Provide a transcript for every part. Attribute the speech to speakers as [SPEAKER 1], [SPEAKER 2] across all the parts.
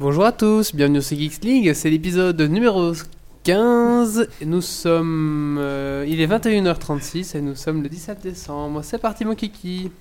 [SPEAKER 1] Bonjour à tous, bienvenue sur Geeks League, c'est l'épisode numéro 15. Et Nous sommes. euh, il est 21h36 et nous sommes le 17 décembre. C'est parti, mon kiki.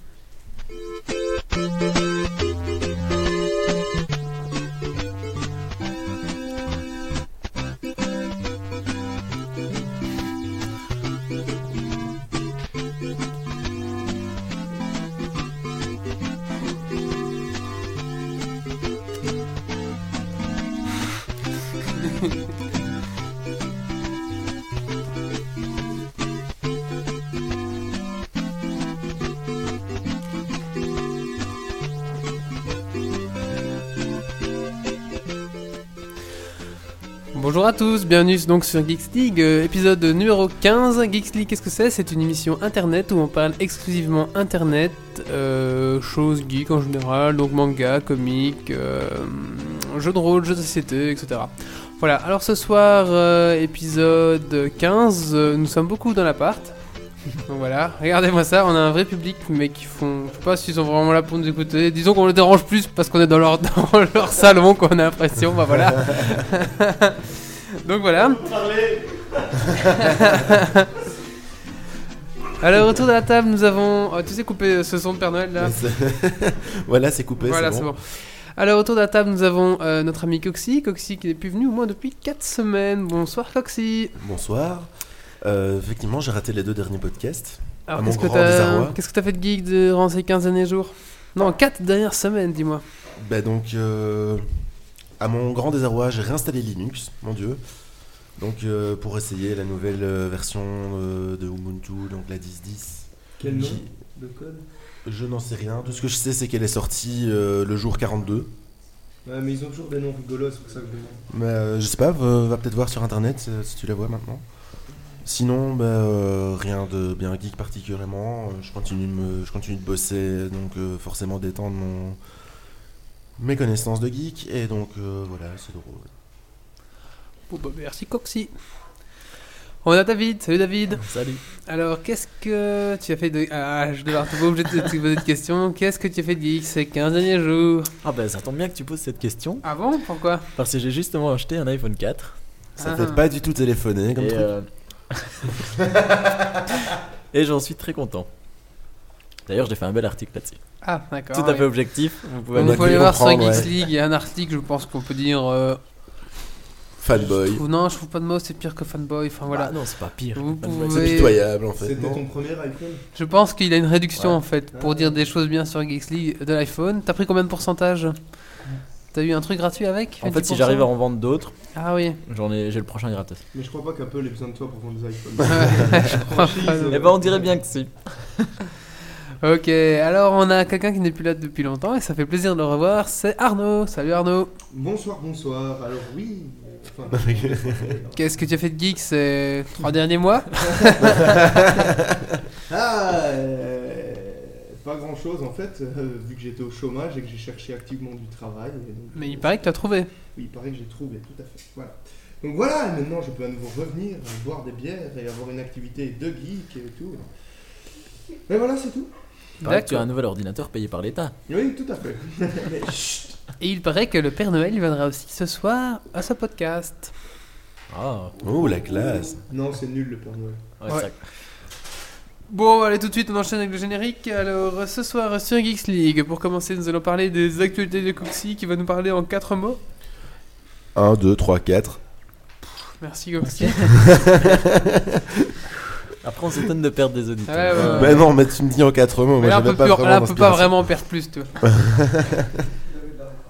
[SPEAKER 1] Bonjour à tous, bienvenue donc sur Geeks League, euh, épisode numéro 15. Geeks League, qu'est-ce que c'est C'est une émission internet où on parle exclusivement internet, euh, choses geek en général, donc manga, comics, euh, jeux de rôle, jeux de société, etc. Voilà, alors ce soir, euh, épisode 15, euh, nous sommes beaucoup dans l'appart. Donc voilà, regardez-moi ça, on a un vrai public, mais qui font. Je sais pas s'ils sont vraiment là pour nous écouter. Disons qu'on les dérange plus parce qu'on est dans leur, dans leur salon, qu'on a l'impression, bah voilà. Donc voilà. Alors, autour de la table, nous avons. Oh, tu sais couper ce son de Père Noël
[SPEAKER 2] Bah,
[SPEAKER 1] là
[SPEAKER 2] voilà, c'est coupé.
[SPEAKER 1] Voilà,
[SPEAKER 2] c'est bon.
[SPEAKER 1] Alors, autour de la table, nous avons euh, notre ami Coxy. Coxy qui n'est plus venu au moins depuis 4 semaines. Bonsoir, Coxy.
[SPEAKER 2] Bonsoir. Euh, effectivement, j'ai raté les deux derniers podcasts. À
[SPEAKER 1] Alors,
[SPEAKER 2] Ah, mon
[SPEAKER 1] qu'est-ce que
[SPEAKER 2] grand
[SPEAKER 1] t'as
[SPEAKER 2] désarroi.
[SPEAKER 1] qu'est-ce que t'as fait de geek durant ces 15 derniers jours Non, 4 dernières semaines, dis-moi.
[SPEAKER 2] Bah donc, euh, à mon grand désarroi, j'ai réinstallé Linux, mon dieu. Donc, euh, pour essayer la nouvelle euh, version euh, de Ubuntu, donc la 10.10.
[SPEAKER 3] Quel nom
[SPEAKER 2] qui-
[SPEAKER 3] de code
[SPEAKER 2] Je n'en sais rien. Tout ce que je sais, c'est qu'elle est sortie euh, le jour 42.
[SPEAKER 3] Ouais, mais ils ont toujours des noms rigolos, c'est pour ça que je demande.
[SPEAKER 2] Mais euh, je sais pas, va, va peut-être voir sur internet euh, si tu la vois maintenant. Sinon, bah, euh, rien de bien geek particulièrement. Euh, Je continue, de me- je continue de bosser, donc euh, forcément d'étendre mon, mes connaissances de geek. Et donc euh, voilà, c'est drôle.
[SPEAKER 1] Bon, bah, merci, Coxy. On a David. Salut, David.
[SPEAKER 2] Salut.
[SPEAKER 1] Alors, qu'est-ce que tu as fait de. Ah, je dois être obligé de te poser cette question. Qu'est-ce que tu as fait de geek ces 15 derniers jours
[SPEAKER 4] Ah bah ça tombe bien que tu poses cette question
[SPEAKER 1] Ah bon Pourquoi
[SPEAKER 4] parce que j'ai justement acheté un iPhone 4
[SPEAKER 2] Ça
[SPEAKER 1] Ah.
[SPEAKER 2] fait pas du tout téléphoner comme
[SPEAKER 4] et,
[SPEAKER 2] truc.
[SPEAKER 4] euh, et j'en suis très content. D'ailleurs j'ai fait un bel article là-dessus.
[SPEAKER 1] Ah, d'accord.
[SPEAKER 4] Tout à
[SPEAKER 1] oui.
[SPEAKER 4] fait objectif, vous pouvez
[SPEAKER 1] Donc,
[SPEAKER 2] Ouais,
[SPEAKER 1] vous
[SPEAKER 4] aller
[SPEAKER 1] pouvez aller
[SPEAKER 2] on peut
[SPEAKER 1] voir sur
[SPEAKER 2] comprendre,
[SPEAKER 1] Geeks
[SPEAKER 2] ouais.
[SPEAKER 1] League, il y a un article, je pense qu'on peut dire. euh, je
[SPEAKER 2] Fanboy.
[SPEAKER 1] trouve- non, je trouve pas de mot, c'est pire que fanboy. Enfin voilà.
[SPEAKER 4] Ah non c'est pas pire.
[SPEAKER 1] Vous
[SPEAKER 4] Pas de mal.
[SPEAKER 1] pouvez-
[SPEAKER 2] C'est pitoyable en fait.
[SPEAKER 3] C'était
[SPEAKER 2] non
[SPEAKER 3] ton premier iPhone
[SPEAKER 1] Je pense qu'il a une réduction
[SPEAKER 4] Ouais.
[SPEAKER 1] en fait pour
[SPEAKER 3] Ah.
[SPEAKER 1] dire des choses bien sur Geeks League de l'iPhone. T'as pris combien de pourcentage T'as eu un truc gratuit avec
[SPEAKER 4] En fait si
[SPEAKER 1] 20%?
[SPEAKER 4] j'arrive à en vendre d'autres,
[SPEAKER 1] Ah oui.
[SPEAKER 4] j'en ai j'ai le prochain gratos.
[SPEAKER 3] Mais je crois pas qu'Apple ait besoin de toi pour vendre des iPhones.
[SPEAKER 1] Je crois
[SPEAKER 3] Franchise,
[SPEAKER 1] pas.
[SPEAKER 3] euh,
[SPEAKER 4] Eh ben on dirait bien que si.
[SPEAKER 1] ok, alors on a quelqu'un qui n'est plus là depuis longtemps et ça fait plaisir de le revoir. C'est Arnaud. Salut Arnaud.
[SPEAKER 3] Bonsoir, bonsoir. Alors oui. euh, Enfin,
[SPEAKER 2] Bah,
[SPEAKER 1] Qu'est-ce que tu as fait de geek ces trois derniers mois
[SPEAKER 3] ah, euh, pas grand chose en fait, euh, vu que j'étais au chômage et que j'ai cherché activement du travail. et donc-
[SPEAKER 1] Mais il paraît que tu as trouvé.
[SPEAKER 3] Oui, il paraît que j'ai trouvé, tout à fait. Voilà. Donc voilà, et maintenant je peux à nouveau revenir, euh, boire des bières et avoir une activité de geek et tout. Mais voilà, c'est tout.
[SPEAKER 4] Il paraît que tu as un nouvel ordinateur payé par l'État.
[SPEAKER 3] Oui, tout à fait. Mais chut.
[SPEAKER 1] Et il paraît que le Père Noël viendra aussi ce soir à ce podcast.
[SPEAKER 4] Ah
[SPEAKER 2] Oh la classe.
[SPEAKER 3] Non, c'est nul le Père Noël.
[SPEAKER 4] ouais,
[SPEAKER 1] Ouais.
[SPEAKER 4] ça-
[SPEAKER 1] Bon, allez, tout de suite, on enchaîne avec le générique. Alors, ce soir sur Geeks League, pour commencer, nous allons parler des actualités de Coxy qui va nous parler en quatre mots.
[SPEAKER 2] 1, 2, 3, 4.
[SPEAKER 1] Merci, Coxy.
[SPEAKER 4] Après on s'étonne de perdre des auditeurs. Euh,
[SPEAKER 1] Ouais, ouais, ouais.
[SPEAKER 2] Mais Bah non, mais tu me dis en 4 mots.
[SPEAKER 1] Mais
[SPEAKER 2] Moi,
[SPEAKER 1] là, on
[SPEAKER 2] j'avais
[SPEAKER 1] peut, plus- là, on peut pas
[SPEAKER 2] d'inspiration.
[SPEAKER 1] vraiment perdre plus, tu vois.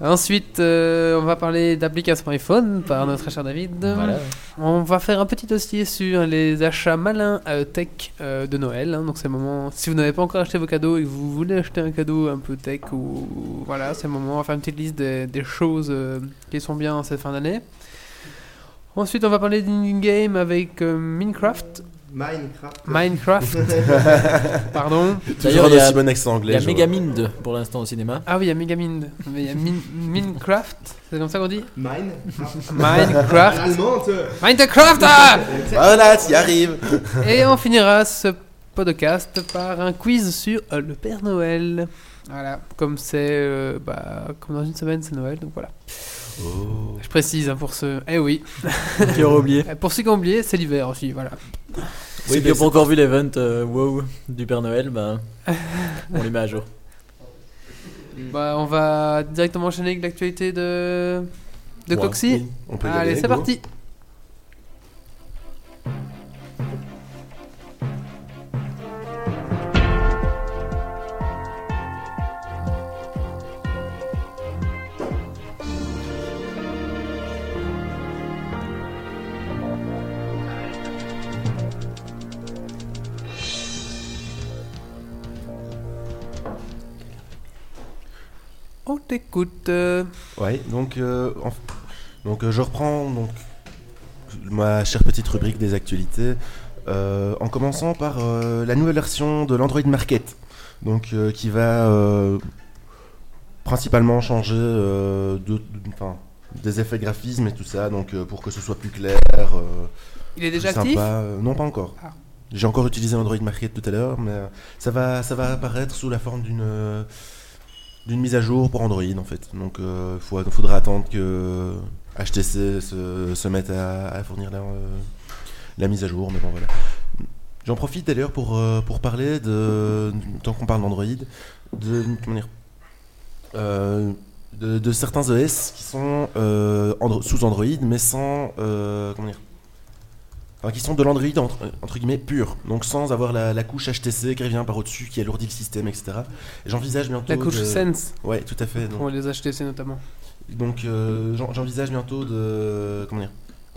[SPEAKER 1] Ensuite, euh, on va parler d'applications iPhone par notre cher David.
[SPEAKER 4] Voilà.
[SPEAKER 1] On va faire un petit dossier sur les achats malins euh, tech euh, de Noël. hein. donc c'est le moment. Si vous n'avez pas encore acheté vos cadeaux et que vous voulez acheter un cadeau un peu tech ou voilà, c'est le moment. On va faire une petite liste des, des choses euh, qui sont bien en cette fin d'année. Ensuite, on va parler d'une game avec euh, Minecraft.
[SPEAKER 3] Minecraft.
[SPEAKER 1] Minecraft, pardon.
[SPEAKER 4] D'ailleurs
[SPEAKER 2] Toujours
[SPEAKER 4] il y
[SPEAKER 2] un
[SPEAKER 4] a,
[SPEAKER 2] aussi bon accent
[SPEAKER 4] il y
[SPEAKER 2] anglais.
[SPEAKER 4] a
[SPEAKER 2] je vois.
[SPEAKER 4] Megamine 2 pour l'instant au cinéma.
[SPEAKER 1] Ah oui, il y a Megamind. Mais il y a Min- Minecraft. C'est comme ça qu'on dit
[SPEAKER 3] Minecraft.
[SPEAKER 1] Minecraft.
[SPEAKER 3] Allemande.
[SPEAKER 1] Minecraft ah
[SPEAKER 2] Voilà, t'y arrives.
[SPEAKER 1] Et on finira ce podcast par un quiz sur euh, le Père Noël. Voilà, comme c'est euh, bah, comme dans une semaine c'est Noël, donc voilà.
[SPEAKER 2] Oh.
[SPEAKER 1] Je précise hein, pour ceux. Eh oui.
[SPEAKER 4] Qui aurait oublié
[SPEAKER 1] Euh, Pour ceux qui ont oublié, c'est l'hiver aussi, voilà.
[SPEAKER 4] Oui, qui
[SPEAKER 2] bien
[SPEAKER 4] n'ont pas encore vu l'event euh, WoW du Père Noël, ben, on les met à jour.
[SPEAKER 1] Bah, on va directement enchaîner avec l'actualité de. de
[SPEAKER 2] Ouais,
[SPEAKER 1] Coxy.
[SPEAKER 2] oui, on peut y
[SPEAKER 1] Allez,
[SPEAKER 2] aller,
[SPEAKER 1] c'est
[SPEAKER 2] go.
[SPEAKER 1] parti On t'écoute. euh,
[SPEAKER 2] Ouais, donc, euh, en- donc euh, je reprends donc, ma chère petite rubrique des actualités euh, en commençant par euh, la nouvelle version de l'Android Market, donc, euh, qui va euh, principalement changer euh, de- de- enfin, des effets de graphisme et tout ça, donc, euh, pour que ce soit plus clair. euh,
[SPEAKER 1] Il est déjà
[SPEAKER 2] plus
[SPEAKER 1] actif
[SPEAKER 2] sympa. Euh, Non, pas encore.
[SPEAKER 1] Ah.
[SPEAKER 2] J'ai encore utilisé Android Market tout à l'heure, mais euh, ça va, ça va apparaître sous la forme d'une euh, d'une mise à jour pour Android en fait. Donc, il faudra attendre que euh, HTC se, se mette à, à fournir la, euh, la mise à jour, mais bon voilà. J'en profite d'ailleurs pour, euh, pour parler de tant qu'on parle d'Android, de comment dire, euh, de, de certains OS qui sont euh, Andro- sous Android, mais sans euh, comment dire Enfin, qui sont de l'Android entre, entre guillemets pur, donc sans avoir la, la couche HTC qui revient par au-dessus, qui alourdit le système, etc. Et J'envisage bientôt.
[SPEAKER 1] La couche
[SPEAKER 2] de-
[SPEAKER 1] Sense
[SPEAKER 2] Ouais, tout à fait. donc-
[SPEAKER 1] pour les HTC notamment.
[SPEAKER 2] donc euh, j'en- j'envisage bientôt de comment dire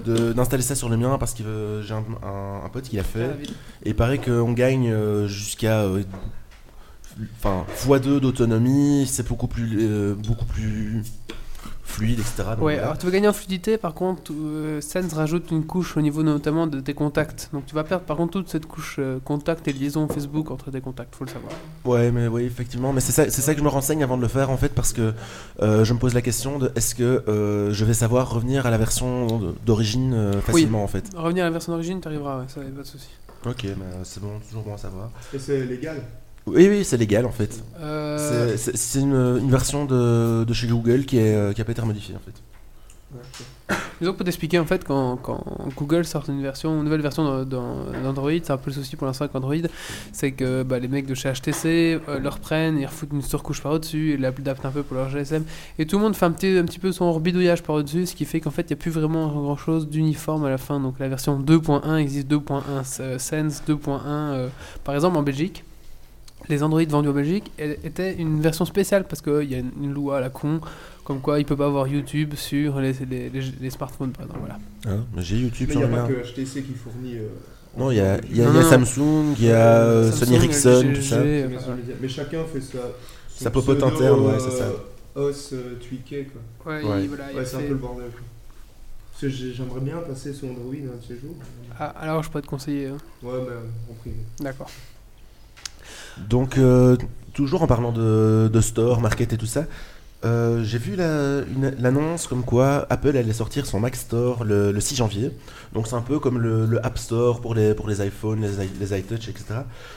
[SPEAKER 2] de- d'installer ça sur le mien parce que euh, j'ai un, un- un pote qui l'a
[SPEAKER 1] Ah,
[SPEAKER 2] fait et il paraît qu'on gagne euh, jusqu'à euh, enfin x2 d'autonomie c'est beaucoup plus euh, beaucoup plus fluide etc donc
[SPEAKER 1] Ouais,
[SPEAKER 2] voilà.
[SPEAKER 1] alors tu veux gagner en fluidité, par contre, euh, Sense rajoute une couche au niveau notamment de tes contacts. Donc tu vas perdre par contre toute cette couche euh, contact et liaison Facebook entre tes contacts, faut le savoir.
[SPEAKER 3] ah.
[SPEAKER 2] Ouais, mais oui, effectivement. Mais c'est ça, c'est ça que je me renseigne avant de le faire, en fait, parce que euh, je me pose la question de est-ce que euh, je vais savoir revenir à la version de- d'origine euh, facilement, en fait.
[SPEAKER 1] Revenir à la version d'origine, t'arriveras, ouais, ça y a pas de souci.
[SPEAKER 2] Ok, mais c'est bon, toujours bon à savoir.
[SPEAKER 3] Et c'est légal.
[SPEAKER 2] Oui, oui, c'est légal, en fait.
[SPEAKER 1] Euh,
[SPEAKER 2] C'est- C'est c'est une, une version de, de chez Google qui, est, euh, qui a pas été remodifiée en fait.
[SPEAKER 1] Disons que pour t'expliquer, en fait, quand, quand Google sort une version, une nouvelle version dans- dans- d'Android, c'est un peu le souci pour l'instant avec Android, c'est que bah, les mecs de chez HTC euh, le reprennent, ils refoutent une surcouche par au-dessus, ils l'adaptent un peu pour leur GSM, et tout le monde fait un petit, un petit peu son bidouillage par au-dessus, ce qui fait qu'en fait, il n'y a plus vraiment grand-chose d'uniforme à la fin. Donc la version 2.1 existe 2.1 euh, Sense, 2.1, euh, par exemple en Belgique. Les Android vendus en Belgique elle- était une version spéciale parce qu'il y a une une loi à la con comme quoi il peut pas avoir YouTube sur les, les, les- les smartphones par exemple. Voilà.
[SPEAKER 2] Mais J'ai YouTube
[SPEAKER 3] Mais il
[SPEAKER 2] sur
[SPEAKER 3] n'y a
[SPEAKER 2] le
[SPEAKER 3] pas
[SPEAKER 2] mien.
[SPEAKER 3] que HTC qui fournit. euh,
[SPEAKER 2] Non, il y a, il y a-
[SPEAKER 1] Non,
[SPEAKER 2] il y
[SPEAKER 1] non.
[SPEAKER 2] a Samsung, il y a euh,
[SPEAKER 1] Samsung,
[SPEAKER 2] Sony Ericsson,
[SPEAKER 1] LG,
[SPEAKER 2] tout ça.
[SPEAKER 1] LG,
[SPEAKER 3] Mais,
[SPEAKER 1] enfin, voilà.
[SPEAKER 3] mais chacun fait sa. son
[SPEAKER 2] Sa popote
[SPEAKER 3] pseudo,
[SPEAKER 2] interne, ouais, c'est ça.
[SPEAKER 3] Os euh, tweaké, quoi.
[SPEAKER 1] Ouais,
[SPEAKER 2] Ouais.
[SPEAKER 1] il- voilà, Ah, il
[SPEAKER 3] Ouais, c'est un
[SPEAKER 1] fait-
[SPEAKER 3] peu le bordel. quoi. Parce que j'ai- j'aimerais bien passer sur Android un de ces jours.
[SPEAKER 1] Ah, alors je peux te conseiller. hein.
[SPEAKER 3] Ouais, mais euh, en privé.
[SPEAKER 1] D'accord.
[SPEAKER 2] Donc, euh, toujours en parlant de, de store, market et tout ça, euh, j'ai vu la- une- l'annonce comme quoi Apple allait sortir son Mac Store le, le 6 janvier. Donc, c'est un peu comme le, le App Store pour les, pour les iPhones, les, i- les iTouch, etc.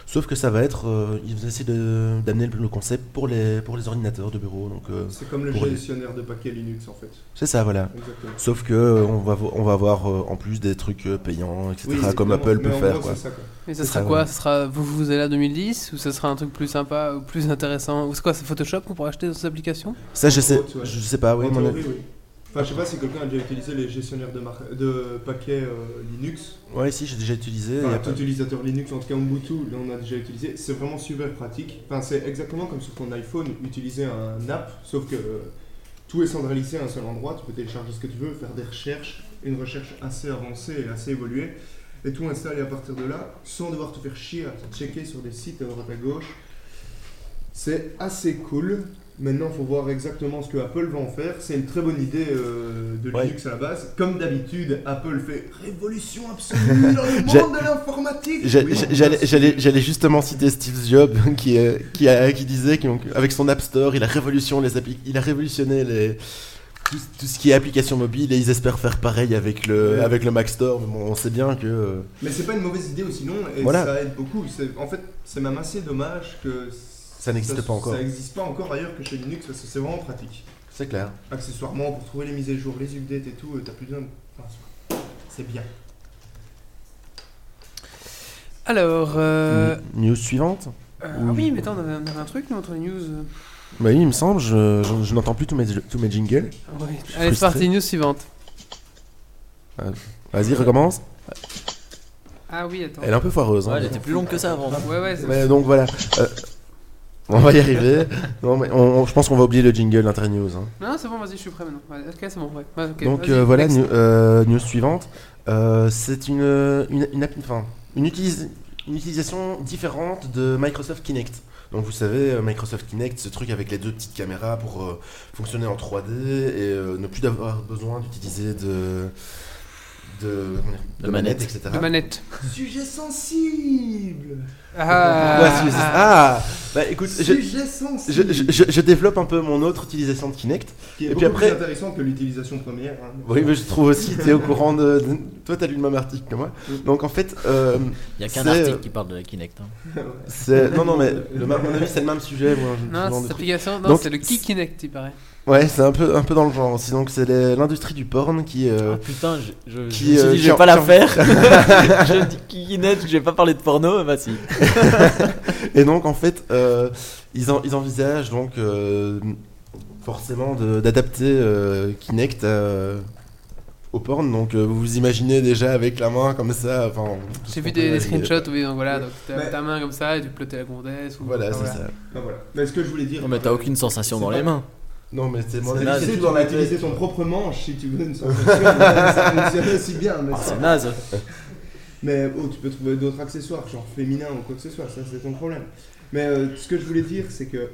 [SPEAKER 2] Sauf que ça va être. euh, ils essaient de- d'amener le, le concept pour les, pour les ordinateurs de bureau. Donc, euh,
[SPEAKER 3] C'est comme le
[SPEAKER 2] Pour les-
[SPEAKER 3] gestionnaire de paquets Linux en fait.
[SPEAKER 2] c'est ça, voilà.
[SPEAKER 3] Exactement.
[SPEAKER 2] Sauf que euh, on va vo- on va avoir euh, en plus des trucs euh, payants, etc. comme
[SPEAKER 3] exactement.
[SPEAKER 2] Apple
[SPEAKER 3] Mais
[SPEAKER 2] peut
[SPEAKER 3] en
[SPEAKER 2] faire.
[SPEAKER 3] gros,
[SPEAKER 2] quoi.
[SPEAKER 3] c'est ça, quoi.
[SPEAKER 1] Et ça
[SPEAKER 2] C'est
[SPEAKER 1] sera
[SPEAKER 2] ça,
[SPEAKER 1] quoi
[SPEAKER 2] ouais.
[SPEAKER 1] Ça sera vous vous allez à 2010 ou ça sera un truc plus sympa ou plus intéressant Ou c'est quoi C'est Photoshop qu'on pourra acheter dans ces applications
[SPEAKER 2] Ça je
[SPEAKER 3] En
[SPEAKER 2] sais
[SPEAKER 3] gros, tu vois.
[SPEAKER 2] je sais pas Ah oui
[SPEAKER 3] En
[SPEAKER 2] mon
[SPEAKER 3] théorie, oui. Enfin, je sais pas si quelqu'un a déjà utilisé les gestionnaires de, mar- de paquets euh, Linux.
[SPEAKER 2] avis- ouais si j'ai déjà utilisé.
[SPEAKER 3] Enfin,
[SPEAKER 2] y a
[SPEAKER 3] tout
[SPEAKER 2] pas-
[SPEAKER 3] utilisateur Linux, en tout cas Ubuntu, là on a déjà utilisé. C'est vraiment super pratique. Enfin, c'est exactement comme sur ton iPhone, utiliser un app, sauf que euh, tout est centralisé à un seul endroit. Tu peux télécharger ce que tu veux, faire des recherches, une recherche assez avancée et assez évoluée, et tout installer à partir de là, sans devoir te faire chier à te checker sur des sites à droite à gauche. C'est assez cool. Maintenant, il faut voir exactement ce que Apple va en faire. C'est une très bonne idée euh, de
[SPEAKER 2] Ouais.
[SPEAKER 3] Linux à la base. Comme d'habitude, Apple fait révolution absolue dans le
[SPEAKER 2] J'ai-
[SPEAKER 3] monde de l'informatique.
[SPEAKER 2] J'a-
[SPEAKER 3] Oui,
[SPEAKER 2] j'a-
[SPEAKER 3] on
[SPEAKER 2] J'allais
[SPEAKER 3] passe-
[SPEAKER 2] j'allais- j'allais justement citer Steve Jobs qui, euh, qui, a- qui disait qu'avec son App Store il a révolutionné les appli- il a révolutionné les tout, tout ce qui est application mobile et ils espèrent faire pareil avec le
[SPEAKER 3] Ouais.
[SPEAKER 2] avec le Mac Store mais bon, on sait bien que euh,
[SPEAKER 3] Mais c'est pas une mauvaise idée aussi non et
[SPEAKER 2] Voilà.
[SPEAKER 3] ça aide beaucoup. C'est- En fait, c'est même assez dommage que
[SPEAKER 2] Ça n'existe pas encore.
[SPEAKER 3] Ça n'existe pas encore ailleurs que chez Linux parce que c'est vraiment pratique.
[SPEAKER 2] C'est clair.
[SPEAKER 3] Accessoirement, pour trouver les mises à jour, les updates et tout, euh, t'as plus besoin de. Enfin, c'est bien.
[SPEAKER 1] Alors. euh,
[SPEAKER 2] N- News suivante
[SPEAKER 1] euh,
[SPEAKER 2] oui.
[SPEAKER 1] ah oui, mais attends, on avait, on avait un truc, nous, entre les news. euh.
[SPEAKER 2] Bah oui, il me semble, je, je- je n'entends plus tous mes, tous mes jingles.
[SPEAKER 1] Ah ouais. Allez,
[SPEAKER 2] suis
[SPEAKER 1] c'est
[SPEAKER 2] frustré.
[SPEAKER 1] parti, news suivante.
[SPEAKER 2] Vas-y, recommence.
[SPEAKER 1] Ah oui, attends.
[SPEAKER 2] Elle est un peu foireuse. hein.
[SPEAKER 4] Ouais, elle était plus longue que ça avant.
[SPEAKER 1] Ouais, ouais, c'est-
[SPEAKER 2] Mais donc voilà. euh, on va y arriver. Non, mais on- on- je pense qu'on va oublier le jingle internews. hein.
[SPEAKER 1] Non, c'est bon, vas-y, je suis prêt maintenant. Ouais, ok, c'est bon, ouais. Ouais, ok,
[SPEAKER 2] Donc
[SPEAKER 1] vas-y,
[SPEAKER 2] euh, voilà,
[SPEAKER 1] next.
[SPEAKER 2] nu- euh, news suivante. Euh, c'est une, une, une app- enfin, une utilise- une utilisation différente de Microsoft Kinect. Donc vous savez, euh, Microsoft Kinect, ce truc avec les deux petites caméras pour euh, fonctionner en 3D et euh, ne plus avoir besoin d'utiliser de, de, comment dire,
[SPEAKER 4] De
[SPEAKER 2] de
[SPEAKER 4] manette.
[SPEAKER 2] manettes, etc.
[SPEAKER 1] De manette.
[SPEAKER 3] Sujet sensible
[SPEAKER 2] Ouais,
[SPEAKER 1] Ah,
[SPEAKER 2] c'est- ah, bah écoute, je,
[SPEAKER 3] Sujet sensible
[SPEAKER 2] je- je- je- je développe un peu mon autre utilisation de Kinect.
[SPEAKER 3] Qui est
[SPEAKER 2] Et
[SPEAKER 3] beaucoup
[SPEAKER 2] puis après-
[SPEAKER 3] plus intéressant que l'utilisation première. hein.
[SPEAKER 2] Oui, mais je trouve aussi, tu es au courant de, de- Toi, t'as lu le même article que moi. Donc en fait, euh,
[SPEAKER 4] Il y a qu'un
[SPEAKER 2] C'est,
[SPEAKER 4] article
[SPEAKER 2] euh,
[SPEAKER 4] qui parle de la Kinect. hein.
[SPEAKER 2] C'est... Non, non, mais le, ma- à mon avis, c'est le même sujet. moi, je- ce
[SPEAKER 1] Non,
[SPEAKER 2] genre de
[SPEAKER 1] cette
[SPEAKER 2] truc.
[SPEAKER 1] application, non,
[SPEAKER 2] Donc,
[SPEAKER 1] c'est le Kikinect, il paraît.
[SPEAKER 2] Ouais, c'est un peu, un peu dans le genre aussi. Donc, c'est les- l'industrie du porn qui. euh,
[SPEAKER 4] Ah putain, je, je, je
[SPEAKER 2] qui,
[SPEAKER 4] me suis
[SPEAKER 2] euh,
[SPEAKER 4] dit, je vais
[SPEAKER 2] qui-
[SPEAKER 4] pas la
[SPEAKER 2] qui-
[SPEAKER 4] faire. je dis Kinect, je vais pas parler de porno. Bah si.
[SPEAKER 1] Ah.
[SPEAKER 2] Et donc, en fait, euh, ils, en- ils envisagent donc euh, forcément de- d'adapter euh, Kinect euh, au porn. Donc, euh, vous vous imaginez déjà avec la main comme ça. Enfin, tout ce
[SPEAKER 1] J'ai
[SPEAKER 2] qu'on
[SPEAKER 1] vu des,
[SPEAKER 2] peut
[SPEAKER 1] des
[SPEAKER 2] imaginer.
[SPEAKER 1] screenshots, oui, donc voilà, donc t'as
[SPEAKER 3] Mais-
[SPEAKER 1] ta main comme ça et tu plotais la gondesse. Ou...
[SPEAKER 2] Voilà, c'est
[SPEAKER 1] voilà.
[SPEAKER 2] ça.
[SPEAKER 3] Enfin, voilà. Mais ce que je voulais dire.
[SPEAKER 4] Non mais t'as aucune sensation
[SPEAKER 3] C'est
[SPEAKER 4] dans
[SPEAKER 3] pas-
[SPEAKER 4] les mains.
[SPEAKER 2] Non, mais c'est mon
[SPEAKER 4] C'est
[SPEAKER 2] avis,
[SPEAKER 4] naze.
[SPEAKER 2] c'est
[SPEAKER 3] Tu
[SPEAKER 2] tout
[SPEAKER 3] dois
[SPEAKER 2] dans la
[SPEAKER 3] utiliser
[SPEAKER 2] tête.
[SPEAKER 3] ton propre manche si tu veux une sensation. ça fonctionne aussi bien. Mais,
[SPEAKER 4] Ah,
[SPEAKER 3] ça-
[SPEAKER 4] c'est naze.
[SPEAKER 3] mais oh, tu peux trouver d'autres accessoires, genre féminin ou quoi que ce soit, ça c'est ton problème. Mais euh, ce que je voulais dire, c'est que.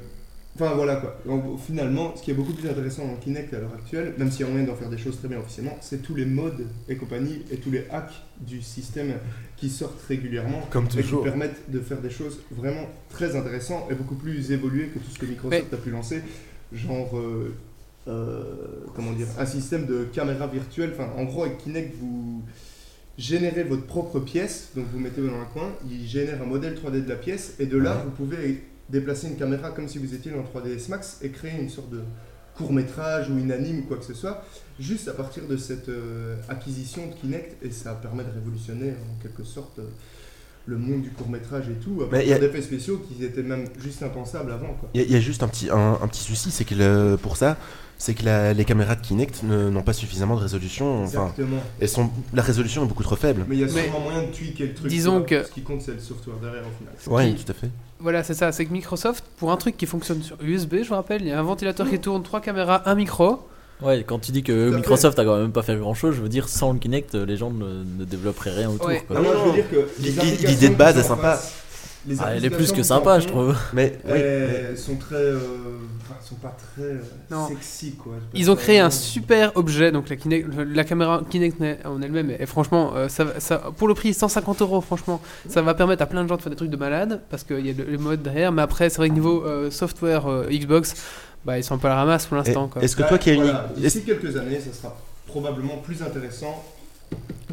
[SPEAKER 3] Enfin voilà quoi. En- finalement, ce qui est beaucoup plus intéressant dans Kinect à l'heure actuelle, même s'il y a moyen d'en faire des choses très bien officiellement, c'est tous les modes et compagnie et tous les hacks du système qui sortent régulièrement.
[SPEAKER 2] Comme
[SPEAKER 3] Et qui
[SPEAKER 2] toujours.
[SPEAKER 3] permettent de faire des choses vraiment très intéressantes et beaucoup plus évoluées que tout ce que Microsoft a pu lancer. Genre, euh, euh, comment dire, un système de caméra virtuelle. Enfin, en gros, avec Kinect, vous générez votre propre pièce, donc vous mettez dans un coin, il génère un modèle 3D de la pièce, et de là,
[SPEAKER 2] Ouais.
[SPEAKER 3] vous pouvez déplacer une caméra comme si vous étiez dans 3ds Max et créer une sorte de court métrage ou une anime ou quoi que ce soit, juste à partir de cette euh, acquisition de Kinect, et ça permet de révolutionner en quelque sorte euh, le monde du court métrage et tout, à
[SPEAKER 2] Mais y
[SPEAKER 3] partir
[SPEAKER 2] a-
[SPEAKER 3] d'effets spéciaux qui étaient même juste impensables avant. Quoi.
[SPEAKER 2] Il y, a- il y a juste un petit, un, un petit souci, c'est que le- pour ça, c'est que la- les caméras de Kinect ne- n'ont pas suffisamment de résolution. Enfin,
[SPEAKER 3] Exactement.
[SPEAKER 2] elles sont, la résolution est beaucoup trop faible.
[SPEAKER 3] Mais il y a
[SPEAKER 1] Mais-
[SPEAKER 3] sûrement moyen de tweaker le truc.
[SPEAKER 1] Disons
[SPEAKER 3] tu vois.
[SPEAKER 1] que-
[SPEAKER 3] Ce qui compte, c'est le software derrière au final.
[SPEAKER 2] Ouais,
[SPEAKER 1] qui-
[SPEAKER 2] tout à fait.
[SPEAKER 1] Voilà, c'est ça, c'est que Microsoft, pour un truc qui fonctionne sur USB, je vous rappelle, il y a un ventilateur qui tourne, trois caméras, un micro.
[SPEAKER 4] Ouais, quand tu dis
[SPEAKER 3] Tout à
[SPEAKER 4] que
[SPEAKER 3] fait.
[SPEAKER 4] Microsoft a quand même pas fait grand chose, je veux dire, sans le Kinect, les gens ne, ne développeraient rien autour.
[SPEAKER 1] Ouais.
[SPEAKER 4] Quoi.
[SPEAKER 2] Ah,
[SPEAKER 3] Non,
[SPEAKER 2] non,
[SPEAKER 3] je veux dire que les
[SPEAKER 2] L'idée-
[SPEAKER 3] applications
[SPEAKER 2] l'idée de base
[SPEAKER 3] qui
[SPEAKER 2] est
[SPEAKER 3] sont en
[SPEAKER 2] sympa.
[SPEAKER 3] face, les
[SPEAKER 4] Ah, elle est plus
[SPEAKER 3] applications
[SPEAKER 4] que
[SPEAKER 3] qui sont en
[SPEAKER 4] sympa, je
[SPEAKER 3] fond,
[SPEAKER 4] trouve.
[SPEAKER 2] Mais oui,
[SPEAKER 3] elles sont très. euh, enfin, sont pas très euh,
[SPEAKER 1] Non.
[SPEAKER 3] sexy quoi.
[SPEAKER 1] Ils ont créé un
[SPEAKER 3] super
[SPEAKER 1] super objet, donc la, Kinect- la caméra Kinect en elle-même, et franchement, euh, ça, va- ça- pour le prix 150 euros, franchement, ça va permettre à plein de gens de faire des trucs de malade, parce qu'il y a le, le mode derrière, mais après, c'est vrai que niveau euh, software euh, Xbox, bah ils sont un peu à la ramasse pour
[SPEAKER 2] Et-
[SPEAKER 1] l'instant. quoi.
[SPEAKER 2] Eh, Est-ce que toi qui as une.
[SPEAKER 3] Voilà,
[SPEAKER 2] est-ce-
[SPEAKER 3] D'ici quelques années, ça sera probablement plus intéressant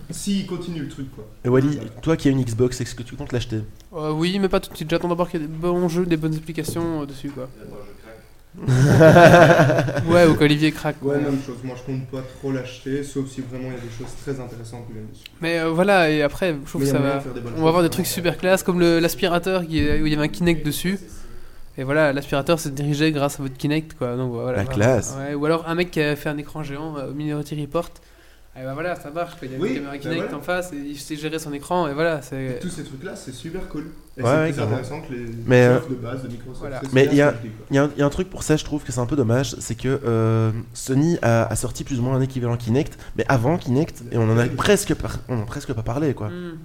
[SPEAKER 3] s'ils continuent le truc quoi.
[SPEAKER 2] Et Wally,
[SPEAKER 3] Voilà.
[SPEAKER 2] toi qui as une Xbox, est-ce que tu comptes l'acheter
[SPEAKER 1] Euh, oui, mais pas tout de suite, j'attends d'abord qu'il y ait des bons jeux, des bonnes applications euh, dessus, quoi. Ouais, ou qu'Olivier craque.
[SPEAKER 3] Ouais,
[SPEAKER 1] quoi.
[SPEAKER 3] même chose. Moi, je compte pas trop l'acheter, sauf si vraiment il y a des choses très intéressantes qui viennent dessus.
[SPEAKER 1] Mais euh, voilà, et après, je trouve
[SPEAKER 3] Mais
[SPEAKER 1] que
[SPEAKER 3] il
[SPEAKER 1] ça
[SPEAKER 3] y a moyen
[SPEAKER 1] va.
[SPEAKER 3] de faire des bonnes
[SPEAKER 1] On va avoir des
[SPEAKER 3] choses,
[SPEAKER 1] trucs
[SPEAKER 3] vraiment.
[SPEAKER 1] super classe comme le- l'aspirateur qui est- où il y avait un Kinect dessus. Et voilà, l'aspirateur se dirigeait grâce à votre Kinect quoi. Donc voilà.
[SPEAKER 2] La classe
[SPEAKER 1] Ouais, ou alors un mec qui a fait un écran géant euh, au Minority Report. Et bah voilà, ça marche. quoi. Il y a
[SPEAKER 3] Oui,
[SPEAKER 1] une caméra
[SPEAKER 3] bah
[SPEAKER 1] Kinect
[SPEAKER 3] voilà.
[SPEAKER 1] en face et il sait gérer son écran et voilà, c'est
[SPEAKER 3] Tous ces trucs là, c'est super cool. Et
[SPEAKER 2] Ouais,
[SPEAKER 3] c'est
[SPEAKER 2] ouais,
[SPEAKER 3] plus
[SPEAKER 2] clairement.
[SPEAKER 3] intéressant que les
[SPEAKER 2] Mais, euh,
[SPEAKER 3] offres de base de Microsoft.
[SPEAKER 1] voilà.
[SPEAKER 3] C'est
[SPEAKER 2] Mais
[SPEAKER 3] bien
[SPEAKER 2] il y a-
[SPEAKER 3] ce que je dis, quoi.
[SPEAKER 2] Il y, a un- il y a un truc pour ça, je trouve que c'est un peu dommage, c'est que euh, Sony a, a sorti plus ou moins un équivalent Kinect, mais avant Kinect, et on en a presque, par- on en a presque pas parlé quoi.
[SPEAKER 1] Hmm.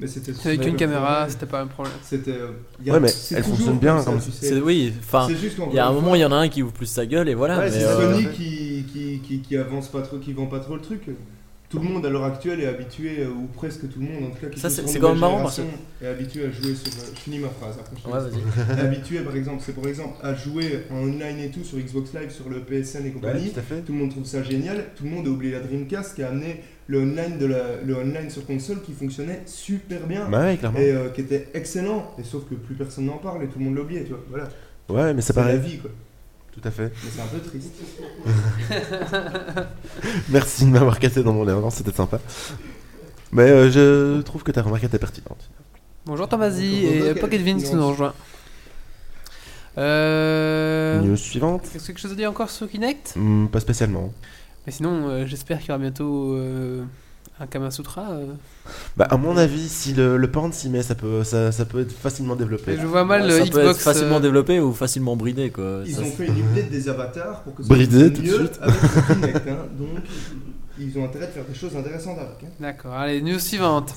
[SPEAKER 3] Mais c'était
[SPEAKER 1] C'est avec
[SPEAKER 3] super
[SPEAKER 1] une caméra,
[SPEAKER 3] cool.
[SPEAKER 1] c'était pas un problème.
[SPEAKER 3] C'était. euh, il y a-
[SPEAKER 2] Ouais, mais
[SPEAKER 3] c'est
[SPEAKER 2] elle
[SPEAKER 3] toujours
[SPEAKER 2] fonctionne bien,
[SPEAKER 3] comme ça,
[SPEAKER 2] comme-
[SPEAKER 3] tu sais.
[SPEAKER 4] C'est oui, enfin,
[SPEAKER 3] C'est juste qu'en
[SPEAKER 4] il y a un
[SPEAKER 3] gros,
[SPEAKER 4] moment, il y en a un qui vous pousse sa gueule et voilà.
[SPEAKER 3] Ouais,
[SPEAKER 4] mais,
[SPEAKER 3] c'est
[SPEAKER 4] euh,
[SPEAKER 3] Sony qui, qui, qui, qui avance pas trop, qui vend pas trop le truc. Tout le monde à l'heure actuelle est habitué, euh, ou presque tout le monde en tout cas, qui
[SPEAKER 4] Ça,
[SPEAKER 3] joue
[SPEAKER 4] c'est-
[SPEAKER 3] sur
[SPEAKER 4] c'est
[SPEAKER 3] Nouvelle
[SPEAKER 4] quand même marrant parce
[SPEAKER 3] Génération, est habitué à jouer sur. euh, Je finis ma phrase après. je te
[SPEAKER 4] Ouais,
[SPEAKER 3] laisse.
[SPEAKER 4] vas-y.
[SPEAKER 3] Est habitué par exemple, c'est pour exemple à jouer en online et tout sur Xbox Live, sur le PSN et compagnie.
[SPEAKER 2] à fait.
[SPEAKER 3] Tout le monde trouve ça génial. Tout le monde a oublié la Dreamcast qui a amené le online, de la, le online sur console qui fonctionnait super bien.
[SPEAKER 2] Bah ouais, clairement.
[SPEAKER 3] Et euh, qui était excellent, et sauf que plus personne n'en parle et tout le monde l'oublie, tu vois. Voilà,
[SPEAKER 2] Ouais, mais c'est
[SPEAKER 3] c'est la
[SPEAKER 2] pareil.
[SPEAKER 3] vie quoi.
[SPEAKER 2] tout à fait.
[SPEAKER 3] Mais c'est un peu triste.
[SPEAKER 2] Merci de m'avoir cassé dans mon erreur, c'était sympa. Mais euh, je trouve que ta remarque était pertinente.
[SPEAKER 1] Bonjour Tomasi et
[SPEAKER 3] Ok,
[SPEAKER 1] Pocket Vince
[SPEAKER 3] non.
[SPEAKER 1] qui nous rejoint. Euh...
[SPEAKER 2] News suivante
[SPEAKER 1] Est-ce que quelque chose à dire encore sur Kinect
[SPEAKER 2] Hmm, Pas spécialement.
[SPEAKER 1] Mais sinon, euh, j'espère qu'il y aura bientôt euh, un Kama Sutra. euh.
[SPEAKER 2] Bah, à mon avis, si le, le porn s'y met, ça peut, ça, ça peut être facilement développé.
[SPEAKER 1] Je vois mal
[SPEAKER 4] ça
[SPEAKER 1] euh,
[SPEAKER 4] peut être
[SPEAKER 1] Xbox.
[SPEAKER 4] facilement
[SPEAKER 1] euh,
[SPEAKER 4] développé ou facilement bridé quoi.
[SPEAKER 3] Ils
[SPEAKER 4] Ça,
[SPEAKER 3] ont
[SPEAKER 4] c'est-
[SPEAKER 3] fait une update des avatars pour que ça
[SPEAKER 2] Bridé,
[SPEAKER 3] fonctionne
[SPEAKER 2] tout de
[SPEAKER 3] mieux
[SPEAKER 2] suite.
[SPEAKER 3] avec le Kinect, hein. Donc, ils ont intérêt de faire des choses intéressantes avec. hein.
[SPEAKER 1] D'accord, allez, news suivante.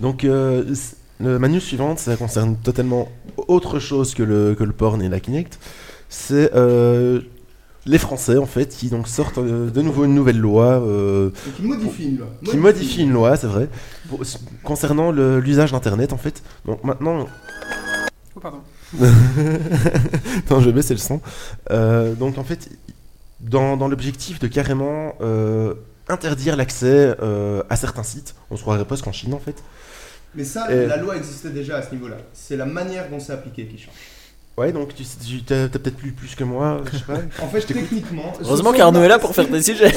[SPEAKER 2] Donc, euh, c- le- ma news suivante, ça concerne totalement autre chose que le, que le porn et la Kinect. C'est euh, les Français, en fait, qui donc sortent euh, de nouveau une nouvelle loi, euh,
[SPEAKER 3] Donc, ils hein. modifient une loi.
[SPEAKER 2] qui modifie une loi, c'est vrai, pour- s- concernant le- l'usage d'Internet, en fait. Donc maintenant,
[SPEAKER 1] Oh, pardon.
[SPEAKER 2] Attends, je baisse le son. Euh, donc en fait, dans, dans l'objectif de carrément euh, interdire l'accès euh, à certains sites, on se croirait presque en Chine en fait.
[SPEAKER 3] Mais ça,
[SPEAKER 2] Et-
[SPEAKER 3] la loi existait déjà à ce niveau-là. C'est la manière dont c'est appliqué qui change.
[SPEAKER 2] Ouais, donc tu, tu t'as, t'as peut-être lu plus que moi, je sais pas.
[SPEAKER 3] En fait, techniquement. ce
[SPEAKER 4] Heureusement
[SPEAKER 3] sont-
[SPEAKER 4] qu'Arnaud est là pour faire des sujets.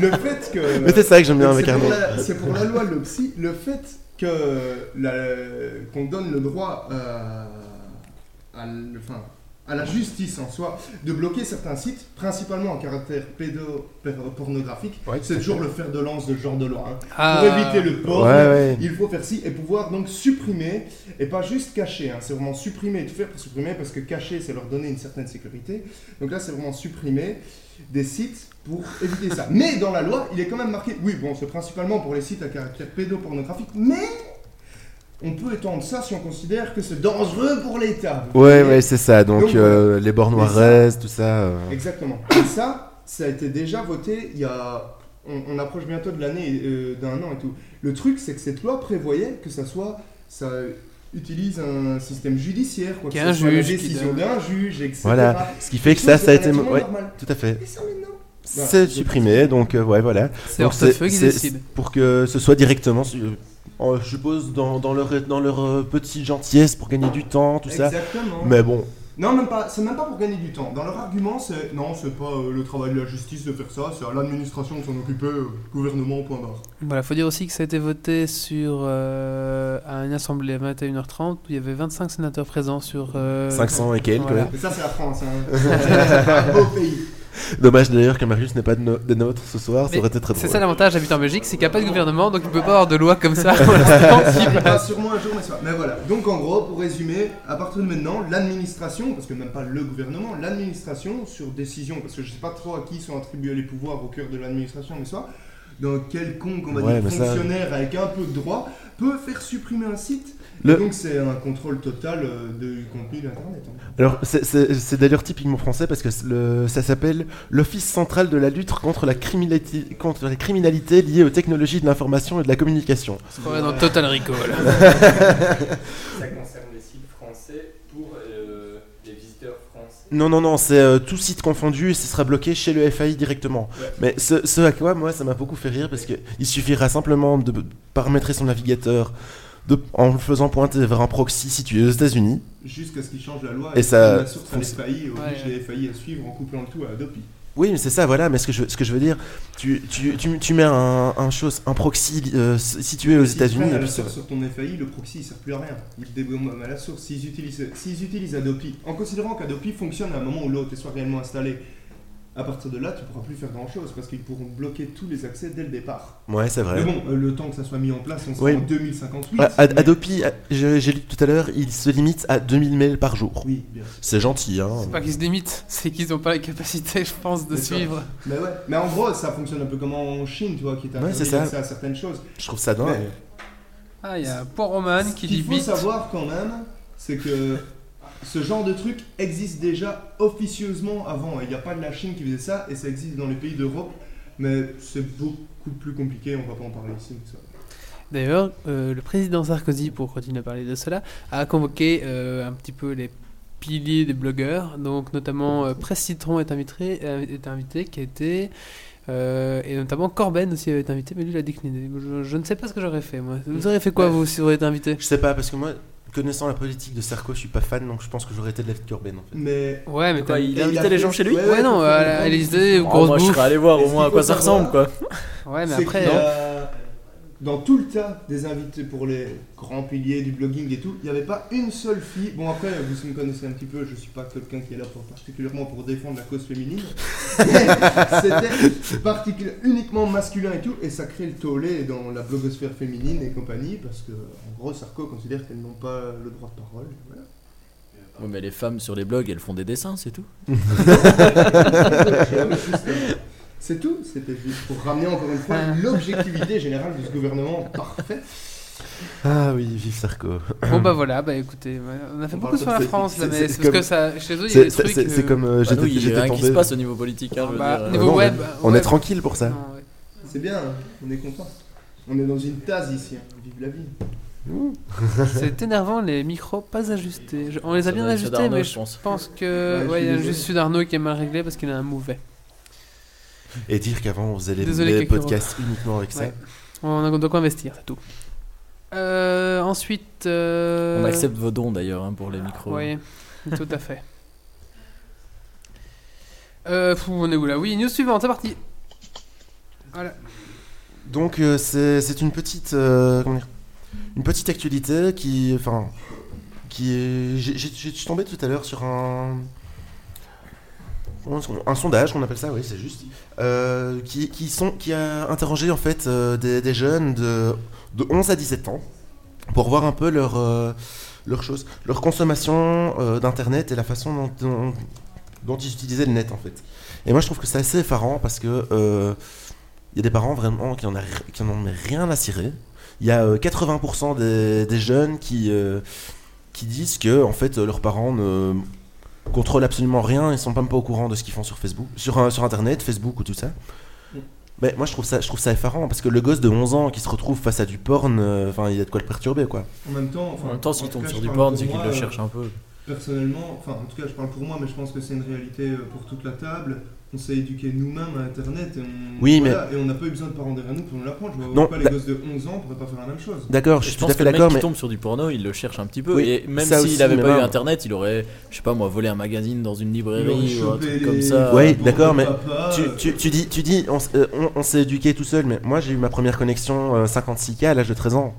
[SPEAKER 3] Le fait que.
[SPEAKER 2] Mais c'est ça que j'aime bien avec
[SPEAKER 3] C'est pour
[SPEAKER 2] Arnaud.
[SPEAKER 3] la- C'est pour la loi Lopsy, le fait que la- qu'on donne le droit euh, à, l- enfin, à la justice en soi de bloquer certains sites, principalement en caractère pédo pédo- pornographique,
[SPEAKER 2] Ouais,
[SPEAKER 3] c'est toujours le fer de lance de ce genre de loi. hein.
[SPEAKER 1] Ah,
[SPEAKER 3] Pour éviter le porn,
[SPEAKER 2] Ouais, ouais.
[SPEAKER 3] il faut faire ci et pouvoir donc supprimer et pas juste cacher. hein. C'est vraiment supprimer et tout faire pour supprimer parce que cacher c'est leur donner une certaine sécurité. Donc là c'est vraiment supprimer des sites pour éviter ça. Mais dans la loi il est quand même marqué. Oui bon c'est principalement pour les sites à caractère pédopornographique, mais on peut étendre ça si on considère que c'est dangereux pour l'État. Vous
[SPEAKER 2] Ouais,
[SPEAKER 3] voyez
[SPEAKER 2] ouais, c'est ça. Donc,
[SPEAKER 3] Donc,
[SPEAKER 2] euh, les bornes
[SPEAKER 3] mais ça-
[SPEAKER 2] noiraises, tout ça. euh,
[SPEAKER 3] Exactement. Et ça, ça a été déjà voté il y a. On, on approche bientôt de l'année, euh, d'un an et tout. Le truc, c'est que cette loi prévoyait que ça soit. Ça utilise un système judiciaire, quoi. que
[SPEAKER 1] Qu'un
[SPEAKER 3] ce soit la
[SPEAKER 1] juge qui
[SPEAKER 3] décision
[SPEAKER 1] donne-
[SPEAKER 3] d'un juge, etc.
[SPEAKER 2] Voilà. Ce qui fait que
[SPEAKER 3] Chose
[SPEAKER 2] ça, ça a été.
[SPEAKER 3] relativement
[SPEAKER 2] Ouais,
[SPEAKER 3] normale.
[SPEAKER 2] tout à fait.
[SPEAKER 3] Et ça, maintenant Voilà.
[SPEAKER 2] C'est supprimé, donc, euh, ouais, voilà.
[SPEAKER 1] C'est
[SPEAKER 2] Donc,
[SPEAKER 1] hors de feu qui
[SPEAKER 2] c'est-
[SPEAKER 1] décide.
[SPEAKER 2] c'est Pour que ce soit directement, su- en- je suppose, dans, dans leur, dans leur euh, petite gentillesse pour gagner du temps, tout ça.
[SPEAKER 3] Exactement.
[SPEAKER 2] Mais bon,
[SPEAKER 3] Non, même pas. C'est même pas pour gagner du temps. Dans leur argument, c'est non, c'est pas euh, le travail de la justice de faire ça, c'est à l'administration de s'en occuper, euh, gouvernement, point barre.
[SPEAKER 1] Voilà, faut dire aussi que ça a été voté sur euh, à une assemblée à 21h30 où il y avait 25 sénateurs présents sur. euh,
[SPEAKER 2] 500 et quelques.
[SPEAKER 1] voilà.
[SPEAKER 2] ouais.
[SPEAKER 3] Mais ça, c'est la France. Hein. c'est un beau pays.
[SPEAKER 2] Dommage d'ailleurs que Marius n'est pas de no- des nôtres ce soir, ça
[SPEAKER 1] Mais
[SPEAKER 2] aurait été très drôle.
[SPEAKER 1] C'est ça l'avantage d'habiter en Belgique, c'est qu'il n'y a pas de gouvernement, donc on peut pas avoir de loi comme ça. pour l'instant, qui
[SPEAKER 3] Il
[SPEAKER 1] passe.
[SPEAKER 3] viendra sûrement un jour, mais c'est pas- Mais voilà. Donc en gros, pour résumer, à partir de maintenant, l'administration, parce que même pas le gouvernement, l'administration sur décision, parce que je sais pas trop à qui sont attribués les pouvoirs au cœur de l'administration, mais soit d'un quelconque on va
[SPEAKER 2] Ouais,
[SPEAKER 3] dire,
[SPEAKER 2] mais ça-
[SPEAKER 3] fonctionnaire avec un peu de droit peut faire supprimer un site.
[SPEAKER 2] Le-
[SPEAKER 3] Et donc c'est un contrôle total euh, de- du contenu d'internet. hein.
[SPEAKER 2] Alors, c'est- c'est c'est d'ailleurs typiquement français parce que c'est le, ça s'appelle l'Office central de la lutte contre la, criminalité, contre la criminalité liée aux technologies de l'information et de la communication.
[SPEAKER 1] On se croirait dans Total Recall.
[SPEAKER 5] Ça concerne les sites français pour euh, les visiteurs français.
[SPEAKER 2] Non, non, non, c'est euh, tout site confondu et ce sera bloqué chez le FAI directement.
[SPEAKER 5] Ouais.
[SPEAKER 2] Mais ce, ce à quoi, moi, ça m'a beaucoup fait rire parce que il suffira simplement de paramétrer son navigateur de, en le faisant pointer vers un proxy situé aux États-Unis.
[SPEAKER 3] Jusqu'à ce qu'ils changent la loi
[SPEAKER 2] Et ça-
[SPEAKER 3] la source à les faillis, oblige
[SPEAKER 1] Ouais.
[SPEAKER 3] les FAI à suivre en couplant le tout à Adopi.
[SPEAKER 2] Oui, mais c'est ça, voilà. Mais ce que je, ce que je veux dire, tu, tu, tu, tu mets un, un chose, un proxy euh, s- situé aux
[SPEAKER 3] S'ils prennent
[SPEAKER 2] États-Unis.
[SPEAKER 3] à
[SPEAKER 2] et
[SPEAKER 3] la
[SPEAKER 2] puis ça va.
[SPEAKER 3] source sur ton FAI, le proxy il sert plus à rien. Ils débomment à la source. S'ils utilisent, s'ils utilisent Adopi, en considérant qu'Adopi fonctionne à un moment où l'autre est soit réellement installé, à partir de là, tu pourras plus faire grand chose parce qu'ils pourront bloquer tous les accès dès le départ.
[SPEAKER 2] Ouais, c'est vrai.
[SPEAKER 3] Mais bon, euh, le temps que ça soit mis en place, on sera
[SPEAKER 2] Oui.
[SPEAKER 3] en 2058.
[SPEAKER 2] Ouais, Ad-
[SPEAKER 3] mais-
[SPEAKER 2] Adopi, euh, j'ai j'ai lu tout à l'heure, il se limite à 2000 mails par jour.
[SPEAKER 3] Oui, bien. sûr.
[SPEAKER 2] C'est gentil, hein.
[SPEAKER 1] C'est pas qu'ils se limitent, c'est qu'ils n'ont pas la capacité, je pense, de
[SPEAKER 3] C'est ça.
[SPEAKER 1] suivre.
[SPEAKER 3] Mais ouais. Mais en gros, ça fonctionne un peu comme en Chine, tu vois, qui est
[SPEAKER 2] Ouais,
[SPEAKER 3] interdit
[SPEAKER 2] c'est ça.
[SPEAKER 3] l'accès à certaines choses.
[SPEAKER 2] Je trouve ça dingue.
[SPEAKER 3] Mais-
[SPEAKER 1] Ah, il y a Poroman
[SPEAKER 3] Ce
[SPEAKER 1] qui dit
[SPEAKER 3] qu'il faut
[SPEAKER 1] bit.
[SPEAKER 3] savoir quand même, c'est que ce genre de truc existe déjà officieusement avant. Il n'y a pas de la Chine qui faisait ça et ça existe dans les pays d'Europe, mais c'est beaucoup plus compliqué. On va pas en parler ici. mais ça.
[SPEAKER 1] D'ailleurs, euh, le président Sarkozy, pour continuer à parler de cela, a convoqué euh, un petit peu les piliers des blogueurs. Donc, notamment, euh, Presse Citron est invité, euh, est invité qui était. euh, et notamment Corben aussi avait été invité, mais lui il a décliné. Je, je ne sais pas ce que j'aurais fait moi. Vous auriez fait quoi
[SPEAKER 3] Ouais.
[SPEAKER 1] vous si vous auriez été invité
[SPEAKER 2] Je sais pas, parce que moi, connaissant la politique de Sarko, je suis pas fan, donc je pense que j'aurais été de la vie de Corben en fait.
[SPEAKER 3] Mais.
[SPEAKER 1] Ouais, mais
[SPEAKER 4] Quoi,
[SPEAKER 1] t'as-
[SPEAKER 4] Bah, il
[SPEAKER 3] Et
[SPEAKER 4] a invité les gens chez lui
[SPEAKER 1] Ouais, non,
[SPEAKER 3] pour
[SPEAKER 1] à
[SPEAKER 3] faire
[SPEAKER 1] la- à
[SPEAKER 3] une
[SPEAKER 1] l'Élysée, aux
[SPEAKER 4] Oh,
[SPEAKER 1] grosses
[SPEAKER 4] Moi, je
[SPEAKER 1] bouffes.
[SPEAKER 4] serais allé voir
[SPEAKER 3] Et
[SPEAKER 4] au
[SPEAKER 3] ce
[SPEAKER 4] moins à
[SPEAKER 3] qu'il
[SPEAKER 4] quoi
[SPEAKER 3] faut
[SPEAKER 4] ça ressemble, quoi.
[SPEAKER 1] Ouais, mais
[SPEAKER 3] C'est
[SPEAKER 1] après.
[SPEAKER 3] qu'il y
[SPEAKER 1] euh,
[SPEAKER 3] a- Dans tout le tas des invités pour les grands piliers du blogging et tout, il n'y avait pas une seule fille. Bon, après, vous me connaissez un petit peu, je suis pas quelqu'un qui est là pour particulièrement pour défendre la cause féminine. Mais C'était particuli- uniquement masculin et tout, et ça crée le tollé dans la blogosphère féminine et compagnie, parce que, en gros, Sarko considère qu'elles n'ont pas le droit de parole. et voilà.
[SPEAKER 4] Ouais, mais les femmes sur les blogs, elles font des dessins, c'est tout.
[SPEAKER 3] C'est tout, c'était juste pour ramener encore une fois
[SPEAKER 1] Ah.
[SPEAKER 3] l'objectivité générale de ce gouvernement parfait.
[SPEAKER 2] Ah oui, vive Sarko.
[SPEAKER 1] Bon, bah voilà, bah écoutez, ouais, on a fait
[SPEAKER 3] On
[SPEAKER 1] beaucoup
[SPEAKER 3] parle
[SPEAKER 1] sur la
[SPEAKER 3] comme ça,
[SPEAKER 1] France, là,
[SPEAKER 2] c'est-
[SPEAKER 1] mais
[SPEAKER 2] c'est
[SPEAKER 1] c'est parce
[SPEAKER 2] comme-
[SPEAKER 1] que ça, chez eux, il y a
[SPEAKER 2] C'est
[SPEAKER 1] des trucs.
[SPEAKER 2] c'est- c'est
[SPEAKER 1] euh,
[SPEAKER 2] comme euh,
[SPEAKER 4] Bah nous,
[SPEAKER 2] j'étais
[SPEAKER 4] il y a
[SPEAKER 2] j'étais
[SPEAKER 4] rien qui se
[SPEAKER 2] tombé.
[SPEAKER 4] passe au niveau politique, hein, je veux
[SPEAKER 1] bah,
[SPEAKER 4] dire.
[SPEAKER 1] niveau
[SPEAKER 2] non,
[SPEAKER 1] web.
[SPEAKER 2] On
[SPEAKER 1] web-
[SPEAKER 2] est tranquille pour ça.
[SPEAKER 1] Non, ouais.
[SPEAKER 3] C'est bien, on est content. On est dans une tasse ici, hein. vive la vie.
[SPEAKER 1] C'est énervant, les micros pas ajustés. Je- On les a
[SPEAKER 4] Ça
[SPEAKER 1] bien
[SPEAKER 4] doit être
[SPEAKER 1] ajustés,
[SPEAKER 4] Arnaud,
[SPEAKER 1] mais
[SPEAKER 4] je
[SPEAKER 1] je
[SPEAKER 4] pense.
[SPEAKER 1] pense que.
[SPEAKER 3] Ouais, je
[SPEAKER 1] Ouais, il y a
[SPEAKER 3] suis
[SPEAKER 1] juste
[SPEAKER 3] désolé.
[SPEAKER 1] celui d'Arnaud qui est mal réglé parce qu'il a un mauvais.
[SPEAKER 2] Et dire qu'avant on faisait les,
[SPEAKER 1] Désolé,
[SPEAKER 2] les
[SPEAKER 1] quelques
[SPEAKER 2] podcasts uniquement avec ça.
[SPEAKER 1] Ouais. On a de quoi investir, c'est tout. Euh, ensuite. euh,
[SPEAKER 4] On accepte vos dons d'ailleurs hein, pour les micros.
[SPEAKER 1] Oui, tout à fait. Euh, fou, on est où là Oui, news suivante, c'est parti. Voilà.
[SPEAKER 2] Donc euh, c'est c'est une petite euh, comment dire, une petite actualité qui enfin qui est j'ai- j'ai- j'ai- je suis tombé tout à l'heure sur un comment est-ce qu'on- un sondage qu'on appelle ça oui c'est juste euh, qui, qui sont qui a interrogé en fait euh, des, des jeunes de de 11 à 17 ans pour voir un peu leur euh, leur chose leur consommation euh, d'internet et la façon dont, dont dont ils utilisaient le net en fait et moi je trouve que c'est assez effarant parce que euh, il y a des parents vraiment qui en, a, qui en ont rien à cirer. Il y a euh, 80% des, des jeunes qui, euh, qui disent que en fait euh, leurs parents ne contrôlent absolument rien et sont même pas au courant de ce qu'ils font sur Facebook, sur, euh, sur internet, Facebook ou tout ça.
[SPEAKER 3] Mm.
[SPEAKER 2] Mais moi je trouve ça je trouve ça effarant parce que le gosse de 11 ans qui se retrouve face à du porn, euh, enfin il y a de quoi le perturber quoi.
[SPEAKER 3] En même temps, enfin,
[SPEAKER 4] En même temps,
[SPEAKER 3] en
[SPEAKER 4] s'ils
[SPEAKER 3] tout
[SPEAKER 4] tombent
[SPEAKER 3] cas,
[SPEAKER 4] sur
[SPEAKER 3] je
[SPEAKER 4] du
[SPEAKER 3] parle
[SPEAKER 4] porn,
[SPEAKER 3] pour
[SPEAKER 4] c'est qu'ils
[SPEAKER 3] moi,
[SPEAKER 4] le
[SPEAKER 3] euh,
[SPEAKER 4] cherchent un peu.
[SPEAKER 3] Personnellement, enfin en tout cas je parle pour moi, mais je pense que c'est une réalité euh, pour toute la table. On s'est éduqué nous-mêmes à Internet et on,
[SPEAKER 2] Oui,
[SPEAKER 3] mais... et on n'a pas eu besoin de parents derrière nous pour nous l'apprendre. Je vois
[SPEAKER 2] Non, bah-
[SPEAKER 3] pas les
[SPEAKER 2] la-
[SPEAKER 3] gosses de 11 ans pourraient pas faire la même chose.
[SPEAKER 2] D'accord, je
[SPEAKER 4] Je
[SPEAKER 2] suis tout
[SPEAKER 4] pense
[SPEAKER 2] à
[SPEAKER 4] que
[SPEAKER 2] fait
[SPEAKER 4] le mec
[SPEAKER 2] d'accord
[SPEAKER 4] qui
[SPEAKER 2] mais
[SPEAKER 4] tombe sur du porno, il le cherche un petit peu.
[SPEAKER 2] Oui,
[SPEAKER 4] et même
[SPEAKER 2] ça
[SPEAKER 4] s'il
[SPEAKER 2] aussi,
[SPEAKER 4] n'avait
[SPEAKER 2] mais
[SPEAKER 4] pas eu
[SPEAKER 2] même.
[SPEAKER 4] internet, il aurait, je sais pas moi, volé un magazine dans une librairie
[SPEAKER 3] Ils
[SPEAKER 4] ou
[SPEAKER 3] auraient
[SPEAKER 4] un
[SPEAKER 3] chopé
[SPEAKER 4] truc
[SPEAKER 3] les-
[SPEAKER 4] comme ça.
[SPEAKER 2] Ouais,
[SPEAKER 3] les parents
[SPEAKER 2] d'accord,
[SPEAKER 3] de
[SPEAKER 2] mais
[SPEAKER 3] papa,
[SPEAKER 2] tu,
[SPEAKER 3] euh,
[SPEAKER 2] tu- tu dis, tu dis on, s- euh, on- on s'est éduqué tout seul, mais moi j'ai eu ma première connexion euh, 56K à l'âge de 13 ans.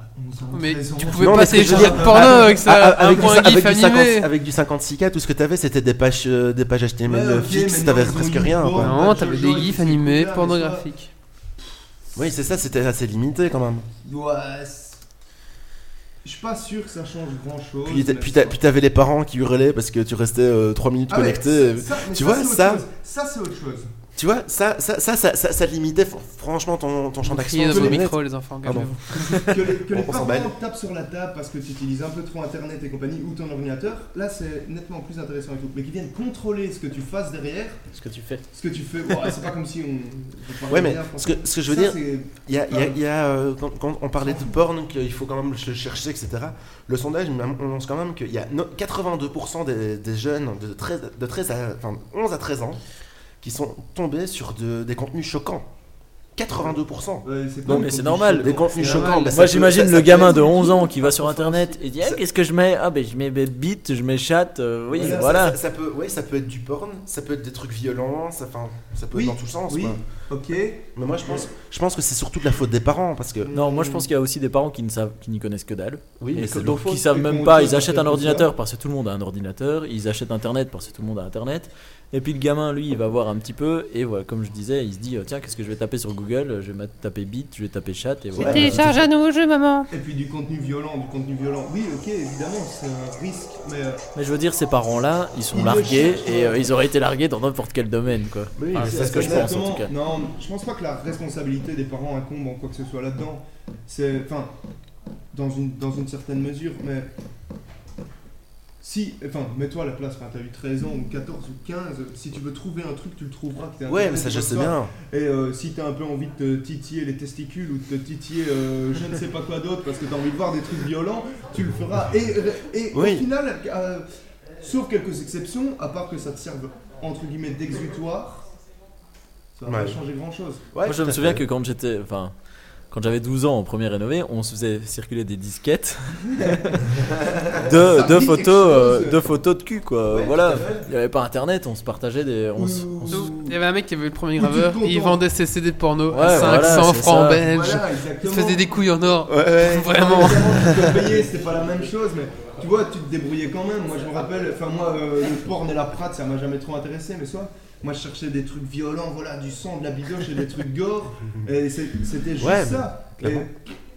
[SPEAKER 3] à 11 ans,
[SPEAKER 1] Mais
[SPEAKER 3] 13 ans,
[SPEAKER 1] tu pouvais
[SPEAKER 2] Non,
[SPEAKER 1] pas
[SPEAKER 2] mais ce que je veux
[SPEAKER 1] télécharger
[SPEAKER 2] dire-
[SPEAKER 1] de porno avec
[SPEAKER 2] Ah,
[SPEAKER 1] ça.
[SPEAKER 2] ah, avec,
[SPEAKER 1] un
[SPEAKER 2] du,
[SPEAKER 1] point
[SPEAKER 2] ça-
[SPEAKER 1] gif
[SPEAKER 2] avec du 50
[SPEAKER 1] animé.
[SPEAKER 2] avec du 56K, tout ce que t'avais c'était des pages, euh, des pages HTML
[SPEAKER 3] Ouais, ok,
[SPEAKER 2] fixes,
[SPEAKER 3] mais
[SPEAKER 2] t'avais
[SPEAKER 3] non, ils ont
[SPEAKER 2] presque
[SPEAKER 3] une
[SPEAKER 2] rien.
[SPEAKER 3] borne.
[SPEAKER 2] quoi.
[SPEAKER 3] Ouais,
[SPEAKER 1] Non,
[SPEAKER 3] ouais,
[SPEAKER 1] t'avais
[SPEAKER 3] Jojo,
[SPEAKER 1] des
[SPEAKER 3] il
[SPEAKER 1] gifs
[SPEAKER 3] fait
[SPEAKER 1] animés
[SPEAKER 3] couvert, mais
[SPEAKER 1] pornographiques.
[SPEAKER 2] Oui, c'est ça, c'était assez limité quand même.
[SPEAKER 3] Ouais, c'est- Je suis pas sûr que ça change grand chose.
[SPEAKER 2] Puis t'a-
[SPEAKER 3] mais-
[SPEAKER 2] puis t'a- puis t'avais les parents qui hurlaient parce que tu restais 3 minutes
[SPEAKER 3] Ah ouais,
[SPEAKER 2] connecté.
[SPEAKER 3] ça- mais
[SPEAKER 2] Tu vois,
[SPEAKER 3] c'est autre
[SPEAKER 2] ça-
[SPEAKER 3] chose. Ça, c'est autre chose.
[SPEAKER 2] Tu vois, ça, ça, ça, ça, ça, ça limitait fr- franchement ton, ton champ d'action.
[SPEAKER 1] Criez dans
[SPEAKER 2] sur
[SPEAKER 1] vos
[SPEAKER 2] le net.
[SPEAKER 1] micros, les enfants.
[SPEAKER 4] Ah
[SPEAKER 2] Pardon.
[SPEAKER 1] calmez-vous.
[SPEAKER 3] que les, que
[SPEAKER 2] On-
[SPEAKER 3] les
[SPEAKER 2] on
[SPEAKER 3] parents
[SPEAKER 2] s'emballe.
[SPEAKER 3] tapent sur la table parce que tu utilises un peu trop internet et compagnie ou ton ordinateur, là c'est nettement plus intéressant et tout. Mais qu'ils viennent contrôler ce que tu fasses derrière,
[SPEAKER 4] Ce que tu fais.
[SPEAKER 3] ce que tu fais. Ouais, c'est pas comme si on.
[SPEAKER 2] Ouais, mais ce que, ce que je veux dire, il y a, il
[SPEAKER 3] Ah.
[SPEAKER 2] y a- il y a, euh, quand, quand on parlait de porn, qu'il faut quand même le chercher, etc. Le sondage, on lance quand même qu'il y a no- 82% des, des jeunes de, 13, de 13 à, enfin, 11 à 13 ans qui sont tombés sur de- des contenus choquants. 82%.
[SPEAKER 4] Non, mais c'est normal.
[SPEAKER 2] Des contenus
[SPEAKER 3] C'est normal.
[SPEAKER 2] choquants. bah, ça
[SPEAKER 4] Moi
[SPEAKER 2] peut-
[SPEAKER 4] j'imagine
[SPEAKER 2] ça-
[SPEAKER 4] le
[SPEAKER 2] ça peut
[SPEAKER 4] gamin
[SPEAKER 2] être-
[SPEAKER 4] de 11 ans qui va sur internet et dit Eh,
[SPEAKER 2] Ça-
[SPEAKER 4] qu'est-ce que je mets Ah ben je mets bite, je mets chat, euh, oui
[SPEAKER 2] ça-
[SPEAKER 4] voilà.
[SPEAKER 2] Ça, ça peut, ouais, ça peut être du porn, ça peut être des trucs violents, ça, enfin, ça peut
[SPEAKER 3] Oui,
[SPEAKER 2] être dans tout sens.
[SPEAKER 3] Oui,
[SPEAKER 2] quoi.
[SPEAKER 3] ok.
[SPEAKER 2] Mais moi, je pense, je pense que c'est surtout de la faute des parents parce que.
[SPEAKER 4] Non, moi je pense qu'il y a aussi des parents qui ne savent, qui n'y connaissent que dalle.
[SPEAKER 2] Oui,
[SPEAKER 4] Et
[SPEAKER 2] mais
[SPEAKER 4] que-
[SPEAKER 2] c'est leur
[SPEAKER 4] donc
[SPEAKER 2] faute.
[SPEAKER 4] qui savent
[SPEAKER 3] et
[SPEAKER 4] même
[SPEAKER 3] qu'on
[SPEAKER 4] pas,
[SPEAKER 3] dit
[SPEAKER 4] ils
[SPEAKER 3] que
[SPEAKER 4] achètent
[SPEAKER 3] c'est
[SPEAKER 4] un
[SPEAKER 3] comme
[SPEAKER 4] ordinateur parce que tout le monde a un ordinateur, ils achètent internet parce que tout le monde a internet. Et puis le gamin lui il va voir un petit peu et voilà comme je disais, il se dit euh, tiens qu'est-ce que je vais taper sur Google, je vais ma- taper bite, je vais taper chat et voilà.
[SPEAKER 6] Télécharge à nouveau jeu, maman.
[SPEAKER 3] Et puis du contenu violent, du contenu violent. Oui, ok, évidemment, c'est un risque. Mais euh,
[SPEAKER 4] Mais je veux dire ces parents là, ils sont
[SPEAKER 3] Ils le
[SPEAKER 4] largués
[SPEAKER 3] cherchent,
[SPEAKER 4] et euh,
[SPEAKER 3] ouais.
[SPEAKER 4] ils auraient été largués dans n'importe quel domaine quoi.
[SPEAKER 2] Oui,
[SPEAKER 4] Ah,
[SPEAKER 2] mais
[SPEAKER 4] c'est
[SPEAKER 2] ça,
[SPEAKER 4] ce que
[SPEAKER 2] c'est-
[SPEAKER 4] je pense. en
[SPEAKER 3] Exactement.
[SPEAKER 4] tout cas.
[SPEAKER 3] Non, je pense pas que la responsabilité des parents incombe en quoi que ce soit là-dedans. C'est, enfin, dans une, dans une certaine mesure, mais si, enfin, mets-toi à la place, enfin, t'as eu 13 ans ou 14 ou 15, si tu veux trouver un truc, tu le trouveras. que t'es
[SPEAKER 2] Ouais,
[SPEAKER 3] intéressé
[SPEAKER 2] mais ça, je
[SPEAKER 3] par
[SPEAKER 2] sais bien.
[SPEAKER 3] Et euh, si t'as un peu envie de te titiller les testicules ou de te titiller euh, je ne sais pas quoi d'autre parce que t'as envie de voir des trucs violents, tu le feras. Et, et
[SPEAKER 2] Oui.
[SPEAKER 3] au final, euh, sauf quelques exceptions, à part que ça te serve entre guillemets d'exutoire, ça va
[SPEAKER 2] Ouais.
[SPEAKER 3] pas changer grand chose.
[SPEAKER 2] Ouais,
[SPEAKER 4] Moi, je
[SPEAKER 2] tout
[SPEAKER 4] me
[SPEAKER 2] à
[SPEAKER 4] souviens
[SPEAKER 2] fait.
[SPEAKER 4] que quand j'étais. Enfin, quand j'avais 12 ans en premier rénové, on se faisait circuler des disquettes de,
[SPEAKER 3] Ça
[SPEAKER 4] de
[SPEAKER 3] me dit quelque
[SPEAKER 4] photos, euh,
[SPEAKER 3] chose.
[SPEAKER 4] de photos de cul, quoi.
[SPEAKER 2] Euh,
[SPEAKER 5] Ouais,
[SPEAKER 4] voilà,
[SPEAKER 5] tout à fait.
[SPEAKER 4] il n'y avait pas internet, on se partageait des. On s- on s-
[SPEAKER 1] Il y avait un mec qui avait eu le premier
[SPEAKER 3] Ou du
[SPEAKER 1] graveur, et il
[SPEAKER 3] content.
[SPEAKER 1] vendait ses CD porno
[SPEAKER 4] Ouais,
[SPEAKER 1] à 500
[SPEAKER 4] voilà, c'est
[SPEAKER 1] francs
[SPEAKER 4] ça.
[SPEAKER 1] belges.
[SPEAKER 3] Voilà,
[SPEAKER 1] Il
[SPEAKER 3] exactement.
[SPEAKER 1] se faisait des couilles en or.
[SPEAKER 2] Ouais, ouais.
[SPEAKER 1] Vraiment.
[SPEAKER 3] Évidemment, tu dois payer, c'était pas la même chose, mais tu vois, tu te débrouillais quand même. Moi, je me rappelle, enfin, moi, euh, le porn et la prate, ça m'a jamais trop intéressé, mais soit. Moi, je cherchais des trucs violents, voilà, du sang, de la bidoche et des trucs gore, et c'est- c'était juste
[SPEAKER 2] Ouais,
[SPEAKER 3] ça.
[SPEAKER 2] mais
[SPEAKER 3] Et
[SPEAKER 2] clairement.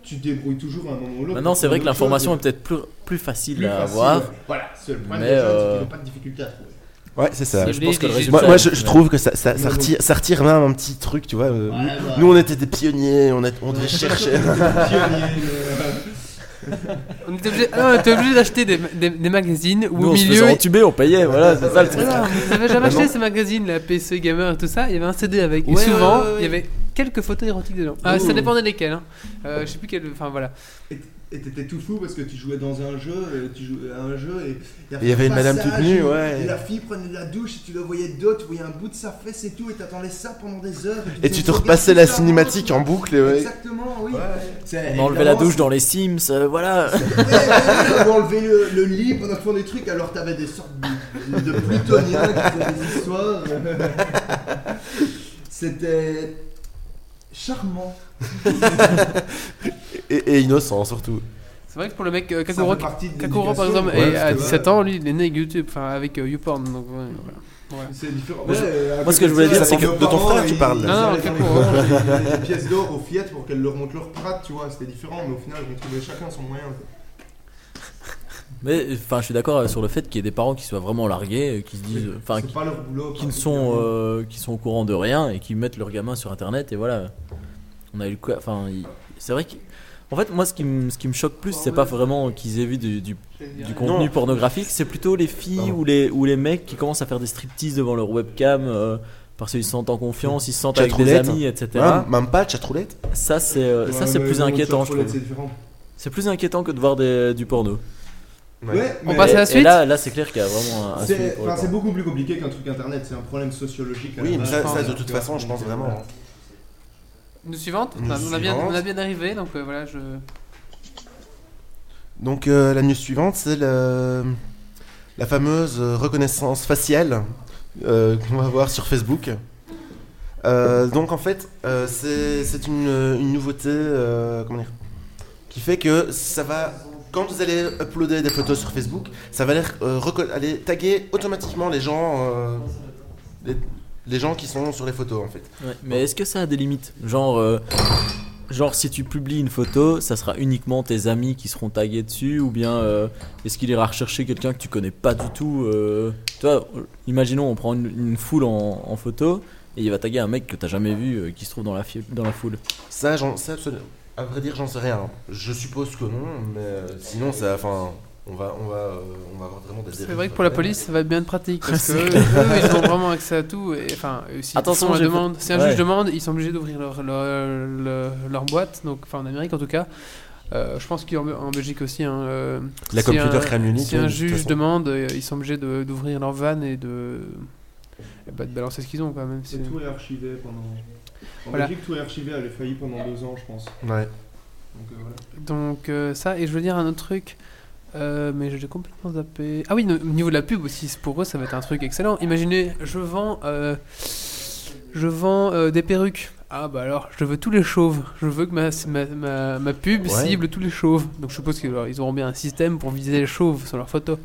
[SPEAKER 3] tu te débrouilles toujours à un moment ou l'autre.
[SPEAKER 4] Maintenant, c'est vrai que
[SPEAKER 3] Autre
[SPEAKER 4] l'information
[SPEAKER 3] chose,
[SPEAKER 4] est peut-être plus, plus facile
[SPEAKER 3] plus
[SPEAKER 4] à
[SPEAKER 3] facile.
[SPEAKER 4] avoir.
[SPEAKER 3] Voilà, c'est le problème
[SPEAKER 4] Mais,
[SPEAKER 3] des jeunes, c'est
[SPEAKER 4] euh,
[SPEAKER 3] qu'ils n'ont pas de difficulté à trouver.
[SPEAKER 2] Ouais, c'est ça.
[SPEAKER 1] C'est
[SPEAKER 4] Je pense que le
[SPEAKER 1] Moi-
[SPEAKER 4] résultat.
[SPEAKER 2] Moi, moi, je, je
[SPEAKER 4] est-
[SPEAKER 2] trouve que ça, ça, ça,
[SPEAKER 3] Mais bon.
[SPEAKER 2] retire, ça retire même un petit truc, tu vois. euh,
[SPEAKER 3] Ouais,
[SPEAKER 2] nous-
[SPEAKER 3] bah.
[SPEAKER 2] Nous, on était des pionniers, on, a, on devait
[SPEAKER 3] Ouais, je suis pas sûr
[SPEAKER 2] chercher.
[SPEAKER 3] que c'est pionnier, mais, euh,
[SPEAKER 1] On était obligé, ah, on était obligé d'acheter des, des- des magazines où
[SPEAKER 4] Nous,
[SPEAKER 1] au
[SPEAKER 4] on se faisait
[SPEAKER 1] milieu.
[SPEAKER 4] entuber, on payait, voilà, c'est ça le truc.
[SPEAKER 1] Voilà, on n'avait jamais
[SPEAKER 2] Maintenant-
[SPEAKER 1] acheté ces magazines, la PC Gamer et tout ça. Il y avait un CD avec. Et
[SPEAKER 4] Ouais,
[SPEAKER 1] souvent,
[SPEAKER 4] ouais, ouais, ouais.
[SPEAKER 1] il y avait quelques photos érotiques dedans. Ah, ça
[SPEAKER 3] Ouh.
[SPEAKER 1] dépendait lesquelles. Hein. Euh, je sais plus quelle. Enfin voilà.
[SPEAKER 3] Et t'étais tout fou parce que tu jouais dans un jeu, et tu jouais à un jeu et
[SPEAKER 2] Il y avait
[SPEAKER 3] un
[SPEAKER 2] une madame
[SPEAKER 3] passage
[SPEAKER 2] toute nue,
[SPEAKER 3] où-
[SPEAKER 2] ouais.
[SPEAKER 3] Et la fille prenait la douche et tu la voyais dedans, tu voyais un bout de sa fesse et tout, et t'attendais ça pendant des heures.
[SPEAKER 2] Et tu te
[SPEAKER 3] regardes
[SPEAKER 2] repassais
[SPEAKER 3] tout
[SPEAKER 2] la
[SPEAKER 3] ça
[SPEAKER 2] cinématique
[SPEAKER 3] pendant-
[SPEAKER 2] en boucle, ouais.
[SPEAKER 3] Exactement, oui. C'est-
[SPEAKER 4] On enlevait la
[SPEAKER 3] évidemment,
[SPEAKER 4] douche dans les Sims, euh, voilà.
[SPEAKER 3] Ouais, ouais, ouais, on enlevait le, le lit pendant qu'ils font des trucs, alors t'avais des sortes de, de plutoniens qui faisaient des histoires. C'était charmant.
[SPEAKER 2] Et, et innocent, surtout.
[SPEAKER 1] C'est vrai que pour le mec euh,
[SPEAKER 3] Ça fait
[SPEAKER 1] Kakuro,
[SPEAKER 3] partie de
[SPEAKER 1] Kakuro, par exemple,
[SPEAKER 3] l'éducation,
[SPEAKER 2] ouais,
[SPEAKER 1] est
[SPEAKER 2] parce
[SPEAKER 1] à
[SPEAKER 2] que-
[SPEAKER 1] 17 ans, lui, il est né avec YouTube, enfin avec euh, YouPorn. Donc, ouais, voilà.
[SPEAKER 3] C'est différent.
[SPEAKER 4] Moi,
[SPEAKER 3] Ouais, euh, à
[SPEAKER 4] moi,
[SPEAKER 3] côté
[SPEAKER 4] ce que je voulais
[SPEAKER 3] de
[SPEAKER 4] dire,
[SPEAKER 3] ça,
[SPEAKER 4] c'est que
[SPEAKER 3] nos
[SPEAKER 2] de ton
[SPEAKER 3] parents,
[SPEAKER 2] frère, tu
[SPEAKER 3] ils-
[SPEAKER 2] parles.
[SPEAKER 3] ils
[SPEAKER 1] Non, non,
[SPEAKER 3] allaient
[SPEAKER 1] aucun
[SPEAKER 3] dans les
[SPEAKER 1] problème.
[SPEAKER 3] granges, ils- Des pièces d'or aux fillettes pour qu'elles leur montent leur prate, tu vois, c'était différent, mais au final, on trouvait chacun son moyen.
[SPEAKER 4] Mais enfin, je suis d'accord euh, sur le fait qu'il y ait des parents qui soient vraiment largués, euh, qui se disent, enfin,
[SPEAKER 3] C'est
[SPEAKER 4] qui,
[SPEAKER 3] pas leur boulot.
[SPEAKER 4] qui ne sont, euh, qui sont au courant de rien et qui mettent leurs gamins sur Internet et voilà. On a eu le quoi, enfin, il- c'est vrai que. En fait, moi, ce qui me, ce qui me choque plus, c'est pas vraiment qu'ils évitent du, du, du contenu
[SPEAKER 2] Non.
[SPEAKER 4] pornographique, c'est plutôt les filles
[SPEAKER 2] Pardon.
[SPEAKER 4] ou les, ou les mecs qui commencent à faire des striptease devant leur webcam euh, parce qu'ils se sentent en confiance, ils se sentent avec des
[SPEAKER 2] Chatroulette.
[SPEAKER 4] amis, etc.
[SPEAKER 2] Hein, même pas, chatroulette
[SPEAKER 4] Ça, c'est euh, ça, c'est plus inquiétant, je trouve.
[SPEAKER 3] C'est différent.
[SPEAKER 4] C'est plus inquiétant que de voir des- du porno.
[SPEAKER 3] Ouais,
[SPEAKER 1] On
[SPEAKER 3] mais
[SPEAKER 1] passe à Bah,
[SPEAKER 4] Et-
[SPEAKER 1] la
[SPEAKER 4] et
[SPEAKER 1] suite
[SPEAKER 4] là, là c'est clair qu'il y a vraiment un- un suivi
[SPEAKER 3] C'est
[SPEAKER 4] pour le
[SPEAKER 3] enfin, c'est
[SPEAKER 4] porno.
[SPEAKER 3] beaucoup plus compliqué qu'un truc internet, c'est un problème sociologique. à la
[SPEAKER 2] Oui, mais
[SPEAKER 3] base.
[SPEAKER 2] ça,
[SPEAKER 1] ça,
[SPEAKER 2] de toute façon, je pense vraiment.
[SPEAKER 1] Nous suivante
[SPEAKER 2] Nous
[SPEAKER 1] on a, on a bien,
[SPEAKER 2] suivante.
[SPEAKER 1] on a bien arrivé, donc euh, voilà, je.
[SPEAKER 2] Donc, euh, la news suivante, c'est le- la fameuse euh, reconnaissance faciale euh, qu'on va voir sur Facebook. Euh, donc, en fait, euh, c'est c'est une, une nouveauté euh, comment dire, qui fait que ça va. Quand vous allez uploader des photos sur Facebook, ça va aller, euh, reco- aller taguer automatiquement les gens, euh, les, les gens qui sont sur les photos, en fait.
[SPEAKER 4] Ouais, mais est-ce que ça a des limites Genre, euh, genre si tu publies une photo, ça sera uniquement tes amis qui seront tagués dessus Ou bien euh, est-ce qu'il ira rechercher quelqu'un que tu connais pas du tout euh, Tu vois, euh, imaginons, on prend une, une foule en, en photo et il va taguer un mec que t'as jamais vu euh, qui se trouve dans la, fi- dans la foule.
[SPEAKER 2] Ça, j'en sais absolument. À vrai dire, j'en sais rien. hein. Je suppose que non, mais euh, sinon, ça, enfin, on va, on va, euh, on va avoir vraiment des.
[SPEAKER 1] C'est
[SPEAKER 2] dérives
[SPEAKER 1] vrai que pour la police, ça va être bien de pratique parce que eux, eux, ils ont vraiment accès à tout. Et, enfin, eux, s'ils
[SPEAKER 4] Attention,
[SPEAKER 1] font la
[SPEAKER 4] j'ai fait-
[SPEAKER 1] demande, si un
[SPEAKER 4] Ouais.
[SPEAKER 1] juge demande, ils sont obligés d'ouvrir leur, leur, leur- leur boîte. Donc, enfin, en Amérique, en tout cas, Euh, je pense qu'en en Belgique aussi. hein, euh,
[SPEAKER 2] La
[SPEAKER 1] si
[SPEAKER 2] computer
[SPEAKER 1] un-
[SPEAKER 2] crime unique,
[SPEAKER 1] Si un
[SPEAKER 2] hein, de toute
[SPEAKER 1] juge
[SPEAKER 2] façon.
[SPEAKER 1] demande, euh, ils sont obligés de- d'ouvrir leur van et de, et bah, de balancer ce qu'ils ont, quand même. si-
[SPEAKER 3] C'est tout est archivé pendant. En
[SPEAKER 1] Voilà.
[SPEAKER 3] Belgique, tout est archivé, elle est faillie pendant deux ans, je pense.
[SPEAKER 2] Ouais.
[SPEAKER 3] Donc, euh, voilà.
[SPEAKER 1] Donc euh, ça, et je veux dire un autre truc, euh, mais je l'ai complètement zappé. Ah oui, no- au niveau de la pub aussi, c'est- pour eux, ça va être un truc excellent. Imaginez, je vends, euh, je vends euh, des perruques. Ah bah alors, je veux tous les chauves. Je veux que ma, ma, ma, ma pub
[SPEAKER 2] Ouais.
[SPEAKER 1] cible tous les chauves. Donc je suppose qu'ils alors, ils auront bien un système pour viser les chauves sur leurs photos.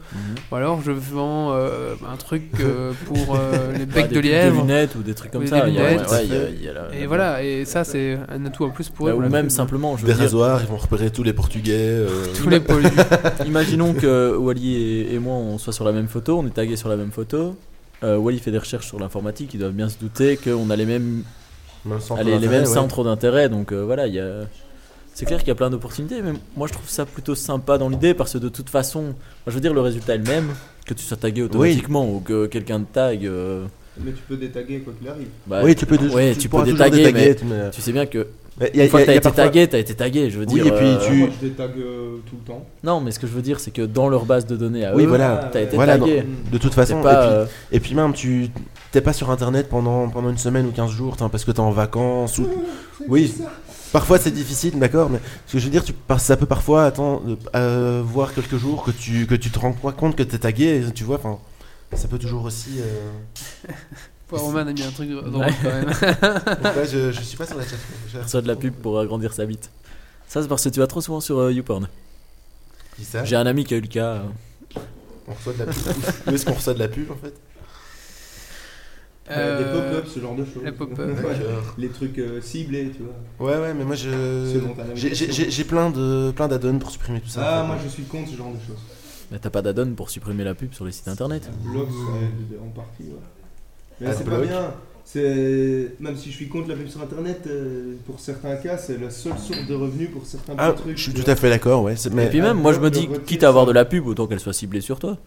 [SPEAKER 1] Ou alors, je vends euh, un truc euh, pour euh, les
[SPEAKER 4] Bah,
[SPEAKER 1] becs
[SPEAKER 4] des
[SPEAKER 1] de
[SPEAKER 4] trucs
[SPEAKER 1] lièvre.
[SPEAKER 4] lunettes ou des trucs comme
[SPEAKER 1] Oui,
[SPEAKER 4] ça.
[SPEAKER 1] des
[SPEAKER 4] il y a-
[SPEAKER 1] lunettes.
[SPEAKER 4] ouais, il y a- il y a la-
[SPEAKER 1] Et
[SPEAKER 4] la-
[SPEAKER 1] voilà, et ça c'est un atout en plus pour eux.
[SPEAKER 4] Bah,
[SPEAKER 1] pour
[SPEAKER 4] ou
[SPEAKER 1] la
[SPEAKER 4] même
[SPEAKER 1] pub.
[SPEAKER 4] simplement, je
[SPEAKER 2] Des
[SPEAKER 4] veux dire,
[SPEAKER 2] rasoirs, ils vont repérer tous les Portugais. euh,
[SPEAKER 1] tous les polluants.
[SPEAKER 4] Imaginons que Wally et, et moi on soit sur la même photo, on est tagués sur la même photo. Euh, Wally fait des recherches sur l'informatique, il doit bien se douter qu'on a les mêmes,
[SPEAKER 2] même centre
[SPEAKER 4] allez, les
[SPEAKER 2] d'intérêt,
[SPEAKER 4] mêmes
[SPEAKER 2] ouais.
[SPEAKER 4] centres d'intérêt. Donc euh, voilà, il y a- c'est clair qu'il y a plein d'opportunités, mais moi je trouve ça plutôt sympa dans l'idée parce que de toute façon, moi, je veux dire, le résultat est le même, que tu sois tagué automatiquement ou que quelqu'un te tague. euh,
[SPEAKER 3] Mais tu peux détaguer quoi qu'il arrive.
[SPEAKER 4] bah,
[SPEAKER 2] Oui, tu peux, toujours-
[SPEAKER 4] ouais,
[SPEAKER 2] tu
[SPEAKER 4] tu
[SPEAKER 2] pourras
[SPEAKER 4] peux
[SPEAKER 2] toujours
[SPEAKER 4] détaguer, mais
[SPEAKER 2] détaguer, mais-
[SPEAKER 4] tu sais bien que
[SPEAKER 2] mais il y a-
[SPEAKER 4] une fois
[SPEAKER 2] il
[SPEAKER 4] que
[SPEAKER 2] y a- il y
[SPEAKER 4] t'as
[SPEAKER 2] a
[SPEAKER 4] été
[SPEAKER 2] parfois-
[SPEAKER 4] tagué, t'as été tagué. Je veux
[SPEAKER 2] Oui,
[SPEAKER 4] dire.
[SPEAKER 2] et puis
[SPEAKER 4] euh,
[SPEAKER 2] tu-
[SPEAKER 3] Moi, je détague euh, tout le temps.
[SPEAKER 4] Non, mais ce que je veux dire, c'est que dans leur base de données à
[SPEAKER 2] Oui,
[SPEAKER 4] eux,
[SPEAKER 2] voilà.
[SPEAKER 4] t'as été
[SPEAKER 2] Voilà,
[SPEAKER 4] tagué.
[SPEAKER 2] De toute
[SPEAKER 4] euh, C'est
[SPEAKER 2] façon,
[SPEAKER 4] pas.
[SPEAKER 2] et, puis,
[SPEAKER 4] euh,
[SPEAKER 2] et puis même, tu t'es pas sur internet pendant, pendant une semaine ou 15 jours, t'es- parce que t'es en vacances. Ou... Oui, Parfois c'est difficile, d'accord, mais ce que je veux dire, tu, par- ça peut parfois attendre, euh, voir quelques jours que tu, que tu te rends pas compte que t'es tagué, tu vois, enfin, ça peut toujours aussi. euh,
[SPEAKER 1] Poireau Man a mis un truc drôle
[SPEAKER 4] Ouais.
[SPEAKER 1] quand même.
[SPEAKER 2] Ouais, je, je suis pas sur la chaîne. je-
[SPEAKER 4] Soit de la pub pour agrandir sa bite. Ça, c'est parce que tu vas trop souvent sur euh, YouPorn.
[SPEAKER 2] Dis ça,
[SPEAKER 4] J'ai un ami qui a eu le cas. euh.
[SPEAKER 2] on reçoit de la pub. Où est-ce qu'on reçoit de la pub en fait
[SPEAKER 3] Des
[SPEAKER 1] Euh,
[SPEAKER 3] pop-up, ce genre de choses.
[SPEAKER 1] les pop-up,
[SPEAKER 3] Ouais.
[SPEAKER 2] D'accord.
[SPEAKER 3] Les trucs euh, ciblés, tu vois.
[SPEAKER 2] Ouais, ouais, mais moi je.
[SPEAKER 3] Selon ta
[SPEAKER 2] j'ai-
[SPEAKER 3] navigation.
[SPEAKER 2] J'ai j'ai- j'ai plein de plein d'add-ons pour supprimer tout ça.
[SPEAKER 3] Ah,
[SPEAKER 2] en fait.
[SPEAKER 3] moi je suis contre ce genre de choses.
[SPEAKER 4] Mais t'as pas d'add-on pour supprimer la pub sur les sites internet.
[SPEAKER 3] Adblock, ça aide en partie, ouais. Mais c'est pas
[SPEAKER 2] Adblock.
[SPEAKER 3] bien. C'est- Même si je suis contre la pub sur internet, euh, pour certains cas, c'est la seule source de revenus pour certains
[SPEAKER 2] Ah,
[SPEAKER 3] petits trucs.
[SPEAKER 2] je suis tout à fait d'accord, ouais. c'est-
[SPEAKER 4] Et
[SPEAKER 2] Mais
[SPEAKER 4] puis même, moi je me dis,
[SPEAKER 3] Le retirer,
[SPEAKER 4] quitte à avoir de la pub, autant qu'elle soit ciblée sur toi.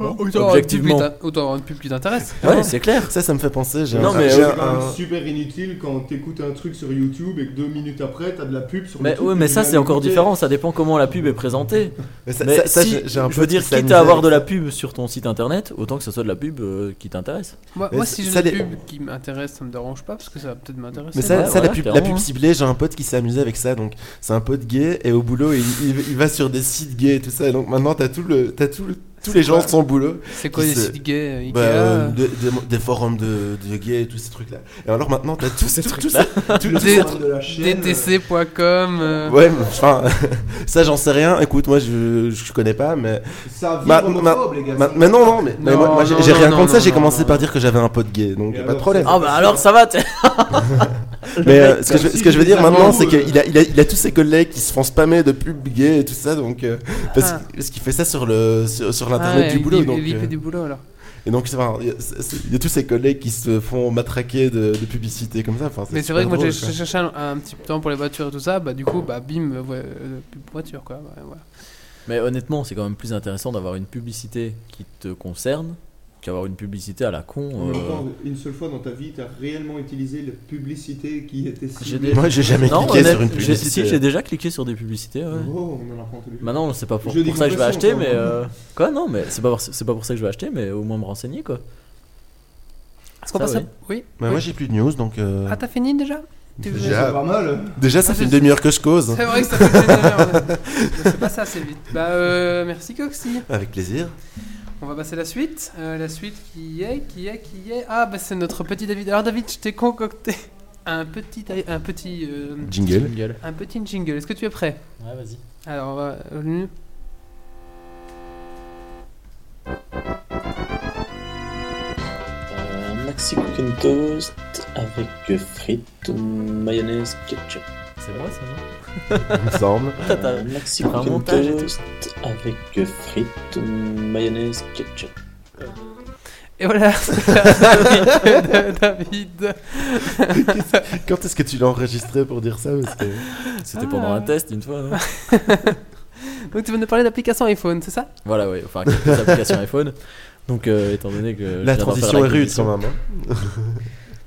[SPEAKER 1] oh, autant avoir une pub qui
[SPEAKER 4] Objectivement.
[SPEAKER 1] t'a- Autant avoir une pub qui t'intéresse.
[SPEAKER 4] Ouais, c'est clair.
[SPEAKER 2] ça, ça me fait penser. j'ai
[SPEAKER 4] Non,
[SPEAKER 2] un-
[SPEAKER 4] mais,
[SPEAKER 2] j'ai
[SPEAKER 3] C'est
[SPEAKER 4] euh,
[SPEAKER 2] un-
[SPEAKER 3] quand même super inutile quand t'écoutes un truc sur YouTube et que deux minutes après t'as de la pub sur
[SPEAKER 4] Mais
[SPEAKER 3] le truc
[SPEAKER 4] ouais,
[SPEAKER 3] que
[SPEAKER 4] mais
[SPEAKER 3] tu
[SPEAKER 4] ça
[SPEAKER 3] viens
[SPEAKER 4] c'est encore
[SPEAKER 3] d'écouter.
[SPEAKER 4] différent, ça dépend comment la pub est présentée.
[SPEAKER 2] mais ça-
[SPEAKER 4] Mais
[SPEAKER 2] ça- ça,
[SPEAKER 4] si,
[SPEAKER 2] j'ai- j'ai un pote
[SPEAKER 4] je veux
[SPEAKER 2] qui
[SPEAKER 4] dire, quitte
[SPEAKER 2] s'amusait
[SPEAKER 4] à avoir
[SPEAKER 2] avec
[SPEAKER 4] de la
[SPEAKER 2] ça.
[SPEAKER 4] pub sur ton site internet, autant que ce soit de la pub euh, qui t'intéresse.
[SPEAKER 1] Moi,
[SPEAKER 2] Mais
[SPEAKER 1] moi,
[SPEAKER 2] ça-
[SPEAKER 1] si j'ai
[SPEAKER 2] ça,
[SPEAKER 1] une
[SPEAKER 2] les-
[SPEAKER 1] pub qui m'intéresse, ça me dérange pas parce que ça va peut-être m'intéresser.
[SPEAKER 2] Mais ça,
[SPEAKER 4] Ouais,
[SPEAKER 2] ça,
[SPEAKER 4] voilà,
[SPEAKER 2] la, pub, la
[SPEAKER 4] clairement,
[SPEAKER 2] pub
[SPEAKER 4] hein.
[SPEAKER 2] ciblée, j'ai un pote qui s'est amusé avec ça. Donc, c'est un pote gay et au boulot, il, il, il va sur des sites gays et tout ça. Et donc, maintenant, t'as tout le, t'as tout le- tous les gens de son boulot.
[SPEAKER 1] C'est quoi
[SPEAKER 2] qui
[SPEAKER 1] les
[SPEAKER 2] se-
[SPEAKER 1] sites gays, euh, Ikea
[SPEAKER 2] Bah, euh, des- des- des forums de, de gays et tous ces trucs-là. Et alors, maintenant, t'as tous ces trucs-là.
[SPEAKER 3] Le
[SPEAKER 1] Des-
[SPEAKER 3] soir de la chaîne,
[SPEAKER 1] DTC.com. euh,
[SPEAKER 2] Ouais, mais enfin, ça, j'en sais rien. Écoute, moi, je, je connais pas, mais.
[SPEAKER 3] euh, Ça vit
[SPEAKER 2] Ma-
[SPEAKER 3] homophobe,
[SPEAKER 2] Bah, ma-
[SPEAKER 3] les
[SPEAKER 4] Bah,
[SPEAKER 3] gars.
[SPEAKER 2] ma-
[SPEAKER 3] ça.
[SPEAKER 2] mais non, non, mais, mais
[SPEAKER 1] Non,
[SPEAKER 2] moi, moi, j'ai
[SPEAKER 1] non,
[SPEAKER 2] j'ai rien
[SPEAKER 1] non,
[SPEAKER 2] contre ça.
[SPEAKER 1] non,
[SPEAKER 2] J'ai
[SPEAKER 1] non,
[SPEAKER 2] commencé
[SPEAKER 1] non.
[SPEAKER 2] par dire que j'avais un pote gay, donc
[SPEAKER 3] Et
[SPEAKER 2] y a pas
[SPEAKER 3] alors,
[SPEAKER 2] de problème.
[SPEAKER 3] c'est-
[SPEAKER 4] Ah bah alors ça va, t'es-
[SPEAKER 2] Mais
[SPEAKER 3] Le mec,
[SPEAKER 2] euh, ce, que je,
[SPEAKER 3] comme
[SPEAKER 2] ce que je veux
[SPEAKER 3] si
[SPEAKER 2] dire
[SPEAKER 3] il les
[SPEAKER 2] maintenant,
[SPEAKER 3] avait
[SPEAKER 2] c'est
[SPEAKER 3] en haut,
[SPEAKER 1] euh,
[SPEAKER 2] qu'il a, il a, il a tous ses collègues qui se font spammer de pubs gays et tout ça, donc euh, parce,
[SPEAKER 1] Ah.
[SPEAKER 2] parce qu'il fait ça sur le sur, sur
[SPEAKER 1] ah
[SPEAKER 2] l'internet
[SPEAKER 1] ouais,
[SPEAKER 2] du
[SPEAKER 1] il-
[SPEAKER 2] boulot,
[SPEAKER 1] il-
[SPEAKER 2] donc
[SPEAKER 1] il fait
[SPEAKER 2] euh,
[SPEAKER 1] du boulot alors.
[SPEAKER 2] et donc c'est marrant, il y, a- c'est- c'est- il y a tous ses collègues qui se font matraquer de, de publicité comme ça. Enfin,
[SPEAKER 1] Mais c'est
[SPEAKER 2] super
[SPEAKER 1] vrai que moi
[SPEAKER 2] drôle,
[SPEAKER 1] j'ai
[SPEAKER 2] quoi.
[SPEAKER 1] j'ai cherché un, un petit temps pour les voitures et tout ça, bah du coup, bah bim, euh, ouais, euh, pub voiture quoi. ouais, voilà.
[SPEAKER 4] Mais honnêtement, c'est quand même plus intéressant d'avoir une publicité qui te concerne qu'avoir une publicité à la
[SPEAKER 3] En
[SPEAKER 4] con.
[SPEAKER 3] même
[SPEAKER 4] euh.
[SPEAKER 3] temps, une seule fois dans ta vie, t'as réellement utilisé la publicité qui était Oh,
[SPEAKER 4] J'ai
[SPEAKER 3] ciblée.
[SPEAKER 4] des-
[SPEAKER 2] Moi j'ai jamais
[SPEAKER 4] Non,
[SPEAKER 2] cliqué sur
[SPEAKER 4] honnête-
[SPEAKER 2] une
[SPEAKER 4] j'ai-
[SPEAKER 2] publicité.
[SPEAKER 4] Si, j'ai déjà cliqué sur des publicités, ouais.
[SPEAKER 3] Oh, on en apprend tous les jours.
[SPEAKER 4] Maintenant, c'est pas pour,
[SPEAKER 3] Je dis
[SPEAKER 4] pour ça que je vais
[SPEAKER 3] complètement,
[SPEAKER 4] acheter,
[SPEAKER 3] quand
[SPEAKER 4] mais.
[SPEAKER 3] même.
[SPEAKER 4] euh, Quoi Non, mais c'est pas, pour- c'est pas pour ça que je vais acheter, mais au moins me renseigner, quoi.
[SPEAKER 1] Est-ce qu'on
[SPEAKER 4] Ça,
[SPEAKER 1] passe à-
[SPEAKER 4] oui.
[SPEAKER 1] Oui.
[SPEAKER 2] Bah, moi j'ai plus de news donc. euh,
[SPEAKER 1] Ah, t'as fini déjà tu veux-
[SPEAKER 3] C'est
[SPEAKER 2] déjà,
[SPEAKER 3] pas mal. hein.
[SPEAKER 2] déjà ça
[SPEAKER 1] Ah,
[SPEAKER 2] fait une
[SPEAKER 1] c'est-
[SPEAKER 2] demi-heure que je cause.
[SPEAKER 1] C'est vrai que ça fait une demi-heure. C'est pas ça assez vite. Bah euh, merci Coxy.
[SPEAKER 2] Avec plaisir.
[SPEAKER 1] On va passer à la suite. Euh, la suite qui est, qui est, qui est. Ah bah c'est notre petit David. Alors David, je t'ai concocté un petit, un petit, euh,
[SPEAKER 2] Jingle.
[SPEAKER 4] gueule.
[SPEAKER 1] un petit jingle. Est-ce que tu es prêt
[SPEAKER 4] Ouais, vas-y.
[SPEAKER 1] Alors on va. euh,
[SPEAKER 6] Un Maxi Cooking Toast avec frites, mayonnaise, ketchup.
[SPEAKER 4] C'est moi, ça, non
[SPEAKER 2] Il me semble.
[SPEAKER 4] T'as-
[SPEAKER 6] Un Maxi
[SPEAKER 4] t'as un
[SPEAKER 6] Cooking
[SPEAKER 4] montage et tout.
[SPEAKER 6] Toast avec frites, mayonnaise, ketchup.
[SPEAKER 1] Et voilà. c'est la rubrique de David.
[SPEAKER 2] Quand est-ce que tu l'as enregistré pour dire ça Parce
[SPEAKER 1] Euh,
[SPEAKER 2] que-
[SPEAKER 4] C'était pendant
[SPEAKER 1] Ah.
[SPEAKER 4] un test, une fois, non
[SPEAKER 1] Donc tu viens de parler d'application iPhone, c'est ça
[SPEAKER 4] Voilà, ouais, enfin, quelques applications iPhone. Donc, euh, étant donné que. je viens
[SPEAKER 2] La
[SPEAKER 4] d'en faire
[SPEAKER 2] transition est rude
[SPEAKER 4] l'acquisition.
[SPEAKER 2] quand même. hein.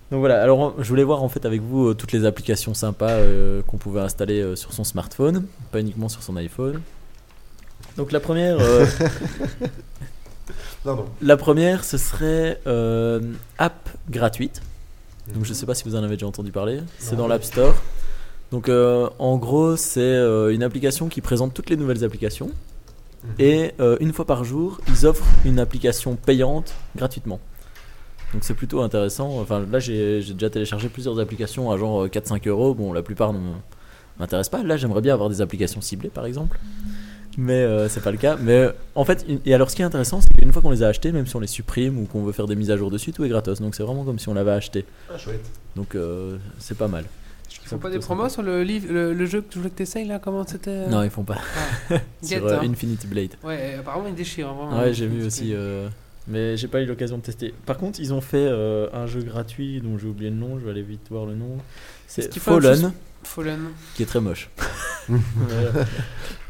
[SPEAKER 4] Donc voilà, alors on- je voulais voir en fait avec vous euh, toutes les applications sympas euh, qu'on pouvait installer euh, sur son smartphone, pas uniquement sur son iPhone. Donc la première, euh,
[SPEAKER 2] Pardon.
[SPEAKER 4] la première ce serait euh, app gratuite. Donc je sais pas si vous en avez déjà entendu parler, c'est
[SPEAKER 2] Non.
[SPEAKER 4] dans l'App Store. Donc euh, en gros, c'est euh, une application qui présente toutes les nouvelles applications et euh, une fois par jour, ils offrent une application payante gratuitement. Donc c'est plutôt intéressant. Enfin là, j'ai j'ai déjà téléchargé plusieurs applications à genre euh, 4-5 euros. Bon, la plupart ne m- m'intéressent pas. Là, j'aimerais bien avoir des applications ciblées, par exemple. Mais euh, c'est pas le cas. Mais euh, en fait, une- et alors ce qui est intéressant, c'est qu'une fois qu'on les a achetées, même si on les supprime ou qu'on veut faire des mises à jour dessus, tout est gratos. Donc c'est vraiment comme si on l'avait acheté.
[SPEAKER 2] Ah, chouette.
[SPEAKER 4] Donc euh, c'est pas mal.
[SPEAKER 1] Ils font pas des promos sur le livre, le, le jeu que tu voulais que t'essayes là Comment c'était euh,
[SPEAKER 4] Non, ils font pas.
[SPEAKER 1] Get,
[SPEAKER 4] sur euh,
[SPEAKER 1] hein. Ah,
[SPEAKER 4] Infinity Blade.
[SPEAKER 1] Ouais, apparemment il déchire. Vraiment,
[SPEAKER 4] Ouais, j'ai vu aussi. euh, Mais j'ai pas eu l'occasion de tester. Par contre, ils ont fait euh, un jeu gratuit dont j'ai oublié le nom. Je vais aller vite voir le nom.
[SPEAKER 1] Est-ce
[SPEAKER 4] C'est
[SPEAKER 1] qu'ils font la même
[SPEAKER 4] Fallen,
[SPEAKER 1] Fallen.
[SPEAKER 4] qui est très moche. mais,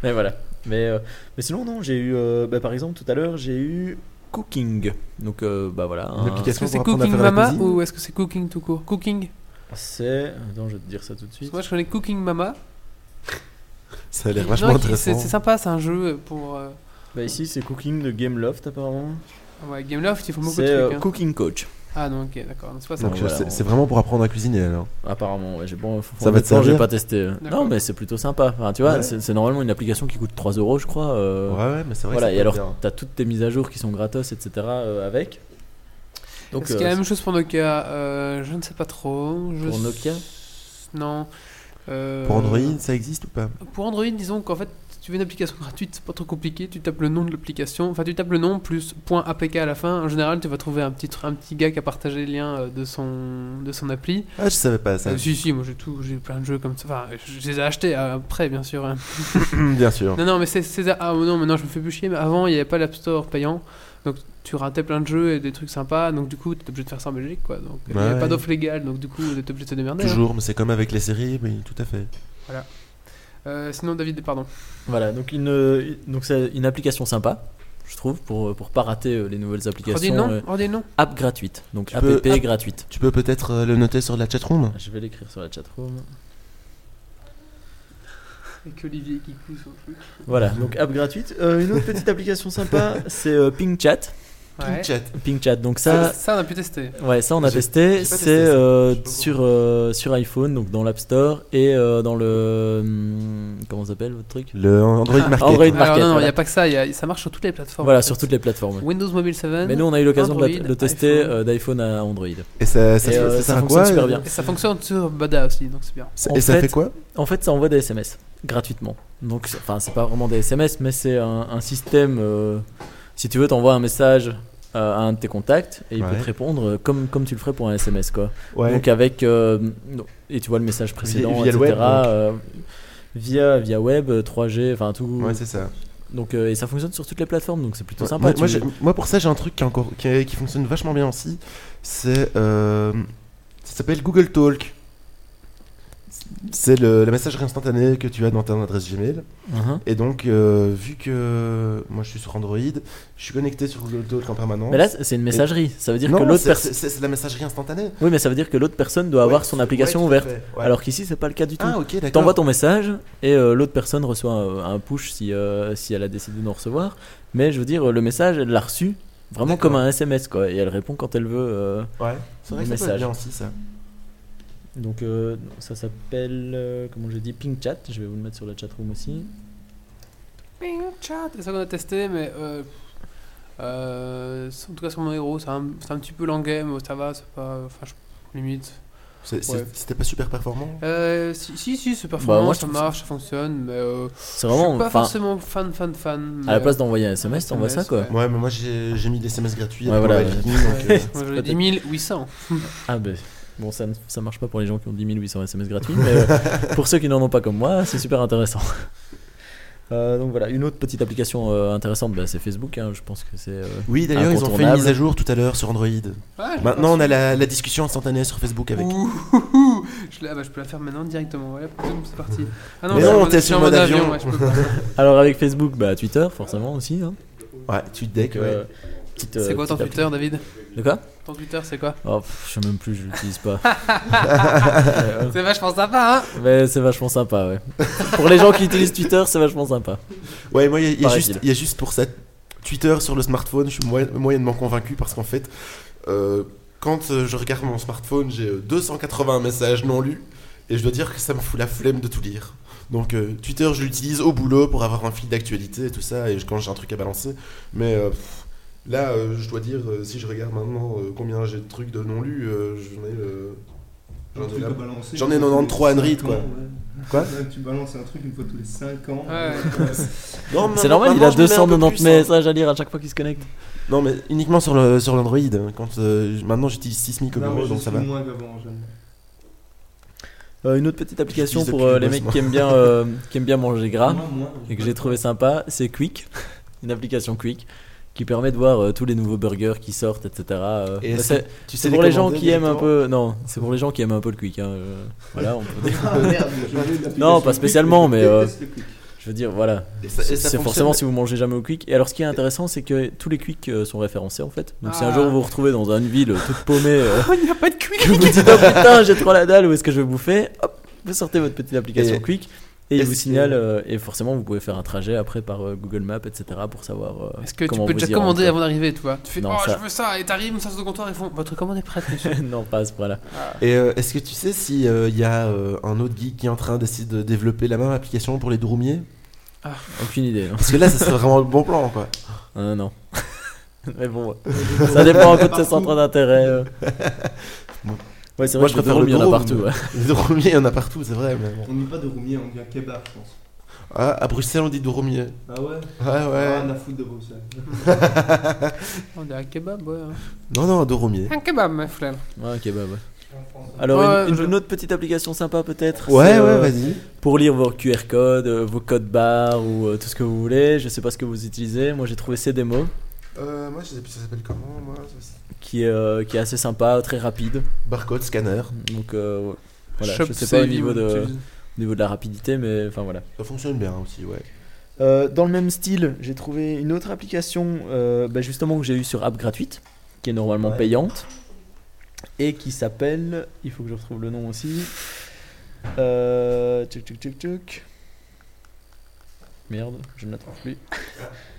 [SPEAKER 4] mais voilà. Mais, euh, mais sinon, non, j'ai eu. euh, bah, par exemple, tout à l'heure, j'ai eu Cooking. Donc, euh, bah voilà.
[SPEAKER 2] Une
[SPEAKER 4] un-
[SPEAKER 1] Est-ce
[SPEAKER 2] application
[SPEAKER 1] Ah. que c'est
[SPEAKER 2] pour apprendre à
[SPEAKER 1] Cooking
[SPEAKER 2] faire la
[SPEAKER 1] Mama
[SPEAKER 2] cuisine.
[SPEAKER 1] ou est-ce que c'est Cooking tout court Cooking
[SPEAKER 4] C'est. Attends, je vais te dire ça tout de
[SPEAKER 1] Parce
[SPEAKER 4] suite.
[SPEAKER 1] que moi je connais Cooking Mama.
[SPEAKER 2] Ça a l'air
[SPEAKER 1] Qui-
[SPEAKER 2] vachement
[SPEAKER 1] non, qui- c'est-
[SPEAKER 2] intéressant.
[SPEAKER 1] C'est sympa, c'est un jeu pour. euh,
[SPEAKER 4] Bah, ici, c'est Cooking de Gameloft, apparemment.
[SPEAKER 1] ouais, Gameloft, ils font beaucoup de
[SPEAKER 4] C'est
[SPEAKER 1] trucs.
[SPEAKER 4] euh,
[SPEAKER 1] hein.
[SPEAKER 4] Cooking Coach.
[SPEAKER 1] Ah non, ok, d'accord. non, C'est pas ça.
[SPEAKER 2] Donc,
[SPEAKER 4] voilà,
[SPEAKER 2] c'est-
[SPEAKER 4] on-
[SPEAKER 2] c'est vraiment pour apprendre à cuisiner alors.
[SPEAKER 4] Apparemment, ouais, j'ai bon, faut-
[SPEAKER 2] Ça va te
[SPEAKER 4] honnêtement, j'ai
[SPEAKER 2] servir
[SPEAKER 4] pas testé.
[SPEAKER 1] D'accord.
[SPEAKER 4] Non, mais c'est plutôt sympa. Enfin, tu vois,
[SPEAKER 2] Ouais.
[SPEAKER 4] c'est c'est normalement une application qui coûte 3 euros, je crois. euh,
[SPEAKER 2] Ouais, ouais, mais c'est vrai.
[SPEAKER 4] voilà,
[SPEAKER 2] que ça
[SPEAKER 4] et
[SPEAKER 2] peut
[SPEAKER 4] alors
[SPEAKER 2] être bien.
[SPEAKER 4] t'as toutes tes mises à jour qui sont gratos, etc. euh, avec. Donc,
[SPEAKER 1] Est-ce
[SPEAKER 4] euh,
[SPEAKER 1] qu'il y a la même chose pour Nokia Euh, Je ne sais pas trop. Je
[SPEAKER 4] Pour
[SPEAKER 1] s-
[SPEAKER 4] Nokia
[SPEAKER 1] Non. Euh,
[SPEAKER 2] Pour Android, ça existe ou pas
[SPEAKER 1] Pour Android, disons qu'en fait, tu veux une application gratuite, c'est pas trop compliqué. Tu tapes le nom de l'application, enfin, tu tapes le nom plus point .apk à la fin. En général, tu vas trouver un petit, tr- un petit gars qui a partagé le lien euh, de son, de son appli.
[SPEAKER 2] Ah, je savais pas ça.
[SPEAKER 1] Euh, si, si, moi j'ai tout, j'ai plein de jeux comme ça. Enfin, je je les ai achetés euh, après, bien sûr. hein.
[SPEAKER 2] bien sûr.
[SPEAKER 1] Non, non, mais c'est. c'est- Ah non, maintenant je me fais plus chier, mais avant il n'y avait pas l'App Store payant. Donc tu ratais plein de jeux et des trucs sympas, donc du coup t'es obligé de faire ça en Belgique quoi. Donc il n'y avait
[SPEAKER 2] Ouais.
[SPEAKER 1] pas d'offre légale, donc du coup t'es obligé de te démerder. hein.
[SPEAKER 2] Toujours, mais c'est comme avec les séries, oui, tout à fait.
[SPEAKER 1] Euh, sinon, David, pardon.
[SPEAKER 4] Voilà, donc une, euh, donc c'est une application sympa, je trouve, pour pour pas rater euh, les nouvelles
[SPEAKER 1] Redis
[SPEAKER 4] applications.
[SPEAKER 1] non,
[SPEAKER 4] euh,
[SPEAKER 1] redis non.
[SPEAKER 4] app gratuite, donc app
[SPEAKER 2] peux- app-
[SPEAKER 4] gratuite.
[SPEAKER 2] Tu peux peut-être euh, le noter sur la chatroom
[SPEAKER 4] Je vais l'écrire sur la chatroom.
[SPEAKER 1] Avec Olivier qui pousse au truc.
[SPEAKER 4] Voilà, donc app gratuite. Euh, une autre petite application sympa, c'est euh, PingChat.
[SPEAKER 1] Ouais.
[SPEAKER 2] Chat.
[SPEAKER 4] PingChat, donc
[SPEAKER 1] Ça,
[SPEAKER 4] ça,
[SPEAKER 1] ça, on a pu tester.
[SPEAKER 4] Ouais, ça on a
[SPEAKER 2] J'ai-
[SPEAKER 4] testé.
[SPEAKER 2] j'ai pas testé
[SPEAKER 4] C'est
[SPEAKER 2] ça.
[SPEAKER 4] euh,
[SPEAKER 2] Je sais pas
[SPEAKER 4] sur, euh, sur iPhone, donc dans l'App Store et euh, dans le. hum, Comment ça s'appelle votre truc
[SPEAKER 2] Le Android Market.
[SPEAKER 4] Android
[SPEAKER 1] Alors,
[SPEAKER 4] Market,
[SPEAKER 1] non, non, il
[SPEAKER 4] voilà.
[SPEAKER 1] n'y a pas que ça, il y a- ça marche sur toutes les plateformes.
[SPEAKER 4] Voilà,
[SPEAKER 1] en fait.
[SPEAKER 4] sur toutes les plateformes.
[SPEAKER 1] Windows Mobile 7.
[SPEAKER 4] Mais nous on a eu l'occasion de, la-
[SPEAKER 1] Android,
[SPEAKER 4] de tester
[SPEAKER 1] iPhone.
[SPEAKER 4] euh, d'iPhone à Android.
[SPEAKER 2] Et ça, ça,
[SPEAKER 4] Et, euh,
[SPEAKER 2] ça
[SPEAKER 4] ça
[SPEAKER 2] sert à
[SPEAKER 4] fonctionne
[SPEAKER 2] quoi
[SPEAKER 4] super
[SPEAKER 2] euh,
[SPEAKER 4] bien.
[SPEAKER 1] Et ça fonctionne sur Bada aussi, donc c'est bien.
[SPEAKER 2] ça-
[SPEAKER 4] En
[SPEAKER 2] Et ça fait
[SPEAKER 4] fait-
[SPEAKER 2] quoi
[SPEAKER 4] En fait, ça envoie des SMS gratuitement. Donc, c'est- enfin, c'est pas vraiment des SMS, mais c'est un, un système. euh, si tu veux, t'envoies un message euh, à un de tes contacts et il peut
[SPEAKER 2] Ouais.
[SPEAKER 4] te répondre euh, comme, comme tu le ferais pour un SMS, quoi.
[SPEAKER 2] Ouais.
[SPEAKER 4] Donc avec euh, non, et tu vois le message précédent,
[SPEAKER 2] via le
[SPEAKER 4] etc.
[SPEAKER 2] web, donc.
[SPEAKER 4] euh, via via web, euh, 3G, enfin tout.
[SPEAKER 2] Ouais, c'est ça.
[SPEAKER 4] donc euh, et ça fonctionne sur toutes les plateformes, donc c'est plutôt
[SPEAKER 2] Ouais,
[SPEAKER 4] sympa.
[SPEAKER 2] Moi,
[SPEAKER 4] tu-
[SPEAKER 2] moi, j'ai- moi, pour ça, j'ai un truc qui, est encore, qui, est- qui fonctionne vachement bien aussi. C'est. euh, ça s'appelle Google Talk. C'est le- la messagerie instantanée que tu as dans ton adresse Gmail.
[SPEAKER 4] Mhm.
[SPEAKER 2] Et donc, euh, vu que moi je suis sur Android, je suis connecté sur Google Talk en permanence.
[SPEAKER 4] Mais là c'est une messagerie, ça veut dire
[SPEAKER 2] Non,
[SPEAKER 4] que l'autre
[SPEAKER 2] c'est-
[SPEAKER 4] personne.
[SPEAKER 2] c'est c'est- c'est de la messagerie instantanée.
[SPEAKER 4] Oui, mais ça veut dire que l'autre personne doit avoir son application ouverte. Alors qu'ici c'est pas le cas du tout.
[SPEAKER 2] ah, ok, d'accord.
[SPEAKER 4] T'envoies ton message et euh, l'autre personne reçoit un, un push si, euh, si elle a décidé d'en recevoir. Mais je veux dire, le message, elle l'a reçu vraiment
[SPEAKER 2] D'accord.
[SPEAKER 4] comme un SMS quoi. Et elle répond quand elle veut. euh,
[SPEAKER 2] Ouais, c'est vrai que ça peut être
[SPEAKER 4] Message.
[SPEAKER 2] bien aussi ça.
[SPEAKER 4] Donc euh, ça s'appelle, euh, comment j'ai dit, PingChat. Je vais vous le mettre sur la chatroom aussi.
[SPEAKER 1] Ping chat, c'est ça qu'on a testé, mais euh, euh, en tout cas sur mon héros, c'est un, c'est un petit peu languet, mais ça va, c'est pas, enfin, je- limite.
[SPEAKER 2] C'est- c'est-
[SPEAKER 1] Ouais.
[SPEAKER 2] C'était pas super performant
[SPEAKER 1] Euh, si, si, si, c'est
[SPEAKER 4] Bah,
[SPEAKER 1] performant,
[SPEAKER 4] moi, je
[SPEAKER 1] ça
[SPEAKER 4] trouve ça-
[SPEAKER 1] marche, ça fonctionne, mais euh, je
[SPEAKER 4] C'est vraiment,
[SPEAKER 1] suis pas
[SPEAKER 4] enfin,
[SPEAKER 1] forcément fan, fan, fan.
[SPEAKER 4] à la
[SPEAKER 1] mais,
[SPEAKER 4] place d'envoyer un SMS,
[SPEAKER 1] un
[SPEAKER 4] t'envoies ça
[SPEAKER 1] SMS,
[SPEAKER 4] quoi.
[SPEAKER 1] ouais.
[SPEAKER 2] Ouais, mais moi j'ai j'ai mis des SMS gratuits
[SPEAKER 4] Ouais,
[SPEAKER 2] avec
[SPEAKER 4] voilà,
[SPEAKER 2] Mobile
[SPEAKER 4] ouais.
[SPEAKER 2] Lightning, donc, euh,
[SPEAKER 1] euh, moi, j'avais
[SPEAKER 4] peut-être-
[SPEAKER 1] 10 800.
[SPEAKER 4] Ah ben, bon ça, ne- ça marche pas pour les gens qui ont 10 800 SMS gratuits, mais euh, pour ceux qui n'en ont pas comme moi, c'est super intéressant. Euh, donc voilà, une autre petite application euh, intéressante, bah, c'est Facebook. hein, je pense que c'est. euh,
[SPEAKER 2] Oui, d'ailleurs, ils ont fait une
[SPEAKER 4] Incontournable.
[SPEAKER 2] mise à jour tout à l'heure sur Android.
[SPEAKER 1] Ouais, je
[SPEAKER 2] Maintenant, on
[SPEAKER 1] pense.
[SPEAKER 2] a la, la discussion instantanée sur Facebook avec.
[SPEAKER 1] Ouh, ouh, ouh, je, l'ai- ah bah, je peux la faire maintenant directement, voilà, boum, c'est parti. Ah
[SPEAKER 2] Mais
[SPEAKER 1] je suis
[SPEAKER 2] non,
[SPEAKER 1] en mode-
[SPEAKER 2] t'es
[SPEAKER 1] je suis
[SPEAKER 2] sur
[SPEAKER 1] en
[SPEAKER 2] mode avion.
[SPEAKER 1] ouais, je peux pas.
[SPEAKER 4] Alors avec Facebook, bah Twitter forcément aussi. hein.
[SPEAKER 2] Ouais, tu te deck,
[SPEAKER 4] Donc, euh,
[SPEAKER 2] ouais.
[SPEAKER 4] petite, euh,
[SPEAKER 1] C'est quoi ton
[SPEAKER 4] petite
[SPEAKER 1] Twitter, David
[SPEAKER 4] appli- De quoi
[SPEAKER 1] Ton Twitter, c'est quoi
[SPEAKER 4] oh, pff, Je sais même plus, je l'utilise pas. Euh,
[SPEAKER 1] C'est vachement sympa, hein
[SPEAKER 4] Mais c'est vachement sympa, ouais. Pour les gens qui utilisent Twitter, c'est vachement sympa.
[SPEAKER 2] Ouais, moi, il y a- il y, a
[SPEAKER 4] Paraît-il.
[SPEAKER 2] juste- il y a juste pour ça Twitter sur le smartphone, je suis moy- moyennement convaincu parce qu'en fait, euh, quand euh, je regarde mon smartphone, j'ai euh, 280 messages non lus et je dois dire que ça me fout la flemme de tout lire. Donc euh, Twitter, je l'utilise au boulot pour avoir un fil d'actualité et tout ça, et je- quand j'ai un truc à balancer. Mais euh, pff, là, euh, je dois dire, euh, si je regarde maintenant euh, combien j'ai de trucs de non lus, euh, j'en ai, euh,
[SPEAKER 3] Un
[SPEAKER 2] j'en ai
[SPEAKER 3] truc
[SPEAKER 2] la-
[SPEAKER 3] à balancer,
[SPEAKER 2] j'en ai
[SPEAKER 3] une fois tous
[SPEAKER 2] 93
[SPEAKER 3] les cinq
[SPEAKER 2] Android, quoi.
[SPEAKER 3] ans, ouais.
[SPEAKER 2] Quoi
[SPEAKER 3] Là, Tu balances un truc une fois tous les 5 ans.
[SPEAKER 1] Ouais.
[SPEAKER 2] Non, mais
[SPEAKER 4] C'est normal, il
[SPEAKER 2] maintenant,
[SPEAKER 4] a
[SPEAKER 2] je me mets un peu
[SPEAKER 4] 290
[SPEAKER 2] plus, hein.
[SPEAKER 4] messages à lire à chaque fois qu'il se connecte.
[SPEAKER 2] Non, mais uniquement sur le sur l'Android. Quand euh, maintenant j'utilise Sismic au
[SPEAKER 3] Non, mais
[SPEAKER 2] bureau,
[SPEAKER 3] je
[SPEAKER 2] donc ça
[SPEAKER 3] suis
[SPEAKER 2] va.
[SPEAKER 3] moins qu'avant, en général.
[SPEAKER 4] Euh, une autre petite application
[SPEAKER 2] J'utilise
[SPEAKER 4] pour euh,
[SPEAKER 2] depuis
[SPEAKER 4] les
[SPEAKER 2] le
[SPEAKER 4] mecs
[SPEAKER 2] boss,
[SPEAKER 4] qui aiment bien, euh, qui aiment bien manger gras
[SPEAKER 3] Moins, moins.
[SPEAKER 4] Hein et que j'ai trouvé sympa, c'est Quick, une application Quick qui permet de voir euh, tous les nouveaux burgers qui sortent, etc. euh,
[SPEAKER 2] Et
[SPEAKER 4] mais
[SPEAKER 2] est-ce
[SPEAKER 4] c'est
[SPEAKER 2] Bah, Tu
[SPEAKER 4] c'est pour les gens qui aiment un peu, non, c'est pour les gens qui aiment un peu le Quick. hein, euh, voilà, on peut dire.
[SPEAKER 3] Ah, merde, je voulais l'application
[SPEAKER 4] Non, pas
[SPEAKER 3] Quick,
[SPEAKER 4] spécialement,
[SPEAKER 3] je
[SPEAKER 4] mais, euh,
[SPEAKER 3] déteste le Quick.
[SPEAKER 4] Je veux dire, voilà,
[SPEAKER 2] Et ça- et ça
[SPEAKER 4] c'est
[SPEAKER 2] fonctionne-
[SPEAKER 4] forcément si vous mangez jamais au Quick. Et alors, ce qui est intéressant, c'est que tous les Quick euh, sont référencés en fait. Donc, si un
[SPEAKER 1] Ah.
[SPEAKER 4] jour vous vous retrouvez dans une ville euh, toute paumée. euh,
[SPEAKER 1] Oh, il n'y a pas de cuir
[SPEAKER 4] que vous dites oh putain j'ai trop la dalle où est-ce que je vais bouffer hop vous sortez votre petite application
[SPEAKER 2] Et-
[SPEAKER 4] Quick Et il
[SPEAKER 1] Est-ce
[SPEAKER 4] vous
[SPEAKER 1] que-
[SPEAKER 4] signale, euh, et forcément, vous pouvez faire un trajet après par euh, Google Maps, etc. pour savoir. euh,
[SPEAKER 1] Est-ce que tu
[SPEAKER 4] comment
[SPEAKER 1] peux
[SPEAKER 4] vous
[SPEAKER 1] déjà
[SPEAKER 4] y
[SPEAKER 1] commander
[SPEAKER 4] rendre.
[SPEAKER 1] avant d'arriver, tu vois Tu fais
[SPEAKER 4] Non,
[SPEAKER 1] Oh,
[SPEAKER 4] ça-
[SPEAKER 1] je veux ça, et t'arrives, une sorte de comptoir, ils font Votre commande est prête, monsieur.
[SPEAKER 4] euh, Non, pas à ce point-là.
[SPEAKER 2] Et euh, est-ce que tu sais s'il y a euh, un autre geek qui est en train d'essayer de développer la même application pour les droumiers
[SPEAKER 4] Aucune idée. Non, Ah,
[SPEAKER 2] Parce que là, ça serait vraiment le bon plan, quoi.
[SPEAKER 4] non. non. Mais bon, ça dépend un peu de ses
[SPEAKER 3] Partout.
[SPEAKER 4] centres d'intérêt. euh. Ouais, c'est
[SPEAKER 2] Moi,
[SPEAKER 4] vrai que
[SPEAKER 2] je
[SPEAKER 4] le
[SPEAKER 2] préfère
[SPEAKER 4] drôle,
[SPEAKER 2] le
[SPEAKER 4] il y en a
[SPEAKER 2] drôle,
[SPEAKER 4] partout.
[SPEAKER 2] mais-
[SPEAKER 4] ouais.
[SPEAKER 2] Les droumiers, il y en a partout, c'est vrai. Mais bon.
[SPEAKER 3] On n'est pas de roumier, on devient kebab, je pense.
[SPEAKER 2] Ah, à Bruxelles, on dit droumier.
[SPEAKER 3] Ah ouais
[SPEAKER 2] Ah ouais.
[SPEAKER 3] Rien à foutre de Bruxelles.
[SPEAKER 1] On dirait un kebab, ouais. hein.
[SPEAKER 2] Non, non, droumier.
[SPEAKER 1] Un kebab, mes frères.
[SPEAKER 4] Ouais, ok, bah ouais.
[SPEAKER 5] France.
[SPEAKER 4] Alors, une-
[SPEAKER 1] Ouais,
[SPEAKER 4] une,
[SPEAKER 1] je-
[SPEAKER 4] une autre petite application sympa peut-être
[SPEAKER 2] Ouais,
[SPEAKER 4] c'est,
[SPEAKER 2] ouais,
[SPEAKER 4] euh,
[SPEAKER 2] vas-y.
[SPEAKER 4] Pour lire vos QR codes, euh, vos codes barres ou euh, tout ce que vous voulez. Je sais pas ce que vous utilisez. Moi, j'ai trouvé Cdemo
[SPEAKER 2] Euh, moi, je sais plus ça s'appelle comment, moi.
[SPEAKER 4] qui, est, euh, qui est assez sympa, très rapide.
[SPEAKER 2] Barcode, scanner.
[SPEAKER 4] Donc, euh, ouais. voilà,
[SPEAKER 1] Shop
[SPEAKER 4] je sais pas au
[SPEAKER 1] Savvy,
[SPEAKER 4] niveau
[SPEAKER 1] ouais,
[SPEAKER 4] de,
[SPEAKER 1] tu-
[SPEAKER 4] au niveau de la rapidité, mais enfin voilà.
[SPEAKER 2] Ça fonctionne bien aussi, ouais.
[SPEAKER 4] Euh, dans le même style, j'ai trouvé une autre application euh, bah, justement que j'ai eu sur app gratuite, qui est normalement
[SPEAKER 2] Ouais.
[SPEAKER 4] payante, et qui s'appelle, il faut que je retrouve le nom aussi, euh, tchouc, tchouc, tchouc, tchouc. Merde, je ne la trouve plus.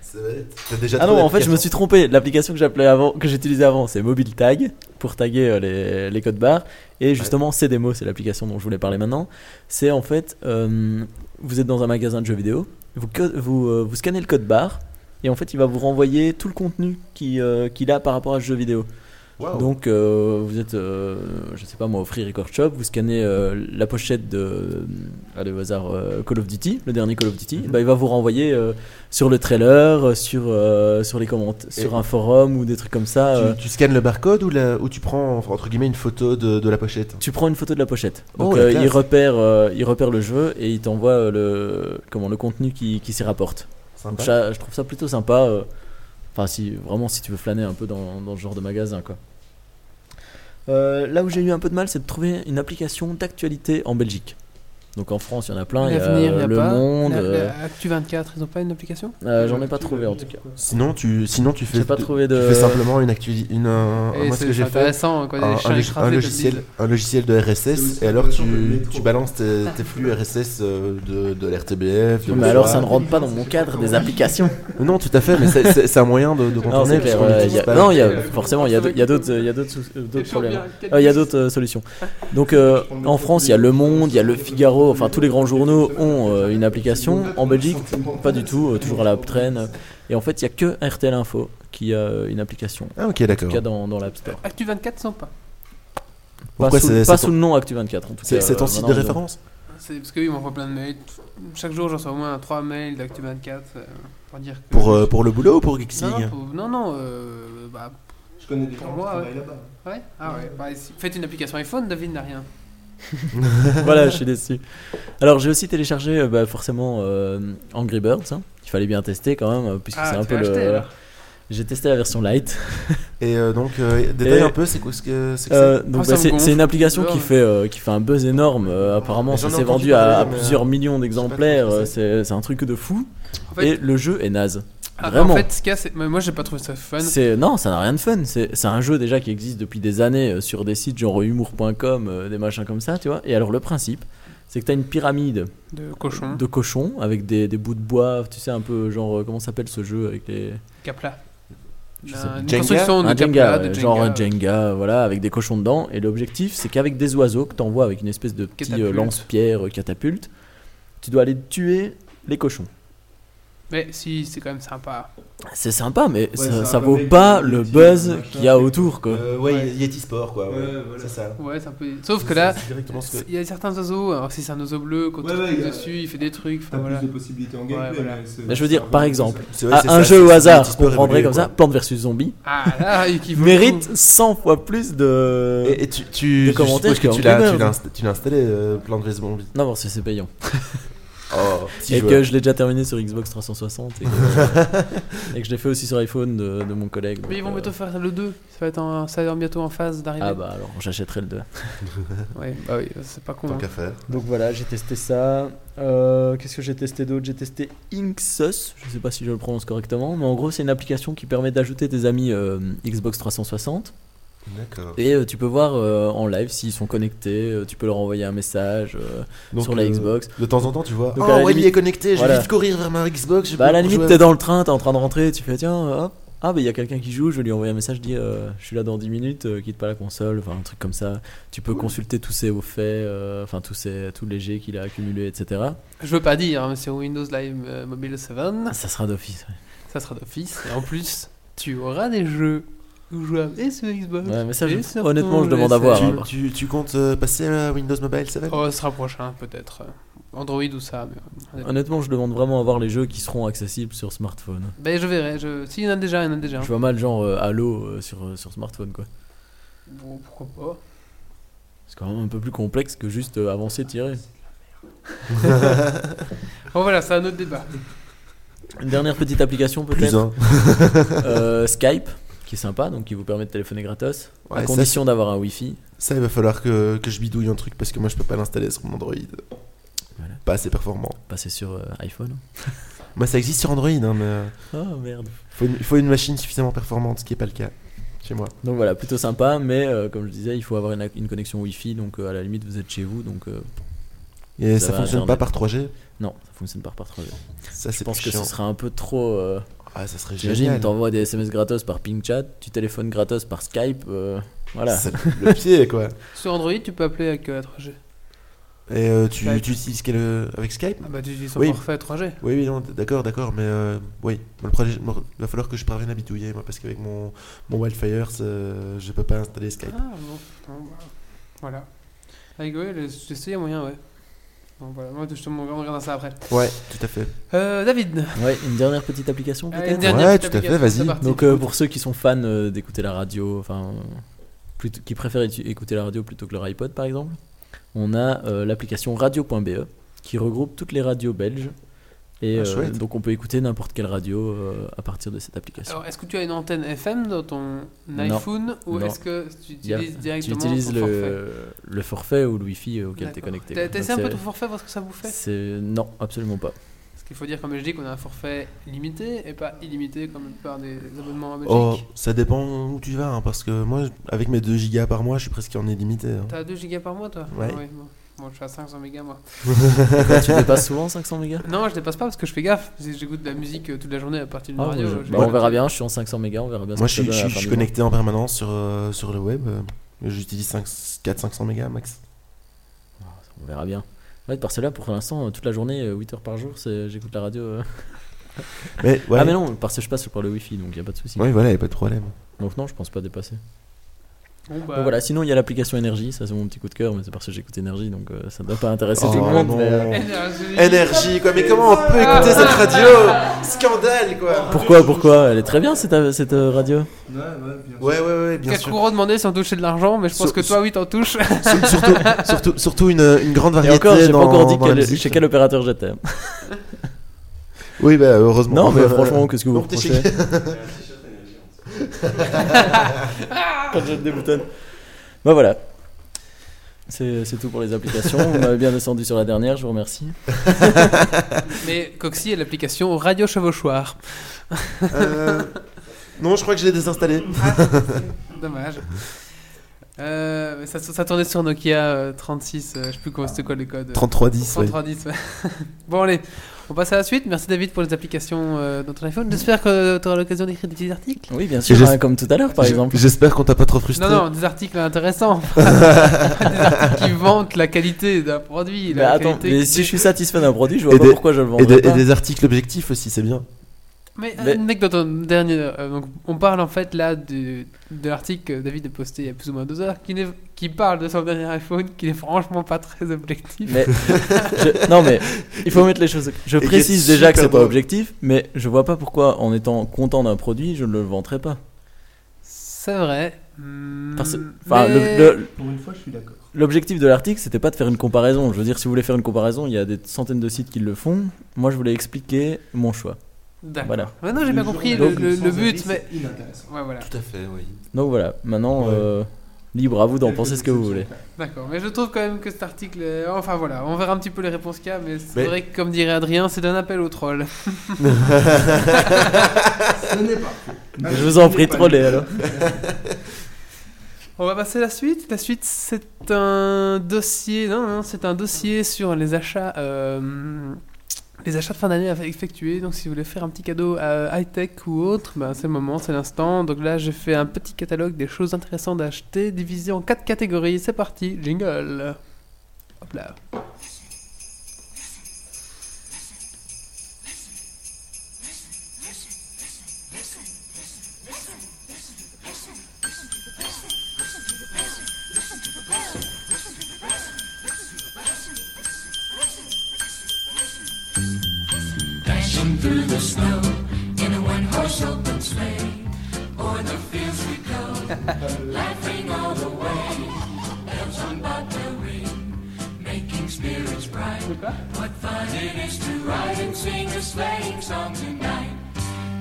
[SPEAKER 2] C'est bête. T'as déjà
[SPEAKER 4] Ah non,
[SPEAKER 2] trouvé
[SPEAKER 4] en fait, je me suis trompé. L'application que j'appelais avant, que j'utilisais avant, c'est Mobile Tag pour taguer euh, les, les codes barres. Et justement, CDMO, c'est l'application dont je voulais parler maintenant. C'est en fait, euh, vous êtes dans un magasin de jeux vidéo, vous, co- vous, euh, vous scannez le code barre. Et en fait, il va vous renvoyer tout le contenu qui, euh, qu'il a par rapport à ce jeu vidéo.
[SPEAKER 2] Waouh.
[SPEAKER 4] Donc, euh, vous êtes, euh, je sais pas moi, au Free Record Shop, vous scannez euh, la pochette de, euh, allez au hasard, euh, Call of Duty, le dernier Call of Duty,
[SPEAKER 2] Mhm.
[SPEAKER 4] bah, il va vous renvoyer euh, sur le trailer, euh, sur, euh, sur les commentaires, sur un forum ou des trucs comme ça. euh,
[SPEAKER 2] Tu, tu scannes le barcode ou, la- ou tu prends enfin, entre guillemets une photo de, de la pochette
[SPEAKER 4] Tu prends une photo de la pochette.
[SPEAKER 2] Oh,
[SPEAKER 4] Donc
[SPEAKER 2] la
[SPEAKER 4] euh, il
[SPEAKER 2] classe.
[SPEAKER 4] repère, euh, il repère le jeu et il t'envoie euh, le comment le contenu qui, qui s'y rapporte. Donc
[SPEAKER 2] Sympa.
[SPEAKER 4] ça, je trouve ça plutôt sympa. euh, Enfin, si vraiment si tu veux flâner un peu dans, dans ce genre de magasin, quoi. Euh, là où j'ai eu un peu de mal, c'est de trouver une application d'actualité en Belgique. Donc en France, il y en a plein. Il y a,
[SPEAKER 1] L'avenir,
[SPEAKER 4] euh,
[SPEAKER 1] y a
[SPEAKER 4] Le
[SPEAKER 1] pas.
[SPEAKER 4] Monde.
[SPEAKER 1] La-
[SPEAKER 4] euh,
[SPEAKER 1] la Actu24, ils ont pas une application
[SPEAKER 4] euh, J'en ai pas trouvé en tout cas.
[SPEAKER 2] Sinon, tu, sinon tu fais.
[SPEAKER 4] J'ai pas
[SPEAKER 2] tu-
[SPEAKER 4] trouvé
[SPEAKER 2] Tu
[SPEAKER 4] de.
[SPEAKER 2] fais simplement une actu, une, un-
[SPEAKER 1] Et
[SPEAKER 2] Ah, moi, ce que j'ai fait,
[SPEAKER 1] intéressant, quoi,
[SPEAKER 2] un,
[SPEAKER 1] des
[SPEAKER 2] un
[SPEAKER 1] chiens
[SPEAKER 2] log-
[SPEAKER 1] écrasés,
[SPEAKER 2] un
[SPEAKER 1] comme
[SPEAKER 2] logiciel,
[SPEAKER 1] disent.
[SPEAKER 2] un logiciel de RSS,
[SPEAKER 3] aussi
[SPEAKER 2] et alors
[SPEAKER 3] intéressant que le
[SPEAKER 2] tu,
[SPEAKER 3] métro.
[SPEAKER 2] tu balances tes,
[SPEAKER 1] Ah.
[SPEAKER 2] tes flux RSS euh, de, de l'RTBF. de
[SPEAKER 4] Mais alors, ça ne
[SPEAKER 2] l'O2A.
[SPEAKER 4] rentre pas dans mon cadre des applications.
[SPEAKER 2] Non, tout à fait, mais c'est- c'est c'est un moyen de, de
[SPEAKER 4] Non, c'est
[SPEAKER 2] contourner. parce
[SPEAKER 4] clair.
[SPEAKER 2] qu'on
[SPEAKER 4] ouais,
[SPEAKER 2] l'utilise
[SPEAKER 4] y a-
[SPEAKER 2] pas.
[SPEAKER 4] Non, il y a forcément, il y a d'autres, il y a d'autres, il y a d'autres sous- euh, d'autres problèmes. Euh, Il y a d'autres euh, solutions. Donc euh, en France, il y a Le Monde, il y a Le Figaro, enfin tous les grands journaux ont euh, une application. En Belgique, pas du tout, euh, toujours à la traîne. Et en fait, il n'y a que RTL Info qui a euh, une application,
[SPEAKER 2] Ah, ok,
[SPEAKER 4] en
[SPEAKER 2] d'accord.
[SPEAKER 4] tout cas dans, dans l'App Store.
[SPEAKER 1] Actu24 sont pas.
[SPEAKER 4] Pas,
[SPEAKER 2] Pourquoi
[SPEAKER 4] sous,
[SPEAKER 2] c'est
[SPEAKER 4] pas
[SPEAKER 2] c'est
[SPEAKER 4] sous
[SPEAKER 2] ton-
[SPEAKER 4] le nom Actu24 en tout cas.
[SPEAKER 2] c'est- c'est ton
[SPEAKER 4] euh,
[SPEAKER 2] site de
[SPEAKER 4] maintenant, ils ont-
[SPEAKER 2] référence
[SPEAKER 1] C'est parce que oui, ils m'envoient plein de mails. Chaque jour, j'en reçois au moins 3 mails d'Actu24 euh, pour dire que.
[SPEAKER 2] pour, euh, pour le boulot ou pour Geeks
[SPEAKER 1] Non, non,
[SPEAKER 2] League
[SPEAKER 1] pour- non, non, euh, bah,
[SPEAKER 3] Je connais des gens
[SPEAKER 1] Pour
[SPEAKER 3] qui
[SPEAKER 1] moi,
[SPEAKER 3] travaillent
[SPEAKER 1] ouais.
[SPEAKER 3] là-bas.
[SPEAKER 1] ouais. Ah ouais, bah, si- faites une application iPhone, David n'a rien.
[SPEAKER 4] voilà, je suis déçu. Alors j'ai aussi téléchargé euh, bah, forcément euh, Angry Birds. hein. Il fallait bien tester quand même, euh, puisque
[SPEAKER 1] Ah,
[SPEAKER 4] c'est un
[SPEAKER 1] tu
[SPEAKER 4] peu
[SPEAKER 1] l'as acheté,
[SPEAKER 4] le.
[SPEAKER 1] alors.
[SPEAKER 4] J'ai testé la version light.
[SPEAKER 2] Et euh, donc, euh, détaille
[SPEAKER 4] Et-
[SPEAKER 2] un peu, c'est quoi ce que c'est que c'est
[SPEAKER 4] Euh, donc
[SPEAKER 1] Ah, ça
[SPEAKER 4] bah,
[SPEAKER 1] me
[SPEAKER 4] c'est
[SPEAKER 1] gonfle.
[SPEAKER 4] c'est une application qui
[SPEAKER 1] Ouais.
[SPEAKER 4] fait euh, qui fait un buzz énorme. Euh, apparemment,
[SPEAKER 2] Mais
[SPEAKER 4] ça
[SPEAKER 2] j'en ai
[SPEAKER 4] s'est
[SPEAKER 2] entendu
[SPEAKER 4] vendu à,
[SPEAKER 2] parler,
[SPEAKER 4] à
[SPEAKER 2] mais, euh,
[SPEAKER 4] plusieurs millions d'exemplaires.
[SPEAKER 2] trop ce
[SPEAKER 4] euh,
[SPEAKER 2] que
[SPEAKER 4] C'est c'est un truc de fou.
[SPEAKER 1] En fait,
[SPEAKER 4] Et le jeu est naze.
[SPEAKER 1] ah,
[SPEAKER 4] vraiment.
[SPEAKER 1] en fait, ce qu'il y a, c'est- mais Moi, j'ai pas trouvé ça fun.
[SPEAKER 4] C'est non, ça n'a rien de fun. C'est c'est un jeu déjà qui existe depuis des années euh, sur des sites genre humour.com, euh, des machins comme ça, tu vois. Et alors le principe, c'est que t'as une pyramide
[SPEAKER 1] De cochon,
[SPEAKER 4] de cochons avec des, des bouts de bois, tu sais un peu genre euh, comment s'appelle ce jeu avec les
[SPEAKER 1] Capla.
[SPEAKER 4] Je
[SPEAKER 1] Un-
[SPEAKER 4] sais pas.
[SPEAKER 1] Une
[SPEAKER 2] Jenga
[SPEAKER 1] construction de
[SPEAKER 4] un
[SPEAKER 1] Capla,
[SPEAKER 4] Jenga,
[SPEAKER 1] de
[SPEAKER 4] euh,
[SPEAKER 1] Jenga.
[SPEAKER 4] genre un Jenga, voilà, avec des cochons dedans. Et l'objectif, c'est qu'avec des oiseaux que t'envoies avec une espèce de petit euh,
[SPEAKER 1] Catapulte.
[SPEAKER 4] lance-pierre euh, catapulte, tu dois aller tuer les cochons.
[SPEAKER 1] Mais si, c'est quand même sympa.
[SPEAKER 4] C'est sympa, mais
[SPEAKER 3] c'est
[SPEAKER 4] ça,
[SPEAKER 3] un
[SPEAKER 4] ça
[SPEAKER 3] peu
[SPEAKER 4] vaut
[SPEAKER 3] mec
[SPEAKER 4] pas
[SPEAKER 3] qui
[SPEAKER 4] le
[SPEAKER 3] dit,
[SPEAKER 4] buzz
[SPEAKER 3] machin,
[SPEAKER 4] qu'il y a
[SPEAKER 3] mec.
[SPEAKER 4] autour, quoi.
[SPEAKER 2] Euh,
[SPEAKER 3] Ouais.
[SPEAKER 2] Yeti Sport, quoi.
[SPEAKER 3] Ah
[SPEAKER 1] Euh,
[SPEAKER 3] Ouais, voilà.
[SPEAKER 2] ça.
[SPEAKER 1] Ouais, c'est un peu. Sauf que là,
[SPEAKER 2] C'est directement ce que-
[SPEAKER 1] il y a certains oiseaux. Alors, si c'est un oiseau bleu, quand
[SPEAKER 3] Ouais,
[SPEAKER 1] on
[SPEAKER 3] ouais,
[SPEAKER 1] clique
[SPEAKER 3] il y a-
[SPEAKER 1] dessus, il fait des trucs. Enfin,
[SPEAKER 3] T'as
[SPEAKER 1] voilà.
[SPEAKER 3] plus de possibilités en gameplay.
[SPEAKER 1] Ouais, voilà.
[SPEAKER 3] mais c'est-
[SPEAKER 4] Mais je veux dire,
[SPEAKER 3] c'est
[SPEAKER 4] par
[SPEAKER 3] un-
[SPEAKER 4] exemple,
[SPEAKER 2] c'est- ouais,
[SPEAKER 4] Ah,
[SPEAKER 2] c'est
[SPEAKER 4] un
[SPEAKER 2] ça,
[SPEAKER 4] jeu au
[SPEAKER 2] c'est-
[SPEAKER 4] hasard,
[SPEAKER 2] Yeti Sport
[SPEAKER 4] on prendrait
[SPEAKER 2] évolué,
[SPEAKER 4] comme
[SPEAKER 2] quoi.
[SPEAKER 4] ça, Plante versus Zombie,
[SPEAKER 1] Ah là, il qui vaut le coup.
[SPEAKER 4] mérite 100 fois plus de.
[SPEAKER 2] Euh, Et, et tu, tu,
[SPEAKER 4] Des
[SPEAKER 2] je
[SPEAKER 4] commentaires
[SPEAKER 2] suppose que
[SPEAKER 4] qui
[SPEAKER 2] tu
[SPEAKER 4] ont
[SPEAKER 2] l'as,
[SPEAKER 4] Gamer.
[SPEAKER 2] tu l'as, insta- tu l'as installé, euh, Plant vs Zombie.
[SPEAKER 4] Non, bon, c'est c'est payant.
[SPEAKER 2] Oh, petit
[SPEAKER 4] et
[SPEAKER 2] joueur.
[SPEAKER 4] que je l'ai déjà terminé sur Xbox 360 et que, et que je l'ai fait aussi sur iPhone de, de mon collègue.
[SPEAKER 1] Mais ils
[SPEAKER 4] donc,
[SPEAKER 1] vont
[SPEAKER 4] euh,
[SPEAKER 1] bientôt faire le 2. Ça va être en- ça va être bientôt en phase d'arrivée.
[SPEAKER 4] Ah bah Ah alors j'achèterai le 2.
[SPEAKER 1] Ouais, bah oui, c'est pas con.
[SPEAKER 2] Tant
[SPEAKER 1] hein.
[SPEAKER 2] qu'à faire.
[SPEAKER 4] Donc voilà, j'ai testé ça. Euh, Qu'est-ce que j'ai testé d'autre J'ai testé Inksus, je sais pas si je le prononce correctement, mais en gros c'est une application qui permet d'ajouter tes amis euh, Xbox 360
[SPEAKER 2] D'accord.
[SPEAKER 4] Et euh, tu peux voir euh, en live s'ils sont connectés, euh, tu peux leur envoyer un message euh,
[SPEAKER 2] Donc,
[SPEAKER 4] sur la
[SPEAKER 2] euh,
[SPEAKER 4] Xbox.
[SPEAKER 2] De temps en temps, tu vois.
[SPEAKER 4] Donc,
[SPEAKER 2] Ah
[SPEAKER 4] à la
[SPEAKER 2] ouais, il
[SPEAKER 4] limite-
[SPEAKER 2] est connecté, je
[SPEAKER 4] voilà.
[SPEAKER 2] vais vite courir vers ma Xbox. je
[SPEAKER 4] Bah à
[SPEAKER 2] peux
[SPEAKER 4] la
[SPEAKER 2] jouer
[SPEAKER 4] limite
[SPEAKER 2] à-
[SPEAKER 4] t'es dans le train, t'es en train de rentrer, tu fais tiens euh, hop, ah bah il y a quelqu'un qui joue, je vais lui envoyer un message, je dis euh, je suis là dans 10 minutes, euh, quitte pas la console, enfin un truc comme ça. Tu peux consulter tous ses hauts faits, euh, enfin tous ces tous les jets qu'il a accumulés, etc.
[SPEAKER 1] Je veux pas dire, hein, mais sur Windows Live euh, Mobile 7,
[SPEAKER 4] Ah, ça sera d'office.
[SPEAKER 1] ça sera d'office. Et en plus, tu auras des jeux jouables et sur Xbox.
[SPEAKER 4] Ouais. Ouais, mais ça, je-
[SPEAKER 1] et sur
[SPEAKER 4] honnêtement,
[SPEAKER 1] ton
[SPEAKER 4] je demande à
[SPEAKER 1] PlayStation.
[SPEAKER 4] voir. hein.
[SPEAKER 2] Tu, tu- tu comptes euh, passer à Windows Mobile 7
[SPEAKER 1] Oh, ce sera prochain, peut-être. Android ou ça. Mais... euh,
[SPEAKER 4] Honnêtement, je demande vraiment à voir les jeux qui seront accessibles sur smartphone.
[SPEAKER 1] Ben, je verrai. Je... Si, il y en a déjà, il y en a déjà. hein.
[SPEAKER 4] Je vois mal genre euh, Halo euh, sur, euh, sur smartphone quoi.
[SPEAKER 1] Bon, pourquoi pas.
[SPEAKER 4] C'est quand même un peu plus complexe que juste euh, avancer, tirer.
[SPEAKER 1] Bon, voilà, c'est un autre débat.
[SPEAKER 4] Une dernière petite application peut-être.
[SPEAKER 2] un.
[SPEAKER 4] Euh, Skype, qui est sympa, donc qui vous permet de téléphoner gratos, à
[SPEAKER 2] Ouais, ça,
[SPEAKER 4] condition d'avoir un Wi-Fi.
[SPEAKER 2] Ça, il va falloir que, que je bidouille un truc parce que moi, je peux pas l'installer sur mon Android.
[SPEAKER 4] Voilà.
[SPEAKER 2] Pas assez performant.
[SPEAKER 4] Passer sur euh, iPhone.
[SPEAKER 2] Moi, ça existe sur Android, hein, mais euh,
[SPEAKER 4] Oh merde.
[SPEAKER 2] faut une- il faut une machine suffisamment performante, ce qui est pas le cas chez moi.
[SPEAKER 4] Donc voilà, plutôt sympa, mais euh, comme je disais, il faut avoir une, une connexion Wi-Fi, donc euh, à la limite vous êtes chez vous, donc euh,
[SPEAKER 2] Et
[SPEAKER 4] Ça
[SPEAKER 2] ça,
[SPEAKER 4] va,
[SPEAKER 2] fonctionne pas
[SPEAKER 4] Internet.
[SPEAKER 2] par 3G.
[SPEAKER 4] non, ça fonctionne pas par 3G.
[SPEAKER 2] Ça,
[SPEAKER 4] Je
[SPEAKER 2] c'est
[SPEAKER 4] pense
[SPEAKER 2] plus
[SPEAKER 4] que
[SPEAKER 2] chiant.
[SPEAKER 4] ce serait un peu trop. euh,
[SPEAKER 2] Ah, ça serait
[SPEAKER 4] J'imagine,
[SPEAKER 2] génial.
[SPEAKER 4] t'envoies des SMS gratos par ping chat, tu téléphones gratos par Skype, euh, voilà.
[SPEAKER 2] C'est le pied, quoi.
[SPEAKER 1] Sur Android, tu peux appeler avec euh, la 3G.
[SPEAKER 2] Et euh, tu,
[SPEAKER 1] Skype.
[SPEAKER 2] tu utilises quel, euh, avec Skype
[SPEAKER 1] Ah, bah, tu dis son
[SPEAKER 2] Oui.
[SPEAKER 1] forfait 3G.
[SPEAKER 2] Oui, oui, non, d- d'accord, d'accord, mais euh, oui, Moi, le projet, moi, il va falloir que je parvienne à bidouiller, moi, parce qu'avec mon, mon Wildfire, ça, je peux pas installer Skype.
[SPEAKER 1] Ah, bon. Bon, bah, voilà. Avec ouais, le- c'est- c'est moyen, ouais. Bon, voilà, moi, je te on regardera ça après.
[SPEAKER 4] Ah.
[SPEAKER 2] Ouais, tout à fait.
[SPEAKER 1] Euh, David,
[SPEAKER 4] Ouais, une dernière petite application
[SPEAKER 1] Euh, une
[SPEAKER 4] peut-être
[SPEAKER 1] dernière
[SPEAKER 2] Ouais,
[SPEAKER 1] petite
[SPEAKER 2] tout à fait,
[SPEAKER 1] application,
[SPEAKER 2] vas-y.
[SPEAKER 1] c'est parti.
[SPEAKER 4] Donc euh, pour ceux qui sont fans euh, d'écouter la radio, enfin euh, plutôt- qui préfèrent étu- écouter la radio plutôt que leur iPod par exemple, on a euh, l'application radio.be E qui regroupe toutes les radios belges et
[SPEAKER 2] Ah,
[SPEAKER 4] euh,
[SPEAKER 2] chouette.
[SPEAKER 4] donc on peut écouter n'importe quelle radio euh, à partir de cette application.
[SPEAKER 1] Alors, est-ce que tu as une antenne FM dans ton
[SPEAKER 4] Non.
[SPEAKER 1] iPhone ou
[SPEAKER 4] Non.
[SPEAKER 1] est-ce que tu
[SPEAKER 4] Il y a-
[SPEAKER 1] utilises
[SPEAKER 4] tu
[SPEAKER 1] directement
[SPEAKER 4] utilises
[SPEAKER 1] ton forfait
[SPEAKER 4] le, le forfait ou le Wi-Fi auquel tu es
[SPEAKER 1] D'accord.
[SPEAKER 4] connecté.
[SPEAKER 1] T'as
[SPEAKER 4] quoi.
[SPEAKER 1] t'as
[SPEAKER 4] Donc,
[SPEAKER 1] essayé un peu
[SPEAKER 4] c'est-
[SPEAKER 1] ton forfait, voir ce que ça vous fait
[SPEAKER 4] c'est- Non, absolument pas.
[SPEAKER 1] Parce qu'il faut dire, comme je dis, qu'on a un forfait limité et pas illimité comme la plupart des abonnements à Belgique.
[SPEAKER 2] Oh, ça dépend où tu vas, hein, parce que moi, avec mes 2 gigas par mois, je suis presque en illimité. hein.
[SPEAKER 1] T'as 2 gigas par mois, toi
[SPEAKER 2] Ouais.
[SPEAKER 1] Ah bon. Bon, je suis à 500 mégas, moi.
[SPEAKER 4] Pourquoi tu dépasses souvent 500 mégas
[SPEAKER 1] Non, je dépasse pas parce que je fais gaffe. parce que J'écoute de la musique euh, toute la journée à partir d'une
[SPEAKER 4] Ah,
[SPEAKER 1] radio. euh,
[SPEAKER 4] je-
[SPEAKER 1] j'ai-
[SPEAKER 4] bah, On verra bien, je suis en 500 mégas, on verra bien. ce
[SPEAKER 2] Moi,
[SPEAKER 4] que
[SPEAKER 2] je
[SPEAKER 4] ça
[SPEAKER 2] suis,
[SPEAKER 4] donne à
[SPEAKER 2] je
[SPEAKER 4] la
[SPEAKER 2] suis-
[SPEAKER 4] fin
[SPEAKER 2] je suis
[SPEAKER 4] du mois.
[SPEAKER 2] connecté en permanence sur, euh, sur le web. euh, J'utilise 400-500 mégas max.
[SPEAKER 4] On verra bien. Ouais, par cela, pour l'instant, euh, toute la journée, euh, 8 heures par jour, c'est- j'écoute la radio. euh.
[SPEAKER 2] Mais, ouais.
[SPEAKER 4] Ah, mais non, parce que je passe par le Wi-Fi, donc il n'y a pas de souci.
[SPEAKER 2] Oui, voilà, y a pas de problème.
[SPEAKER 4] Donc, non, je pense pas dépasser.
[SPEAKER 1] Bon, bah,
[SPEAKER 4] Donc, voilà, sinon, il y a l'application Énergie, ça c'est mon petit coup de cœur, mais c'est parce que j'écoute Énergie, donc euh, ça ne doit pas intéresser tout le
[SPEAKER 2] Oh,
[SPEAKER 4] monde.
[SPEAKER 2] non.
[SPEAKER 4] mais, euh,
[SPEAKER 2] Énergie, quoi, mais comment on peut écouter cette radio Scandale, quoi
[SPEAKER 4] Pourquoi, pourquoi Elle est très bien cette, euh, cette euh, radio.
[SPEAKER 3] Ouais, ouais, bien
[SPEAKER 2] Ouais, ouais, ouais, bien
[SPEAKER 1] Qu'est-ce
[SPEAKER 2] sûr.
[SPEAKER 1] qu'on redemandait si on touchait de l'argent, mais je pense
[SPEAKER 2] Sur-
[SPEAKER 1] que toi, oui, t'en touches.
[SPEAKER 2] Sur- surtout, surtout, surtout une, une grande
[SPEAKER 4] Et
[SPEAKER 2] variété
[SPEAKER 4] encore, j'ai pas
[SPEAKER 2] dans,
[SPEAKER 4] encore dit
[SPEAKER 2] dans la
[SPEAKER 4] quel-
[SPEAKER 2] musique.
[SPEAKER 4] chez quel opérateur j'étais.
[SPEAKER 2] Oui, bah heureusement.
[SPEAKER 4] Non, mais franchement, qu'est-ce que vous
[SPEAKER 2] Non, t'es chez-
[SPEAKER 4] reprochez
[SPEAKER 5] C'est un t-shirt énergie en dessous.
[SPEAKER 4] quand je te déboutonne. Bah voilà. C'est c'est tout pour les applications. Vous m'avez bien descendu sur la dernière, je vous remercie.
[SPEAKER 1] Mais Coxy est l'application Radio Chevauchoir.
[SPEAKER 2] Euh, Non, je crois que je l'ai désinstallé.
[SPEAKER 1] Dommage. Euh, mais ça, ça tournait sur Nokia euh, 36, euh, je sais plus comment c'était quoi le code.
[SPEAKER 2] 3310, oui.
[SPEAKER 1] 3310, ouais. Bon, allez, on passe à la suite. Merci David pour les applications euh, dans ton iPhone. J'espère que tu auras l'occasion d'écrire des petits articles.
[SPEAKER 4] Oui, bien sûr,
[SPEAKER 2] Et je-
[SPEAKER 4] hein, comme tout à l'heure par
[SPEAKER 2] J-
[SPEAKER 4] exemple.
[SPEAKER 2] J'espère qu'on t'a pas trop frustré.
[SPEAKER 1] Non, non, des articles intéressants. des articles qui vantent la qualité d'un produit.
[SPEAKER 4] Mais
[SPEAKER 1] la
[SPEAKER 4] attends,
[SPEAKER 1] qualité
[SPEAKER 4] mais
[SPEAKER 1] qui-
[SPEAKER 4] si je suis satisfait d'un produit, je vois
[SPEAKER 2] Et
[SPEAKER 4] pas
[SPEAKER 2] des-
[SPEAKER 4] pourquoi je le
[SPEAKER 2] Et, des-
[SPEAKER 4] vendrais
[SPEAKER 2] et
[SPEAKER 4] pas.
[SPEAKER 2] des articles objectifs aussi, c'est bien.
[SPEAKER 1] Mais,
[SPEAKER 4] Mais-
[SPEAKER 1] euh, mec, dans ton dernier. euh, donc, on parle en fait là du- de l'article que David a posté il y a plus ou moins deux heures qui, n'est- qui parle de son dernier iPhone qui n'est franchement pas très objectif.
[SPEAKER 4] Mais je- non, mais il faut mettre les choses. au- Je
[SPEAKER 2] Et qui est
[SPEAKER 4] précise déjà que c'est
[SPEAKER 2] super
[SPEAKER 4] pas
[SPEAKER 2] drôle.
[SPEAKER 4] objectif, mais je vois pas pourquoi, en étant content d'un produit, je ne le vendrais pas.
[SPEAKER 1] C'est vrai. Hmm,
[SPEAKER 4] Parce- Enfin, le-
[SPEAKER 1] mais-
[SPEAKER 4] le-
[SPEAKER 3] Pour une fois, je suis d'accord.
[SPEAKER 4] l'objectif de l'article, c'était pas de faire une comparaison. Je veux dire, si vous voulez faire une comparaison, il y a des centaines de sites qui le font. Moi, je voulais expliquer mon choix.
[SPEAKER 1] D'accord.
[SPEAKER 4] Voilà.
[SPEAKER 1] Maintenant, j'ai
[SPEAKER 3] Le
[SPEAKER 1] bien
[SPEAKER 3] jour
[SPEAKER 1] compris
[SPEAKER 3] où
[SPEAKER 1] le,
[SPEAKER 3] on
[SPEAKER 1] le-
[SPEAKER 3] est
[SPEAKER 1] le
[SPEAKER 3] sans
[SPEAKER 1] but,
[SPEAKER 3] avis,
[SPEAKER 1] mais.
[SPEAKER 3] c'est inintéressant.
[SPEAKER 1] Ouais, voilà.
[SPEAKER 2] Tout à fait, oui.
[SPEAKER 4] Donc voilà, maintenant,
[SPEAKER 2] Ouais.
[SPEAKER 4] euh, libre à vous d'en
[SPEAKER 3] Quelques
[SPEAKER 4] penser ce que vous voulez.
[SPEAKER 3] exceptions près.
[SPEAKER 1] D'accord. Mais je trouve quand même que cet article. est- Enfin, voilà. On verra un petit peu les réponses qu'il y a, mais c'est
[SPEAKER 2] Mais-
[SPEAKER 1] vrai que, comme dirait Adrien, c'est un appel au troll.
[SPEAKER 3] Ce n'est pas.
[SPEAKER 4] Je vous en prie,
[SPEAKER 3] Ce n'est pas-
[SPEAKER 4] trollez alors.
[SPEAKER 1] On va passer à la suite. La suite, c'est un dossier. Non, non, c'est un dossier sur les achats, euh, les achats de fin d'année à effectuer. Donc, si vous voulez faire un petit cadeau à high tech ou autre, ben, c'est le moment, c'est l'instant. Donc là, j'ai fait un petit catalogue des choses intéressantes à acheter, divisé en quatre catégories. C'est parti, jingle. Hop là.
[SPEAKER 7] Dashing through the snow in a one horse open sleigh. O'er the fields we go, laughing all the way. Bells on bobtail ring, making spirits bright. What fun it is to ride and sing a sleighing song tonight.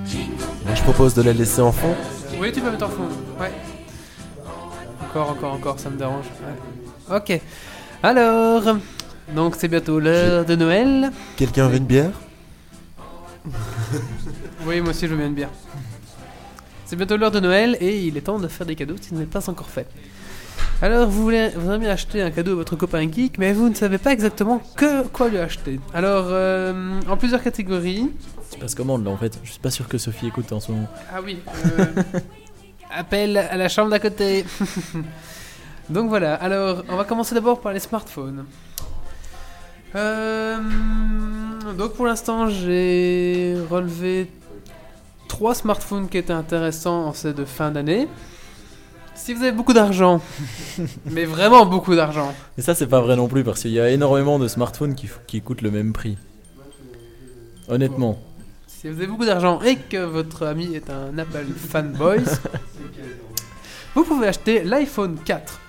[SPEAKER 7] Jingle
[SPEAKER 2] Je propose de la laisser en fond.
[SPEAKER 1] Oui, tu peux mettre en fond. Ouais. Encore, encore, encore, ça me dérange. Ouais. Ok. Alors, donc c'est bientôt l'heure de Noël.
[SPEAKER 2] Quelqu'un veut une bière
[SPEAKER 1] Oui, moi aussi je veux bien une bière. C'est bientôt l'heure de Noël et il est temps de faire des cadeaux si vous n'avez pas encore fait. Alors, vous voulez vous aimez acheter un cadeau à votre copain geek, mais vous ne savez pas exactement que quoi lui acheter. Alors, euh, en plusieurs catégories.
[SPEAKER 4] Tu passes commande là en fait. Je suis pas sûr que Sophie écoute en ce moment.
[SPEAKER 1] Ah oui. euh, appel à la chambre d'à côté. Donc voilà, alors on va commencer d'abord par les smartphones. Euh, donc pour l'instant j'ai relevé trois smartphones qui étaient intéressants en cette fin d'année. Si vous avez beaucoup d'argent, mais vraiment beaucoup d'argent,
[SPEAKER 4] Et ça, c'est pas vrai non plus parce qu'il y a énormément de smartphones qui, f- qui coûtent le même prix. Honnêtement.
[SPEAKER 1] si vous avez beaucoup d'argent et que votre ami est un Apple fanboy, vous pouvez acheter l'iPhone 4.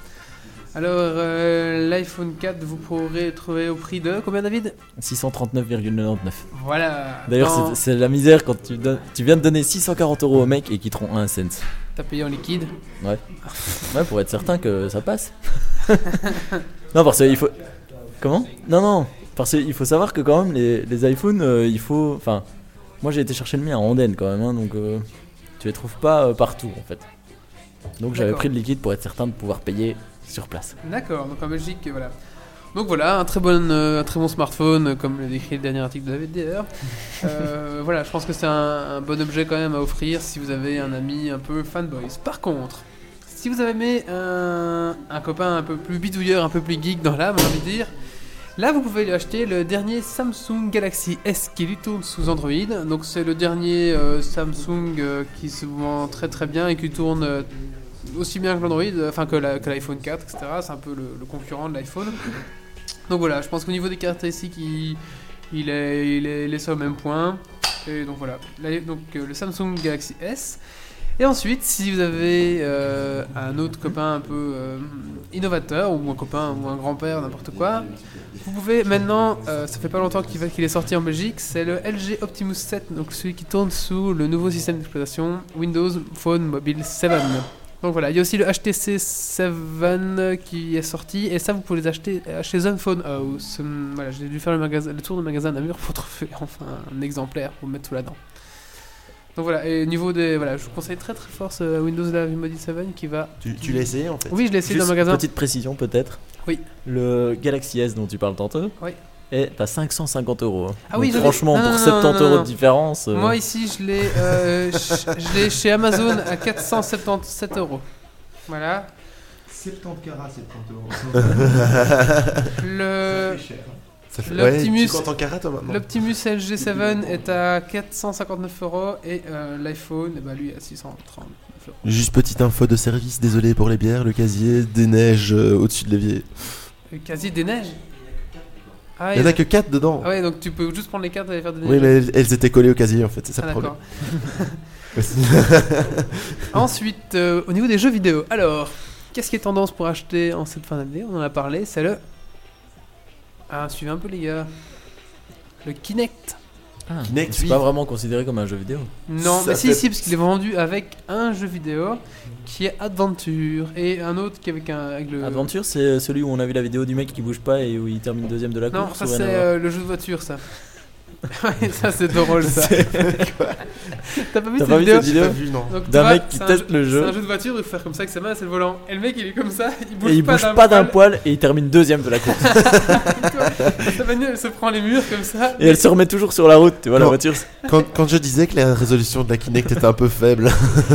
[SPEAKER 1] Alors, euh, l'iPhone 4, vous pourrez trouver au prix de combien, David
[SPEAKER 4] 639,99.
[SPEAKER 1] Voilà.
[SPEAKER 4] D'ailleurs,
[SPEAKER 1] Dans-
[SPEAKER 4] c'est- c'est la misère quand tu, donnes- tu viens de donner 640 euros au mec et qu'il te rend 1 cent.
[SPEAKER 1] t'as payé en liquide.
[SPEAKER 4] Ouais, pour être certain que ça passe. non, parce qu'il faut. Comment Non, non. Parce qu'il faut savoir que quand même, les, les iPhones, euh, il faut. Enfin, moi j'ai été chercher le mien à Andenne quand même, hein, donc euh, tu les trouves pas euh, partout en fait. Donc j'avais
[SPEAKER 1] D'accord.
[SPEAKER 4] pris le liquide pour être certain de pouvoir payer sur place.
[SPEAKER 1] D'accord, donc en Belgique, voilà. Donc voilà, un très bon, euh, un très bon smartphone, euh, comme le décrit le dernier article de David d'ailleurs. Euh, voilà, je pense que c'est un, un bon objet quand même à offrir si vous avez un ami un peu fanboys. Par contre, si vous avez aimé un, un copain un peu plus bidouilleur, un peu plus geek dans l'âme, j'ai envie de dire, là vous pouvez lui acheter le dernier Samsung Galaxy S qui lui tourne sous Android. Donc c'est le dernier euh, Samsung euh, qui se vend très très bien et qui tourne euh, aussi bien que l'Android, euh, enfin que la- que l'iPhone 4, etc. C'est un peu le, le concurrent de l'iPhone. Donc voilà, je pense qu'au niveau des caractéristiques, il, il, est, il, est, il est sur le même point. Et donc voilà, La- donc, euh, le Samsung Galaxy S. Et ensuite, si vous avez euh, un autre copain un peu euh, innovateur, ou un copain, ou un grand-père, n'importe quoi, vous pouvez maintenant, euh, ça fait pas longtemps qu'il va- qu'il est sorti en Belgique, c'est le LG Optimus 7, donc celui qui tourne sous le nouveau système d'exploitation Windows Phone Mobile 7. Donc voilà, il y a aussi le HTC 7 qui est sorti, et ça vous pouvez les acheter euh, chez Zone Phone House. Hum, Voilà, j'ai dû faire le, magasin, le tour de magasin d'Amur pour trouver enfin un exemplaire pour mettre sous la dent. Donc voilà, et niveau des. Voilà, je vous conseille très très fort ce Windows Live Mobile 7 qui va.
[SPEAKER 2] Tu, tu l'as essayé en fait
[SPEAKER 1] Oui, je l'ai essayé dans le
[SPEAKER 4] Juste
[SPEAKER 1] magasin.
[SPEAKER 4] petite précision peut-être.
[SPEAKER 1] Oui.
[SPEAKER 4] Le Galaxy S dont tu parles tantôt.
[SPEAKER 1] Oui.
[SPEAKER 4] Et t'as 550 euros. hein.
[SPEAKER 1] Ah oui,
[SPEAKER 4] Donc
[SPEAKER 1] j'avais-
[SPEAKER 4] franchement,
[SPEAKER 1] non, non,
[SPEAKER 4] pour
[SPEAKER 1] non,
[SPEAKER 4] 70
[SPEAKER 1] non, non,
[SPEAKER 4] euros
[SPEAKER 1] non.
[SPEAKER 4] de différence. euh,
[SPEAKER 1] Moi ici, je l'ai euh, ch- je l'ai chez Amazon à 477 euros. Voilà.
[SPEAKER 3] 70 carats, 70 euros.
[SPEAKER 1] Le.
[SPEAKER 3] C'est cher. hein.
[SPEAKER 2] Ça fait...
[SPEAKER 1] l'Optimus-
[SPEAKER 2] Ouais, tu comptes en carats toi maintenant
[SPEAKER 1] L'Optimus LG7 est à 459 euros et euh, l'iPhone, eh ben, lui, à 630.
[SPEAKER 2] Juste petite info de service, désolé pour les bières, le casier déneige euh, au-dessus de l'évier.
[SPEAKER 1] Le casier des neiges Ah,
[SPEAKER 2] Il y en
[SPEAKER 1] il-
[SPEAKER 2] a que 4 dedans.
[SPEAKER 1] ah ouais, donc tu peux juste prendre les cartes et les faire des
[SPEAKER 2] Oui,
[SPEAKER 1] neiges.
[SPEAKER 2] mais elles, elles étaient collées au casier en fait, c'est ça
[SPEAKER 1] Ah,
[SPEAKER 2] le problème.
[SPEAKER 1] d'accord. Ensuite, euh, au niveau des jeux vidéo, alors, qu'est-ce qui est tendance pour acheter en cette fin d'année On en a parlé, c'est le. Ah, suivez un peu les gars. Le Kinect.
[SPEAKER 4] ah,
[SPEAKER 2] Kinect,
[SPEAKER 4] c'est
[SPEAKER 2] oui.
[SPEAKER 4] pas vraiment considéré comme un jeu vidéo.
[SPEAKER 1] Non,
[SPEAKER 2] Ça
[SPEAKER 1] mais si,
[SPEAKER 2] fait-
[SPEAKER 1] si, parce qu'il est vendu avec un jeu vidéo qui est Adventure et un autre qui est avec, un, avec le.
[SPEAKER 4] Adventure, c'est euh, celui où on a vu la vidéo du mec qui bouge pas et où il termine deuxième de la
[SPEAKER 1] Non,
[SPEAKER 4] course.
[SPEAKER 1] ça
[SPEAKER 4] ou euh,
[SPEAKER 1] c'est
[SPEAKER 4] rien à voir
[SPEAKER 1] euh, le jeu de voiture, ça. Ouais, ça c'est drôle ça. T'as pas vu
[SPEAKER 4] T'as
[SPEAKER 1] cette
[SPEAKER 4] pas vu
[SPEAKER 1] vidéo
[SPEAKER 4] cette vidéo
[SPEAKER 2] Pas vu, non.
[SPEAKER 1] Donc, tu vois,
[SPEAKER 4] D'un mec qui
[SPEAKER 1] c'est un
[SPEAKER 4] teste le
[SPEAKER 1] C'est un
[SPEAKER 4] jeu
[SPEAKER 1] jeu de voiture, il faut faire comme ça avec sa main, c'est le volant. Et le mec, il est comme ça, il bouge
[SPEAKER 4] et il
[SPEAKER 1] pas
[SPEAKER 4] bouge
[SPEAKER 1] d'un
[SPEAKER 4] pas d'un poil et il termine deuxième de la course.
[SPEAKER 1] Sa bagnole, elle se prend les murs comme ça.
[SPEAKER 4] Et elle se remet toujours sur la route, tu vois, la
[SPEAKER 2] Non.
[SPEAKER 4] voiture.
[SPEAKER 2] Quand, quand je disais que la résolution de la Kinect était un peu faible,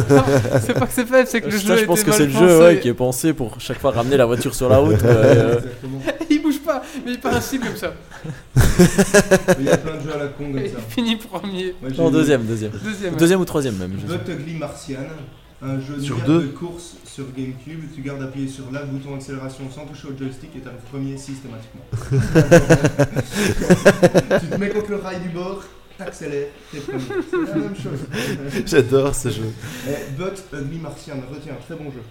[SPEAKER 1] C'est pas que c'est faible, c'est que le jeu
[SPEAKER 4] Ça, je
[SPEAKER 1] a
[SPEAKER 4] pense
[SPEAKER 1] été
[SPEAKER 4] que c'est
[SPEAKER 1] mal
[SPEAKER 4] le jeu ouais,
[SPEAKER 1] pensé.
[SPEAKER 4] qui est pensé pour chaque fois ramener la voiture sur la route. ouais, euh,
[SPEAKER 3] Exactement.
[SPEAKER 1] Il bouge pas, mais il part un style comme ça.
[SPEAKER 3] Mais Il y a plein de jeux à la con comme
[SPEAKER 1] Et
[SPEAKER 3] ça.
[SPEAKER 1] il finit premier,
[SPEAKER 3] Moi, j'ai
[SPEAKER 4] Non,
[SPEAKER 3] eu
[SPEAKER 4] deuxième, deuxième.
[SPEAKER 1] deuxième.
[SPEAKER 4] Deuxième ou troisième même. je sais
[SPEAKER 3] The Ugly Martian, un jeu de,
[SPEAKER 2] Sur
[SPEAKER 3] garde
[SPEAKER 2] deux.
[SPEAKER 3] de course sur GameCube. Tu gardes appuyé sur la bouton accélération sans toucher au joystick et t'arrives premier systématiquement. tu te mets contre le rail du bord, t'accélères, t'es premier. C'est la même chose.
[SPEAKER 2] j'adore ce jeu.
[SPEAKER 3] Eh, But Ugly Martian, retiens, très bon jeu.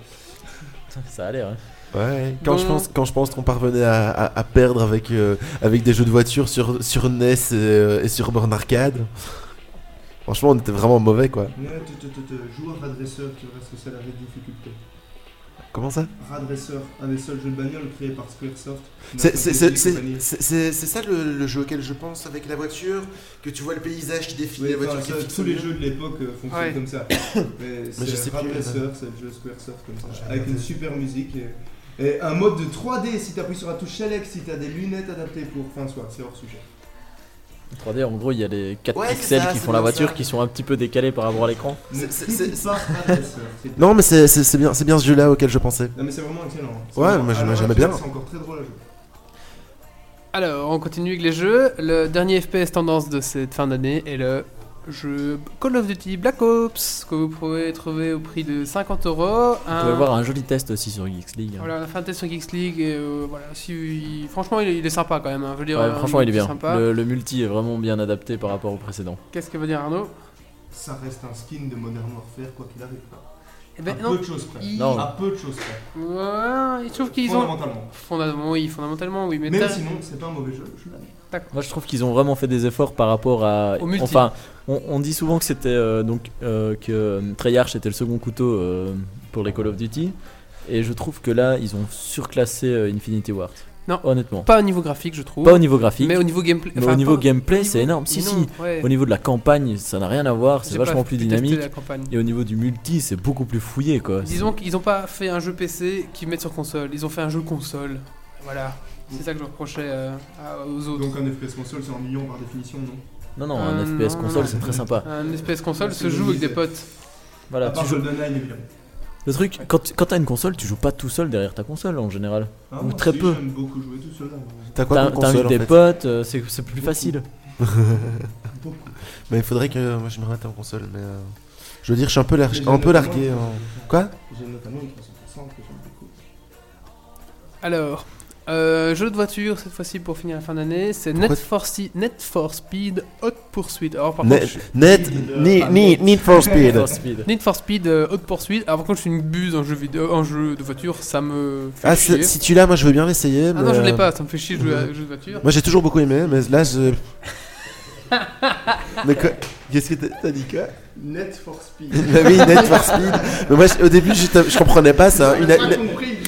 [SPEAKER 4] pas. Ça a l'air. hein.
[SPEAKER 2] Ouais. Quand je
[SPEAKER 1] Bon.
[SPEAKER 2] pense, quand je pense qu'on parvenait à, à- à perdre avec euh, avec des jeux de voiture sur sur NES et, euh, et sur borne arcade, franchement, on était vraiment mauvais quoi.
[SPEAKER 3] Mais te, te, te, te, joueur adresseur, tu verras ce que c'est la vraie difficulté.
[SPEAKER 2] Comment ça
[SPEAKER 3] Radresseur, un des seuls jeux de bagnole créés par Squaresoft.
[SPEAKER 2] C'est c'est- c'est-
[SPEAKER 3] Microsoft et
[SPEAKER 2] c'est-
[SPEAKER 3] compagnie.
[SPEAKER 2] c'est- c'est- c'est ça le, le jeu auquel je pense avec la voiture, que tu vois le paysage qui défile,
[SPEAKER 3] Oui,
[SPEAKER 2] la voiture
[SPEAKER 3] enfin,
[SPEAKER 2] qui
[SPEAKER 3] ça,
[SPEAKER 2] fixe
[SPEAKER 3] tous
[SPEAKER 2] le
[SPEAKER 3] les
[SPEAKER 2] mur.
[SPEAKER 3] jeux de l'époque euh, fonctionnent
[SPEAKER 1] Ouais.
[SPEAKER 3] comme ça. Mais
[SPEAKER 2] je sais
[SPEAKER 3] c'est
[SPEAKER 2] plus,
[SPEAKER 3] Radresseur, c'est le jeu Squaresoft comme
[SPEAKER 2] Attends,
[SPEAKER 3] ça.
[SPEAKER 2] j'ai
[SPEAKER 3] Avec une
[SPEAKER 2] regardé.
[SPEAKER 3] super musique. Et, et un mode de 3D si t'appuies sur la touche Select, si t'as des lunettes adaptées pour. Enfin, soit, c'est hors sujet.
[SPEAKER 4] 3D, en gros, il y a les 4
[SPEAKER 2] Ouais, c'est
[SPEAKER 4] pixels
[SPEAKER 2] ça,
[SPEAKER 4] qui
[SPEAKER 2] c'est
[SPEAKER 4] font la
[SPEAKER 2] bien
[SPEAKER 4] voiture
[SPEAKER 2] ça.
[SPEAKER 4] qui sont un petit peu décalés par rapport à l'écran.
[SPEAKER 3] Ne
[SPEAKER 2] C'est-
[SPEAKER 3] critique
[SPEAKER 2] c'est- c'est-
[SPEAKER 3] pas Radresseur. c'est-
[SPEAKER 2] Non, mais c'est- c'est c'est bien, c'est bien ce jeu-là auquel je pensais.
[SPEAKER 3] Non, mais c'est vraiment excellent. hein. C'est
[SPEAKER 2] Ouais,
[SPEAKER 3] vraiment-
[SPEAKER 2] moi, j'aimais-
[SPEAKER 3] alors,
[SPEAKER 2] j'aimais
[SPEAKER 3] actuel,
[SPEAKER 2] bien.
[SPEAKER 3] C'est encore très drôle à jouer.
[SPEAKER 1] Alors, on continue avec les jeux. Le dernier FPS tendance de cette fin d'année est le jeu Call of Duty Black Ops, que vous pouvez trouver au prix de 50 euros.
[SPEAKER 4] Vous pouvez voir un joli test aussi sur Geeks League. hein.
[SPEAKER 1] Ah. Voilà, on a fait un test sur Geeks League. et, euh, voilà, si, franchement, il est, il est sympa quand même. hein. Je veux dire,
[SPEAKER 4] Ouais,
[SPEAKER 1] euh,
[SPEAKER 4] franchement, il est bien.
[SPEAKER 1] sympa.
[SPEAKER 4] Le, le multi est vraiment bien adapté par rapport au précédent.
[SPEAKER 1] Qu'est-ce que veut dire Arnaud
[SPEAKER 3] Ça reste un skin de Modern Warfare, quoi qu'il arrive. quoi.
[SPEAKER 1] Eh ben,
[SPEAKER 3] à
[SPEAKER 1] non.
[SPEAKER 3] peu de choses près.
[SPEAKER 1] ils-
[SPEAKER 4] Non.
[SPEAKER 3] À peu de choses près.
[SPEAKER 1] Ouais, je trouve qu'ils ont.
[SPEAKER 3] Fondamentalement.
[SPEAKER 1] Fondamentalement, oui, fondamentalement, oui. Mais
[SPEAKER 3] Même
[SPEAKER 1] t'as-
[SPEAKER 3] sinon, c'est pas un mauvais jeu. je l'adore.
[SPEAKER 4] Moi, je trouve qu'ils ont vraiment fait des efforts par rapport à.
[SPEAKER 1] Au multi.
[SPEAKER 4] Enfin, on, on dit souvent que c'était euh, donc euh, que euh, Treyarch était le second couteau euh, pour les Call of Duty, et je trouve que là, ils ont surclassé euh, Infinity Ward.
[SPEAKER 1] Non.
[SPEAKER 4] honnêtement.
[SPEAKER 1] pas au niveau graphique, je trouve.
[SPEAKER 4] Pas au niveau graphique,
[SPEAKER 1] mais au niveau gameplay.
[SPEAKER 4] mais
[SPEAKER 1] enfin,
[SPEAKER 4] au niveau
[SPEAKER 1] pas-
[SPEAKER 4] gameplay,
[SPEAKER 1] niveau-
[SPEAKER 4] c'est énorme. Si,
[SPEAKER 1] mais
[SPEAKER 4] si.
[SPEAKER 1] non, ouais.
[SPEAKER 4] Au niveau de la campagne, ça n'a rien à voir.
[SPEAKER 1] J'ai
[SPEAKER 4] C'est
[SPEAKER 1] pas
[SPEAKER 4] vachement plus
[SPEAKER 1] pu tester
[SPEAKER 4] dynamique.
[SPEAKER 1] la campagne.
[SPEAKER 4] Et au niveau du multi, c'est beaucoup plus fouillé, quoi.
[SPEAKER 1] Disons qu'ils n'ont pas fait un jeu PC qu'ils mettent sur console. Ils ont fait un jeu console. Voilà. C'est ça que je reprochais euh, à- aux autres.
[SPEAKER 3] Donc, un FPS console, c'est ennuyant par définition, non
[SPEAKER 4] Non, non, un
[SPEAKER 1] Euh,
[SPEAKER 4] FPS
[SPEAKER 1] non,
[SPEAKER 4] console,
[SPEAKER 1] non.
[SPEAKER 4] c'est très sympa.
[SPEAKER 1] un espèce console
[SPEAKER 2] Bah,
[SPEAKER 3] Ouais,
[SPEAKER 1] se
[SPEAKER 3] c'est
[SPEAKER 1] joue avec
[SPEAKER 3] misé.
[SPEAKER 1] des potes.
[SPEAKER 4] Voilà,
[SPEAKER 3] À
[SPEAKER 4] tu
[SPEAKER 3] part
[SPEAKER 4] joues-
[SPEAKER 3] GoldenEye, évidemment.
[SPEAKER 4] Le truc, quand, quand t'as une console, tu joues pas tout seul derrière ta console en général.
[SPEAKER 3] Ah,
[SPEAKER 4] Ou
[SPEAKER 3] moi
[SPEAKER 4] très
[SPEAKER 3] aussi,
[SPEAKER 4] peu.
[SPEAKER 3] J'aime beaucoup jouer tout seul. hein.
[SPEAKER 2] T'as quoi
[SPEAKER 4] T'as-
[SPEAKER 2] comme console
[SPEAKER 4] T'invites
[SPEAKER 2] en
[SPEAKER 4] des
[SPEAKER 2] fait
[SPEAKER 4] potes, euh, c'est c'est plus facile.
[SPEAKER 3] Beaucoup.
[SPEAKER 2] Mais il faudrait que moi je me remette en console, mais euh, je veux dire, je suis un peu, lar-
[SPEAKER 3] Mais j'ai
[SPEAKER 2] un
[SPEAKER 3] notamment-
[SPEAKER 2] peu largué. en- Quoi
[SPEAKER 3] J'ai notamment une 360 que j'aime beaucoup.
[SPEAKER 1] Alors, euh, jeu de voiture cette fois-ci pour finir la fin d'année, c'est Net
[SPEAKER 2] Pourquoi
[SPEAKER 1] for, Speed- Net for Speed Hot Pursuit. Alors par contre,
[SPEAKER 2] Net, Net- Need, Need- Need for Speed.
[SPEAKER 4] Force Speed.
[SPEAKER 1] Need for Speed euh, Hot Pursuit. Alors par contre, je suis une buse en jeu vidéo, en jeu de voiture, ça me fait
[SPEAKER 2] Ah,
[SPEAKER 1] chier.
[SPEAKER 2] si si tu l'as, moi je veux bien l'essayer.
[SPEAKER 1] Ah
[SPEAKER 2] mais,
[SPEAKER 1] non, je l'ai
[SPEAKER 2] euh,
[SPEAKER 1] pas, ça me fait chier de jouer à un jeu de voiture.
[SPEAKER 2] Moi j'ai toujours beaucoup aimé, mais là je. mais quoi Qu'est-ce que t'as t'as dit quoi
[SPEAKER 3] Net for Speed.
[SPEAKER 2] Bah oui, Net for Speed. Mais moi je- au début je, je comprenais pas ça. Une, une-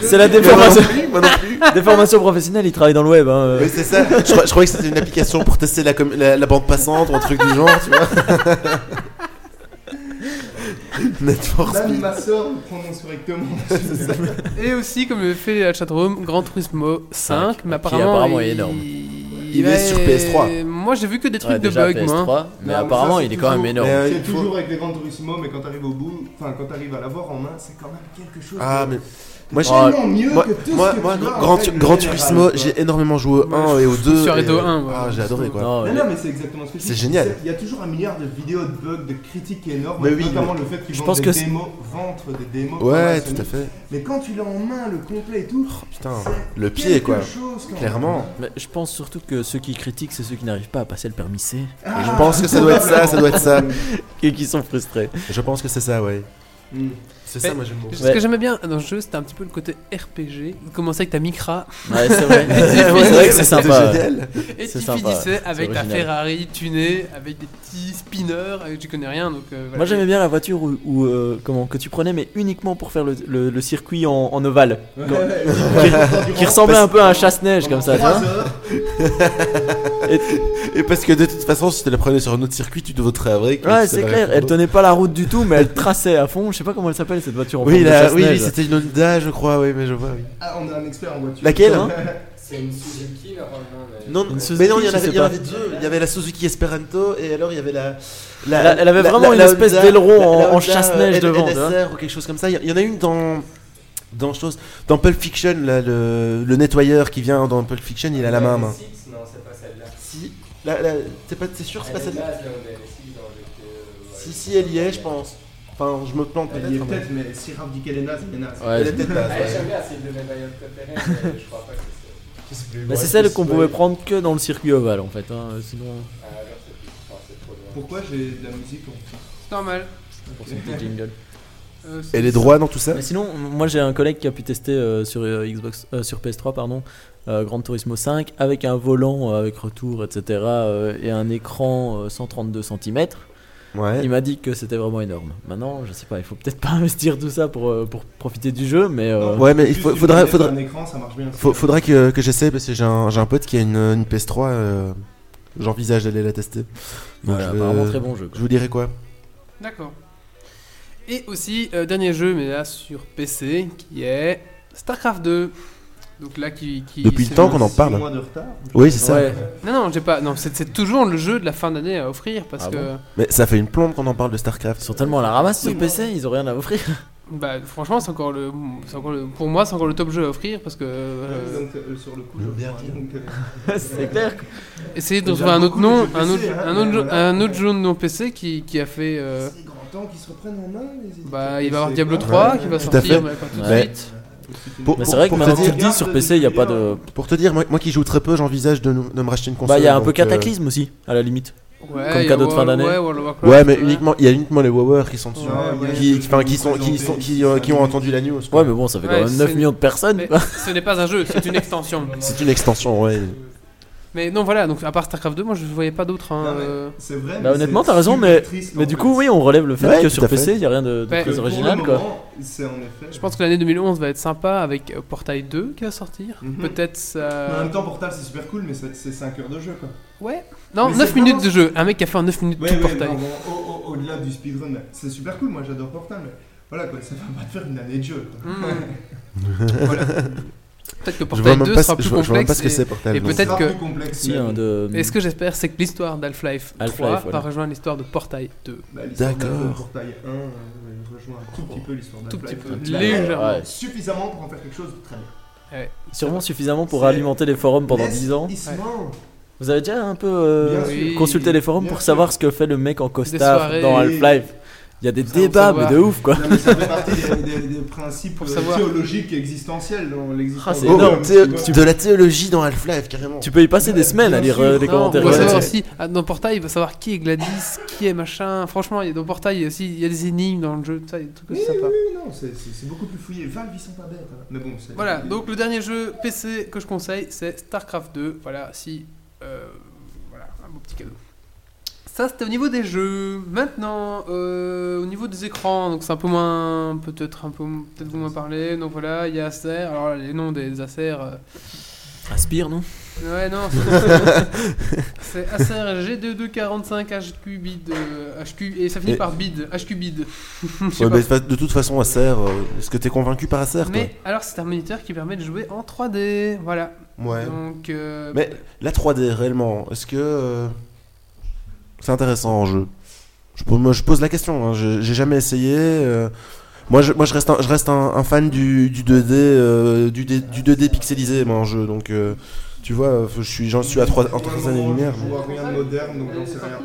[SPEAKER 4] C'est la
[SPEAKER 2] Moi non
[SPEAKER 4] déformation.
[SPEAKER 2] plus, moi non plus.
[SPEAKER 4] Des formations professionnelles, ils travaillent dans le web. hein, euh.
[SPEAKER 2] Oui, c'est ça. Je, crois- je croyais que c'était une application pour tester la, com- la, la bande passante ou un truc du genre, tu vois. Net for
[SPEAKER 3] Même
[SPEAKER 2] Speed.
[SPEAKER 3] ma soeur le prononce correctement.
[SPEAKER 1] Et aussi, comme le fait la chatroom, Grand Turismo 5, mais
[SPEAKER 4] qui
[SPEAKER 1] apparemment,
[SPEAKER 4] apparemment est énorme.
[SPEAKER 1] Il,
[SPEAKER 2] Il est sur PS3.
[SPEAKER 1] Moi, j'ai vu que des trucs
[SPEAKER 4] Ouais,
[SPEAKER 1] de
[SPEAKER 4] déjà,
[SPEAKER 1] bug,
[SPEAKER 4] PS3,
[SPEAKER 1] moi.
[SPEAKER 4] mais apparemment, il est quand même énorme.
[SPEAKER 2] Mais, euh,
[SPEAKER 3] C'est
[SPEAKER 2] il faut-
[SPEAKER 3] toujours avec les Gran Turismo, mais quand t'arrives au bout, enfin quand t'arrives à l'avoir en main, c'est quand même quelque chose.
[SPEAKER 2] Ah,
[SPEAKER 3] de-
[SPEAKER 2] mais. Moi, j'ai-
[SPEAKER 4] Ah,
[SPEAKER 3] tellement mieux
[SPEAKER 2] Moi,
[SPEAKER 3] que tout
[SPEAKER 2] moi,
[SPEAKER 3] ce que
[SPEAKER 2] moi,
[SPEAKER 3] tu as, en
[SPEAKER 2] Grand,
[SPEAKER 3] règle
[SPEAKER 2] Grand
[SPEAKER 3] générale,
[SPEAKER 2] Turismo,
[SPEAKER 3] quoi.
[SPEAKER 2] j'ai énormément joué au
[SPEAKER 1] Moi,
[SPEAKER 2] 1 et au 2.
[SPEAKER 1] je suis arrêté
[SPEAKER 2] et-
[SPEAKER 1] au 1, ouais.
[SPEAKER 2] Ah, j'ai adoré quoi.
[SPEAKER 4] Non,
[SPEAKER 3] Non,
[SPEAKER 4] les-
[SPEAKER 3] non, mais c'est exactement ce que je
[SPEAKER 2] C'est
[SPEAKER 3] dis.
[SPEAKER 2] génial.
[SPEAKER 3] Il y a toujours un milliard de vidéos de bugs, de critiques énormes,
[SPEAKER 2] Mais oui,
[SPEAKER 3] notamment le fait qu'ils
[SPEAKER 4] Je
[SPEAKER 3] vendent
[SPEAKER 4] pense
[SPEAKER 3] des
[SPEAKER 4] que c'est-
[SPEAKER 3] démos, ventre des démos.
[SPEAKER 2] Ouais,
[SPEAKER 3] par la
[SPEAKER 2] tout à
[SPEAKER 3] Sony.
[SPEAKER 2] fait.
[SPEAKER 3] Mais quand tu l'as en main, le complet et tout,
[SPEAKER 2] Putain,
[SPEAKER 3] c'est
[SPEAKER 2] le pied
[SPEAKER 3] quelque
[SPEAKER 2] quoi.
[SPEAKER 3] chose quand
[SPEAKER 2] Clairement.
[SPEAKER 4] mais je pense surtout que ceux qui critiquent, c'est ceux qui n'arrivent pas à passer le permis C
[SPEAKER 3] Ah,
[SPEAKER 2] je pense que ça doit être ça, ça doit être ça.
[SPEAKER 4] et qui sont frustrés.
[SPEAKER 2] Je pense que c'est ça, ouais.
[SPEAKER 3] Hmm.
[SPEAKER 2] C'est ça, moi j'aime beaucoup.
[SPEAKER 1] Ce que j'aimais bien dans ce jeu, c'était un petit peu le côté RPG. Il commençait avec ta Micra
[SPEAKER 4] Ouais, c'est vrai.
[SPEAKER 1] Et tu
[SPEAKER 4] c'est vrai que
[SPEAKER 1] finis-
[SPEAKER 4] c'est sympa.
[SPEAKER 2] C'est
[SPEAKER 4] ouais.
[SPEAKER 2] génial.
[SPEAKER 1] et tu
[SPEAKER 4] C'est sympa,
[SPEAKER 1] finissais avec ta
[SPEAKER 4] original.
[SPEAKER 1] Ferrari tunée, avec des petits spinners, euh, tu connais rien donc. euh, voilà.
[SPEAKER 4] Moi j'aimais bien la voiture où, où, euh, comment, que tu prenais, mais uniquement pour faire le, le- le circuit en, en ovale. Qui ressemblait un peu à un chasse-neige comme ça. tu vois. Et-
[SPEAKER 2] Et parce que de toute façon, si tu la prenais sur un autre circuit, tu te voterais avec.
[SPEAKER 4] Ouais, c'est clair. Elle tenait pas la route du tout, mais elle traçait à fond. Je sais pas comment elle s'appelle cette voiture en
[SPEAKER 2] Oui,
[SPEAKER 4] forme de
[SPEAKER 2] la- oui,
[SPEAKER 4] chasse-neige.
[SPEAKER 2] oui, c'était une Honda, je crois, oui, mais je vois. oui.
[SPEAKER 3] Ah, on a un expert en voiture.
[SPEAKER 4] Laquelle hein
[SPEAKER 5] C'est une Suzuki
[SPEAKER 3] hein,
[SPEAKER 5] normalement. mais-
[SPEAKER 2] Non,
[SPEAKER 4] Une
[SPEAKER 2] mais
[SPEAKER 4] Suzuki,
[SPEAKER 2] non, il y en
[SPEAKER 4] je
[SPEAKER 2] avait,
[SPEAKER 4] sais
[SPEAKER 2] il y en
[SPEAKER 4] pas.
[SPEAKER 2] avait deux. Il y avait la Suzuki Esperanto et alors il y avait la. la-
[SPEAKER 4] Elle a- elle avait vraiment une espèce
[SPEAKER 2] Honda-
[SPEAKER 4] d'aileron en-
[SPEAKER 2] la
[SPEAKER 4] en
[SPEAKER 2] Honda,
[SPEAKER 4] chasse-neige
[SPEAKER 2] euh,
[SPEAKER 4] devant, tu vois.
[SPEAKER 2] NSR ou quelque chose comme ça. Il y- il y en a une dans. Dans, chose, dans Pulp Fiction, là, le, le nettoyeur qui vient dans Pulp Fiction, il a la main. hein. à main.
[SPEAKER 5] LS6, Non, c'est pas celle-là.
[SPEAKER 4] Ah,
[SPEAKER 2] Si, la, la, t'es pas- t'es sûr que c'est pas
[SPEAKER 5] Elle est
[SPEAKER 2] celle-là
[SPEAKER 5] naze, la Honda LS6 dans euh,
[SPEAKER 2] Si,
[SPEAKER 5] le-
[SPEAKER 2] si, elle y est, je pense. Enfin, je me plante
[SPEAKER 3] Elle y est
[SPEAKER 2] peut-être. mais-
[SPEAKER 3] peut-être, mais si Rav dit qu'elle est naze, elle est naze.
[SPEAKER 2] Elle est peut-être là,
[SPEAKER 5] Ah,
[SPEAKER 2] ouais.
[SPEAKER 5] j'aime bien, c'est le même Bayonne préféré, mais je crois pas que c'est
[SPEAKER 4] Bah, c'est celle qu'on pouvait prendre que dans le circuit ovale en fait. hein, Sinon,
[SPEAKER 5] ça. Ah, alors, c'est plus- enfin, c'est trop loin.
[SPEAKER 3] Pourquoi j'ai de la musique en
[SPEAKER 1] C'est normal.
[SPEAKER 4] pour son petit jingle.
[SPEAKER 1] Euh, c'est-
[SPEAKER 2] Et les droits dans tout ça
[SPEAKER 4] Mais sinon, moi j'ai un collègue qui a pu tester euh, sur euh, Xbox, euh, sur PS3 pardon, euh, Gran Turismo 5 avec un volant euh, avec retour, etc. euh, et un écran euh, 132 cm.
[SPEAKER 2] Ouais.
[SPEAKER 4] Il m'a dit que c'était vraiment énorme. Maintenant, je sais pas, il faut peut-être pas investir tout ça pour, euh, pour profiter du jeu, mais euh,
[SPEAKER 2] Ouais, mais il faut-
[SPEAKER 3] Juste
[SPEAKER 2] faudra,
[SPEAKER 3] une
[SPEAKER 2] faudra,
[SPEAKER 3] manette, Un écran, ça marche bien.
[SPEAKER 2] faut- faudra que, que j'essaie parce que j'ai un, j'ai un pote qui a une, une PS3. euh, J'envisage d'aller la tester. Donc,
[SPEAKER 4] voilà,
[SPEAKER 2] je vais-
[SPEAKER 4] apparemment très bon jeu. quoi.
[SPEAKER 2] Je vous dirai quoi
[SPEAKER 1] D'accord. Et aussi, euh, dernier jeu, mais là sur PC, qui est StarCraft 2. Donc là, qui. qui-
[SPEAKER 2] Depuis le
[SPEAKER 1] c'est
[SPEAKER 2] temps qu'on en
[SPEAKER 3] Six
[SPEAKER 2] parle.
[SPEAKER 3] mois de retard.
[SPEAKER 2] Oui, c'est ça.
[SPEAKER 4] Ouais.
[SPEAKER 1] Non, non, j'ai pas. Non, c'est c'est toujours le jeu de la fin d'année à offrir parce
[SPEAKER 4] Ah
[SPEAKER 1] que.
[SPEAKER 2] Mais ça fait une plombe qu'on en parle de StarCraft.
[SPEAKER 4] Ils sont tellement à la ramasse sur
[SPEAKER 1] Oui,
[SPEAKER 4] PC, ils ont rien à offrir.
[SPEAKER 1] Bah, franchement, c'est encore, le, c'est encore le- Pour moi, c'est encore le top jeu à offrir parce que. euh,
[SPEAKER 3] Donc, euh, sur le coup,
[SPEAKER 2] Le
[SPEAKER 3] je
[SPEAKER 2] bien
[SPEAKER 3] crois,
[SPEAKER 2] dire.
[SPEAKER 3] donc, euh,
[SPEAKER 4] c'est clair.
[SPEAKER 1] essayez de
[SPEAKER 3] J'aime
[SPEAKER 1] trouver un autre
[SPEAKER 3] beaucoup
[SPEAKER 1] nom,
[SPEAKER 3] les jeux
[SPEAKER 1] un autre,
[SPEAKER 3] PC, hein,
[SPEAKER 1] un, autre,
[SPEAKER 3] mais
[SPEAKER 1] jeu-
[SPEAKER 3] voilà.
[SPEAKER 1] un autre jeu non PC qui, qui a fait. euh,
[SPEAKER 3] C'est grand temps qu'ils se reprennent en main. les éditeurs.
[SPEAKER 1] bah, il va y avoir
[SPEAKER 3] C'est
[SPEAKER 1] Diablo
[SPEAKER 3] quoi
[SPEAKER 1] 3 qui va
[SPEAKER 2] Tout à fait.
[SPEAKER 1] sortir, mais pas tout de
[SPEAKER 4] Ouais.
[SPEAKER 1] suite.
[SPEAKER 2] Pour-
[SPEAKER 4] Mais
[SPEAKER 2] pour-
[SPEAKER 4] c'est vrai que
[SPEAKER 2] pour te
[SPEAKER 4] maintenant que
[SPEAKER 2] dire-
[SPEAKER 4] tu le dis sur PC, il y a pas
[SPEAKER 1] euh,
[SPEAKER 4] de.
[SPEAKER 2] Pour te dire, moi, moi qui joue très peu, j'envisage de, nous- de me racheter une console.
[SPEAKER 4] Bah, il y a un
[SPEAKER 2] donc,
[SPEAKER 4] peu
[SPEAKER 2] euh,
[SPEAKER 4] Cataclysme aussi, à la limite.
[SPEAKER 1] Ouais,
[SPEAKER 4] Comme
[SPEAKER 1] il y a
[SPEAKER 4] cadeau de fin
[SPEAKER 1] World-
[SPEAKER 4] d'année.
[SPEAKER 1] ouais, World of Warcraft, euh,
[SPEAKER 2] Ouais, mais
[SPEAKER 1] ouais.
[SPEAKER 2] uniquement, il y a uniquement les Wowers qui sont dessus.
[SPEAKER 1] Ouais, ouais.
[SPEAKER 2] qui, qui- enfin, qui, sont, qui, sont, qui, euh, qui ont entendu la news. quoi.
[SPEAKER 4] Ouais, mais bon, ça fait
[SPEAKER 1] Ouais,
[SPEAKER 4] quand même
[SPEAKER 1] c'est
[SPEAKER 4] 9
[SPEAKER 1] une-
[SPEAKER 4] millions de personnes.
[SPEAKER 1] Mais
[SPEAKER 4] quoi.
[SPEAKER 1] ce n'est pas un jeu, c'est une extension.
[SPEAKER 2] C'est une extension, ouais.
[SPEAKER 1] Mais non, voilà, donc à part StarCraft 2, moi je voyais pas d'autres. hein,
[SPEAKER 3] Non, mais-
[SPEAKER 1] euh,
[SPEAKER 3] C'est vrai.
[SPEAKER 4] Bah,
[SPEAKER 3] mais
[SPEAKER 4] honnêtement,
[SPEAKER 3] c'est
[SPEAKER 4] t'as raison,
[SPEAKER 3] super
[SPEAKER 4] mais-
[SPEAKER 3] triste,
[SPEAKER 4] Mais
[SPEAKER 3] en
[SPEAKER 4] du
[SPEAKER 3] fait.
[SPEAKER 4] coup, oui, on relève le fait
[SPEAKER 2] Ouais,
[SPEAKER 4] que
[SPEAKER 2] tout
[SPEAKER 4] sur
[SPEAKER 2] à fait.
[SPEAKER 4] PC, il n'y a rien de, de
[SPEAKER 1] Ouais.
[SPEAKER 3] Que
[SPEAKER 4] très
[SPEAKER 3] pour le
[SPEAKER 4] original. Quoi.
[SPEAKER 3] moment, C'est en effet.
[SPEAKER 1] Je pense que l'année 2011 va être sympa avec euh, Portail 2 qui va sortir.
[SPEAKER 3] Mhm.
[SPEAKER 1] Peut-être
[SPEAKER 3] Mais
[SPEAKER 1] ça.
[SPEAKER 3] En même temps, Portal, c'est super cool, mais ça- c'est 5 heures de jeu quoi.
[SPEAKER 1] Ouais. Non,
[SPEAKER 3] Mais
[SPEAKER 1] 9
[SPEAKER 3] c'est
[SPEAKER 1] minutes
[SPEAKER 3] vraiment-
[SPEAKER 1] de jeu. Un mec qui a fait en 9 minutes
[SPEAKER 3] Ouais,
[SPEAKER 1] tout
[SPEAKER 3] ouais,
[SPEAKER 1] Portail.
[SPEAKER 3] non, bon, au- au- Au-delà du speedrun, mais c'est super cool, moi j'adore Portal, mais voilà quoi, ça va pas te faire une année de jeu. quoi. Hmm. Voilà.
[SPEAKER 1] Peut-être que
[SPEAKER 2] Je vois
[SPEAKER 1] Portail
[SPEAKER 2] même
[SPEAKER 1] 2
[SPEAKER 2] pas ce-
[SPEAKER 1] sera plus
[SPEAKER 2] je vois- je vois même pas
[SPEAKER 1] complexe.
[SPEAKER 2] ce que c'est,
[SPEAKER 1] et-
[SPEAKER 2] Portal.
[SPEAKER 1] et
[SPEAKER 2] donc.
[SPEAKER 1] peut-être
[SPEAKER 3] Ça sera
[SPEAKER 1] que-
[SPEAKER 3] plus complexe.
[SPEAKER 4] Si,
[SPEAKER 3] mais-
[SPEAKER 4] hein, de...
[SPEAKER 1] Et ce que j'espère, c'est que l'histoire d'Half-Life 3
[SPEAKER 4] Half-Life,
[SPEAKER 1] va
[SPEAKER 4] voilà.
[SPEAKER 1] rejoindre l'histoire de Portail 2.
[SPEAKER 3] bah, l'histoire de
[SPEAKER 2] D'accord.
[SPEAKER 3] Portail 1 euh, ouais, rejoint un tout petit peu l'histoire
[SPEAKER 1] Tout
[SPEAKER 3] d'Half-Life.
[SPEAKER 1] petit peu.
[SPEAKER 4] petit peu.
[SPEAKER 1] Légèrement.
[SPEAKER 4] Ouais.
[SPEAKER 3] Suffisamment pour en faire quelque chose de très bien.
[SPEAKER 4] Sûrement suffisamment pour
[SPEAKER 3] C'est-
[SPEAKER 4] alimenter les forums pendant
[SPEAKER 3] Laisse
[SPEAKER 4] 10 ans.
[SPEAKER 3] Isman.
[SPEAKER 4] Vous avez déjà un peu euh,
[SPEAKER 3] Bien
[SPEAKER 1] sûr.
[SPEAKER 4] consulté les forums
[SPEAKER 3] Bien
[SPEAKER 4] pour
[SPEAKER 3] sûr.
[SPEAKER 4] savoir ce que fait le mec en
[SPEAKER 1] soirées.
[SPEAKER 4] costard dans Half-Life Il y a des
[SPEAKER 1] Ça, on
[SPEAKER 4] débats,
[SPEAKER 1] savoir.
[SPEAKER 4] mais de ouf quoi.
[SPEAKER 3] Non, mais ça fait partie des, des- des principes
[SPEAKER 1] Pour
[SPEAKER 3] euh,
[SPEAKER 1] savoir.
[SPEAKER 3] théologiques et existentiels dans l'existence.
[SPEAKER 4] Ah, c'est
[SPEAKER 3] de l'homme,
[SPEAKER 4] énorme.
[SPEAKER 2] Oh,
[SPEAKER 3] tu
[SPEAKER 2] thé-
[SPEAKER 3] vois.
[SPEAKER 2] de la théologie dans Half-Life, carrément.
[SPEAKER 4] Tu peux y passer des semaines à
[SPEAKER 3] Bien
[SPEAKER 4] lire
[SPEAKER 3] sûr.
[SPEAKER 4] euh, des
[SPEAKER 1] Non,
[SPEAKER 4] commentaires.
[SPEAKER 1] on va
[SPEAKER 4] Ouais,
[SPEAKER 1] savoir
[SPEAKER 4] c'est-
[SPEAKER 1] aussi, ah, dans Portail, il va savoir qui est Gladys, qui est machin. Franchement, il y a- dans Portail, il y a aussi il y a des énigmes dans le jeu, tout ça, il y a des trucs
[SPEAKER 3] Oui,
[SPEAKER 1] aussi sympas.
[SPEAKER 3] oui, non, c'est- c'est c'est beaucoup plus fouillé. Valve, ils sont pas bêtes. hein. Mais bon, c'est-
[SPEAKER 1] Voilà, donc le dernier jeu PC que je conseille, c'est StarCraft 2. Voilà, si. euh, voilà, un beau petit cadeau. Ça, c'était au niveau des jeux. Maintenant, euh, au niveau des écrans, donc c'est un peu moins. Peut-être un peu. Peut-être vous m'en parlez. Donc voilà, il y a Acer. Alors là, les noms des Acer. euh,
[SPEAKER 4] Aspire, non
[SPEAKER 1] Ouais, non, c'est- c'est Acer G2245 HQ bid. euh, HQ, et ça finit
[SPEAKER 2] Et-
[SPEAKER 1] par bid. HQ bid. Je sais
[SPEAKER 2] Ouais,
[SPEAKER 1] pas.
[SPEAKER 2] mais fa- de toute façon, Acer, euh, est-ce que t'es convaincu par Acer, toi
[SPEAKER 1] Mais alors, c'est un moniteur qui permet de jouer en 3D. Voilà.
[SPEAKER 2] Ouais.
[SPEAKER 1] Donc, euh,
[SPEAKER 2] Mais la 3D, réellement, est-ce que. euh, c'est intéressant en jeu je, pose- moi, je pose la question, hein, je- j'ai jamais essayé. euh, moi, je, moi, je reste un, je reste un, un fan du, du 2D, euh, du, dé- du 2D pixelisé, moi, en jeu. Donc, euh, tu vois, euh, je suis- j'en suis à trois, en
[SPEAKER 3] Pour le
[SPEAKER 2] 3
[SPEAKER 3] moment,
[SPEAKER 2] années-lumière.
[SPEAKER 3] Je vois rien de moderne, donc j'en sais rien.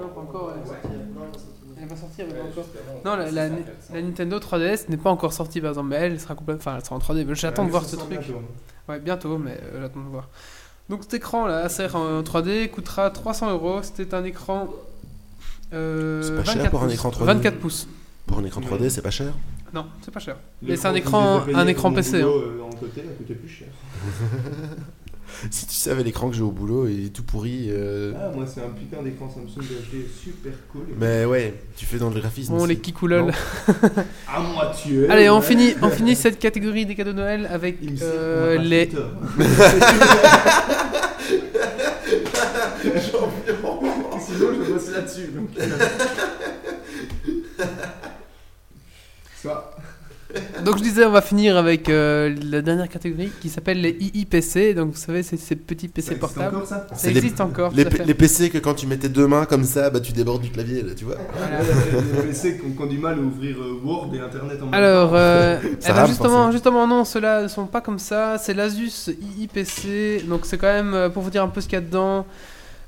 [SPEAKER 1] Non, pas encore. Elle est sortie. Elle est pas sortie, elle est pas encore. Non, la, la- la Nintendo 3DS n'est pas encore sortie, par exemple, mais elle sera complète. Enfin, elle sera en 3D. mais J'attends
[SPEAKER 3] Euh,
[SPEAKER 1] de voir ce truc. Ouais, bientôt, mais euh, j'attends de voir. Donc cet écran là, Acer en 3D, coûtera 300 euros. C'était un écran. euh,
[SPEAKER 2] C'est pas cher
[SPEAKER 1] 24
[SPEAKER 2] pour un
[SPEAKER 1] pouces.
[SPEAKER 2] écran 3D.
[SPEAKER 1] 24 pouces.
[SPEAKER 2] Pour un écran 3D, c'est pas cher.
[SPEAKER 1] Non, c'est pas cher.
[SPEAKER 3] Le
[SPEAKER 1] Mais c'est un
[SPEAKER 3] grand
[SPEAKER 1] écran,
[SPEAKER 3] que j'ai
[SPEAKER 1] un
[SPEAKER 3] payé
[SPEAKER 1] écran
[SPEAKER 3] pour mon
[SPEAKER 1] PC. hein.
[SPEAKER 3] boulot, euh, en côté, elle coûtait plus cher.
[SPEAKER 2] Si tu savais l'écran que j'ai au boulot, il est tout pourri. euh,
[SPEAKER 3] Ah, moi, c'est un putain d'écran Samsung HD super cool.
[SPEAKER 2] Mais ouais, tu fais dans le graphisme.
[SPEAKER 1] Bon,
[SPEAKER 2] aussi.
[SPEAKER 1] les kikoulol.
[SPEAKER 2] Non.
[SPEAKER 3] Ah, moi, tu es.
[SPEAKER 1] Allez, on
[SPEAKER 3] ouais.
[SPEAKER 1] finit, on finit cette catégorie des cadeaux de Noël avec
[SPEAKER 3] Il me sert
[SPEAKER 1] euh,
[SPEAKER 3] pour ma
[SPEAKER 1] les.
[SPEAKER 3] Twitter. Sinon, je bosse là-dessus. donc. Ça,
[SPEAKER 1] Donc je disais, on va finir avec euh, la dernière catégorie qui s'appelle les IIPC. Donc vous savez, c'est ces petits
[SPEAKER 3] ça
[SPEAKER 1] PC
[SPEAKER 3] existe
[SPEAKER 1] portables.
[SPEAKER 3] encore, ça
[SPEAKER 1] Ça
[SPEAKER 2] C'est les-
[SPEAKER 1] existe encore.
[SPEAKER 2] Les,
[SPEAKER 1] tout à
[SPEAKER 2] P-
[SPEAKER 1] fait.
[SPEAKER 2] les PC que quand tu mettais deux mains comme ça, bah tu débordes du clavier, là, tu vois.
[SPEAKER 1] Voilà.
[SPEAKER 3] Les PC qui ont qui ont du mal à ouvrir euh, Word et Internet en même
[SPEAKER 1] Alors, euh, eh ben,
[SPEAKER 2] rame,
[SPEAKER 1] justement,
[SPEAKER 2] forcément.
[SPEAKER 1] justement, non, ceux-là ne sont pas comme ça. C'est l'Asus IIPC. Donc, c'est quand même, euh, pour vous dire un peu ce qu'il y a dedans,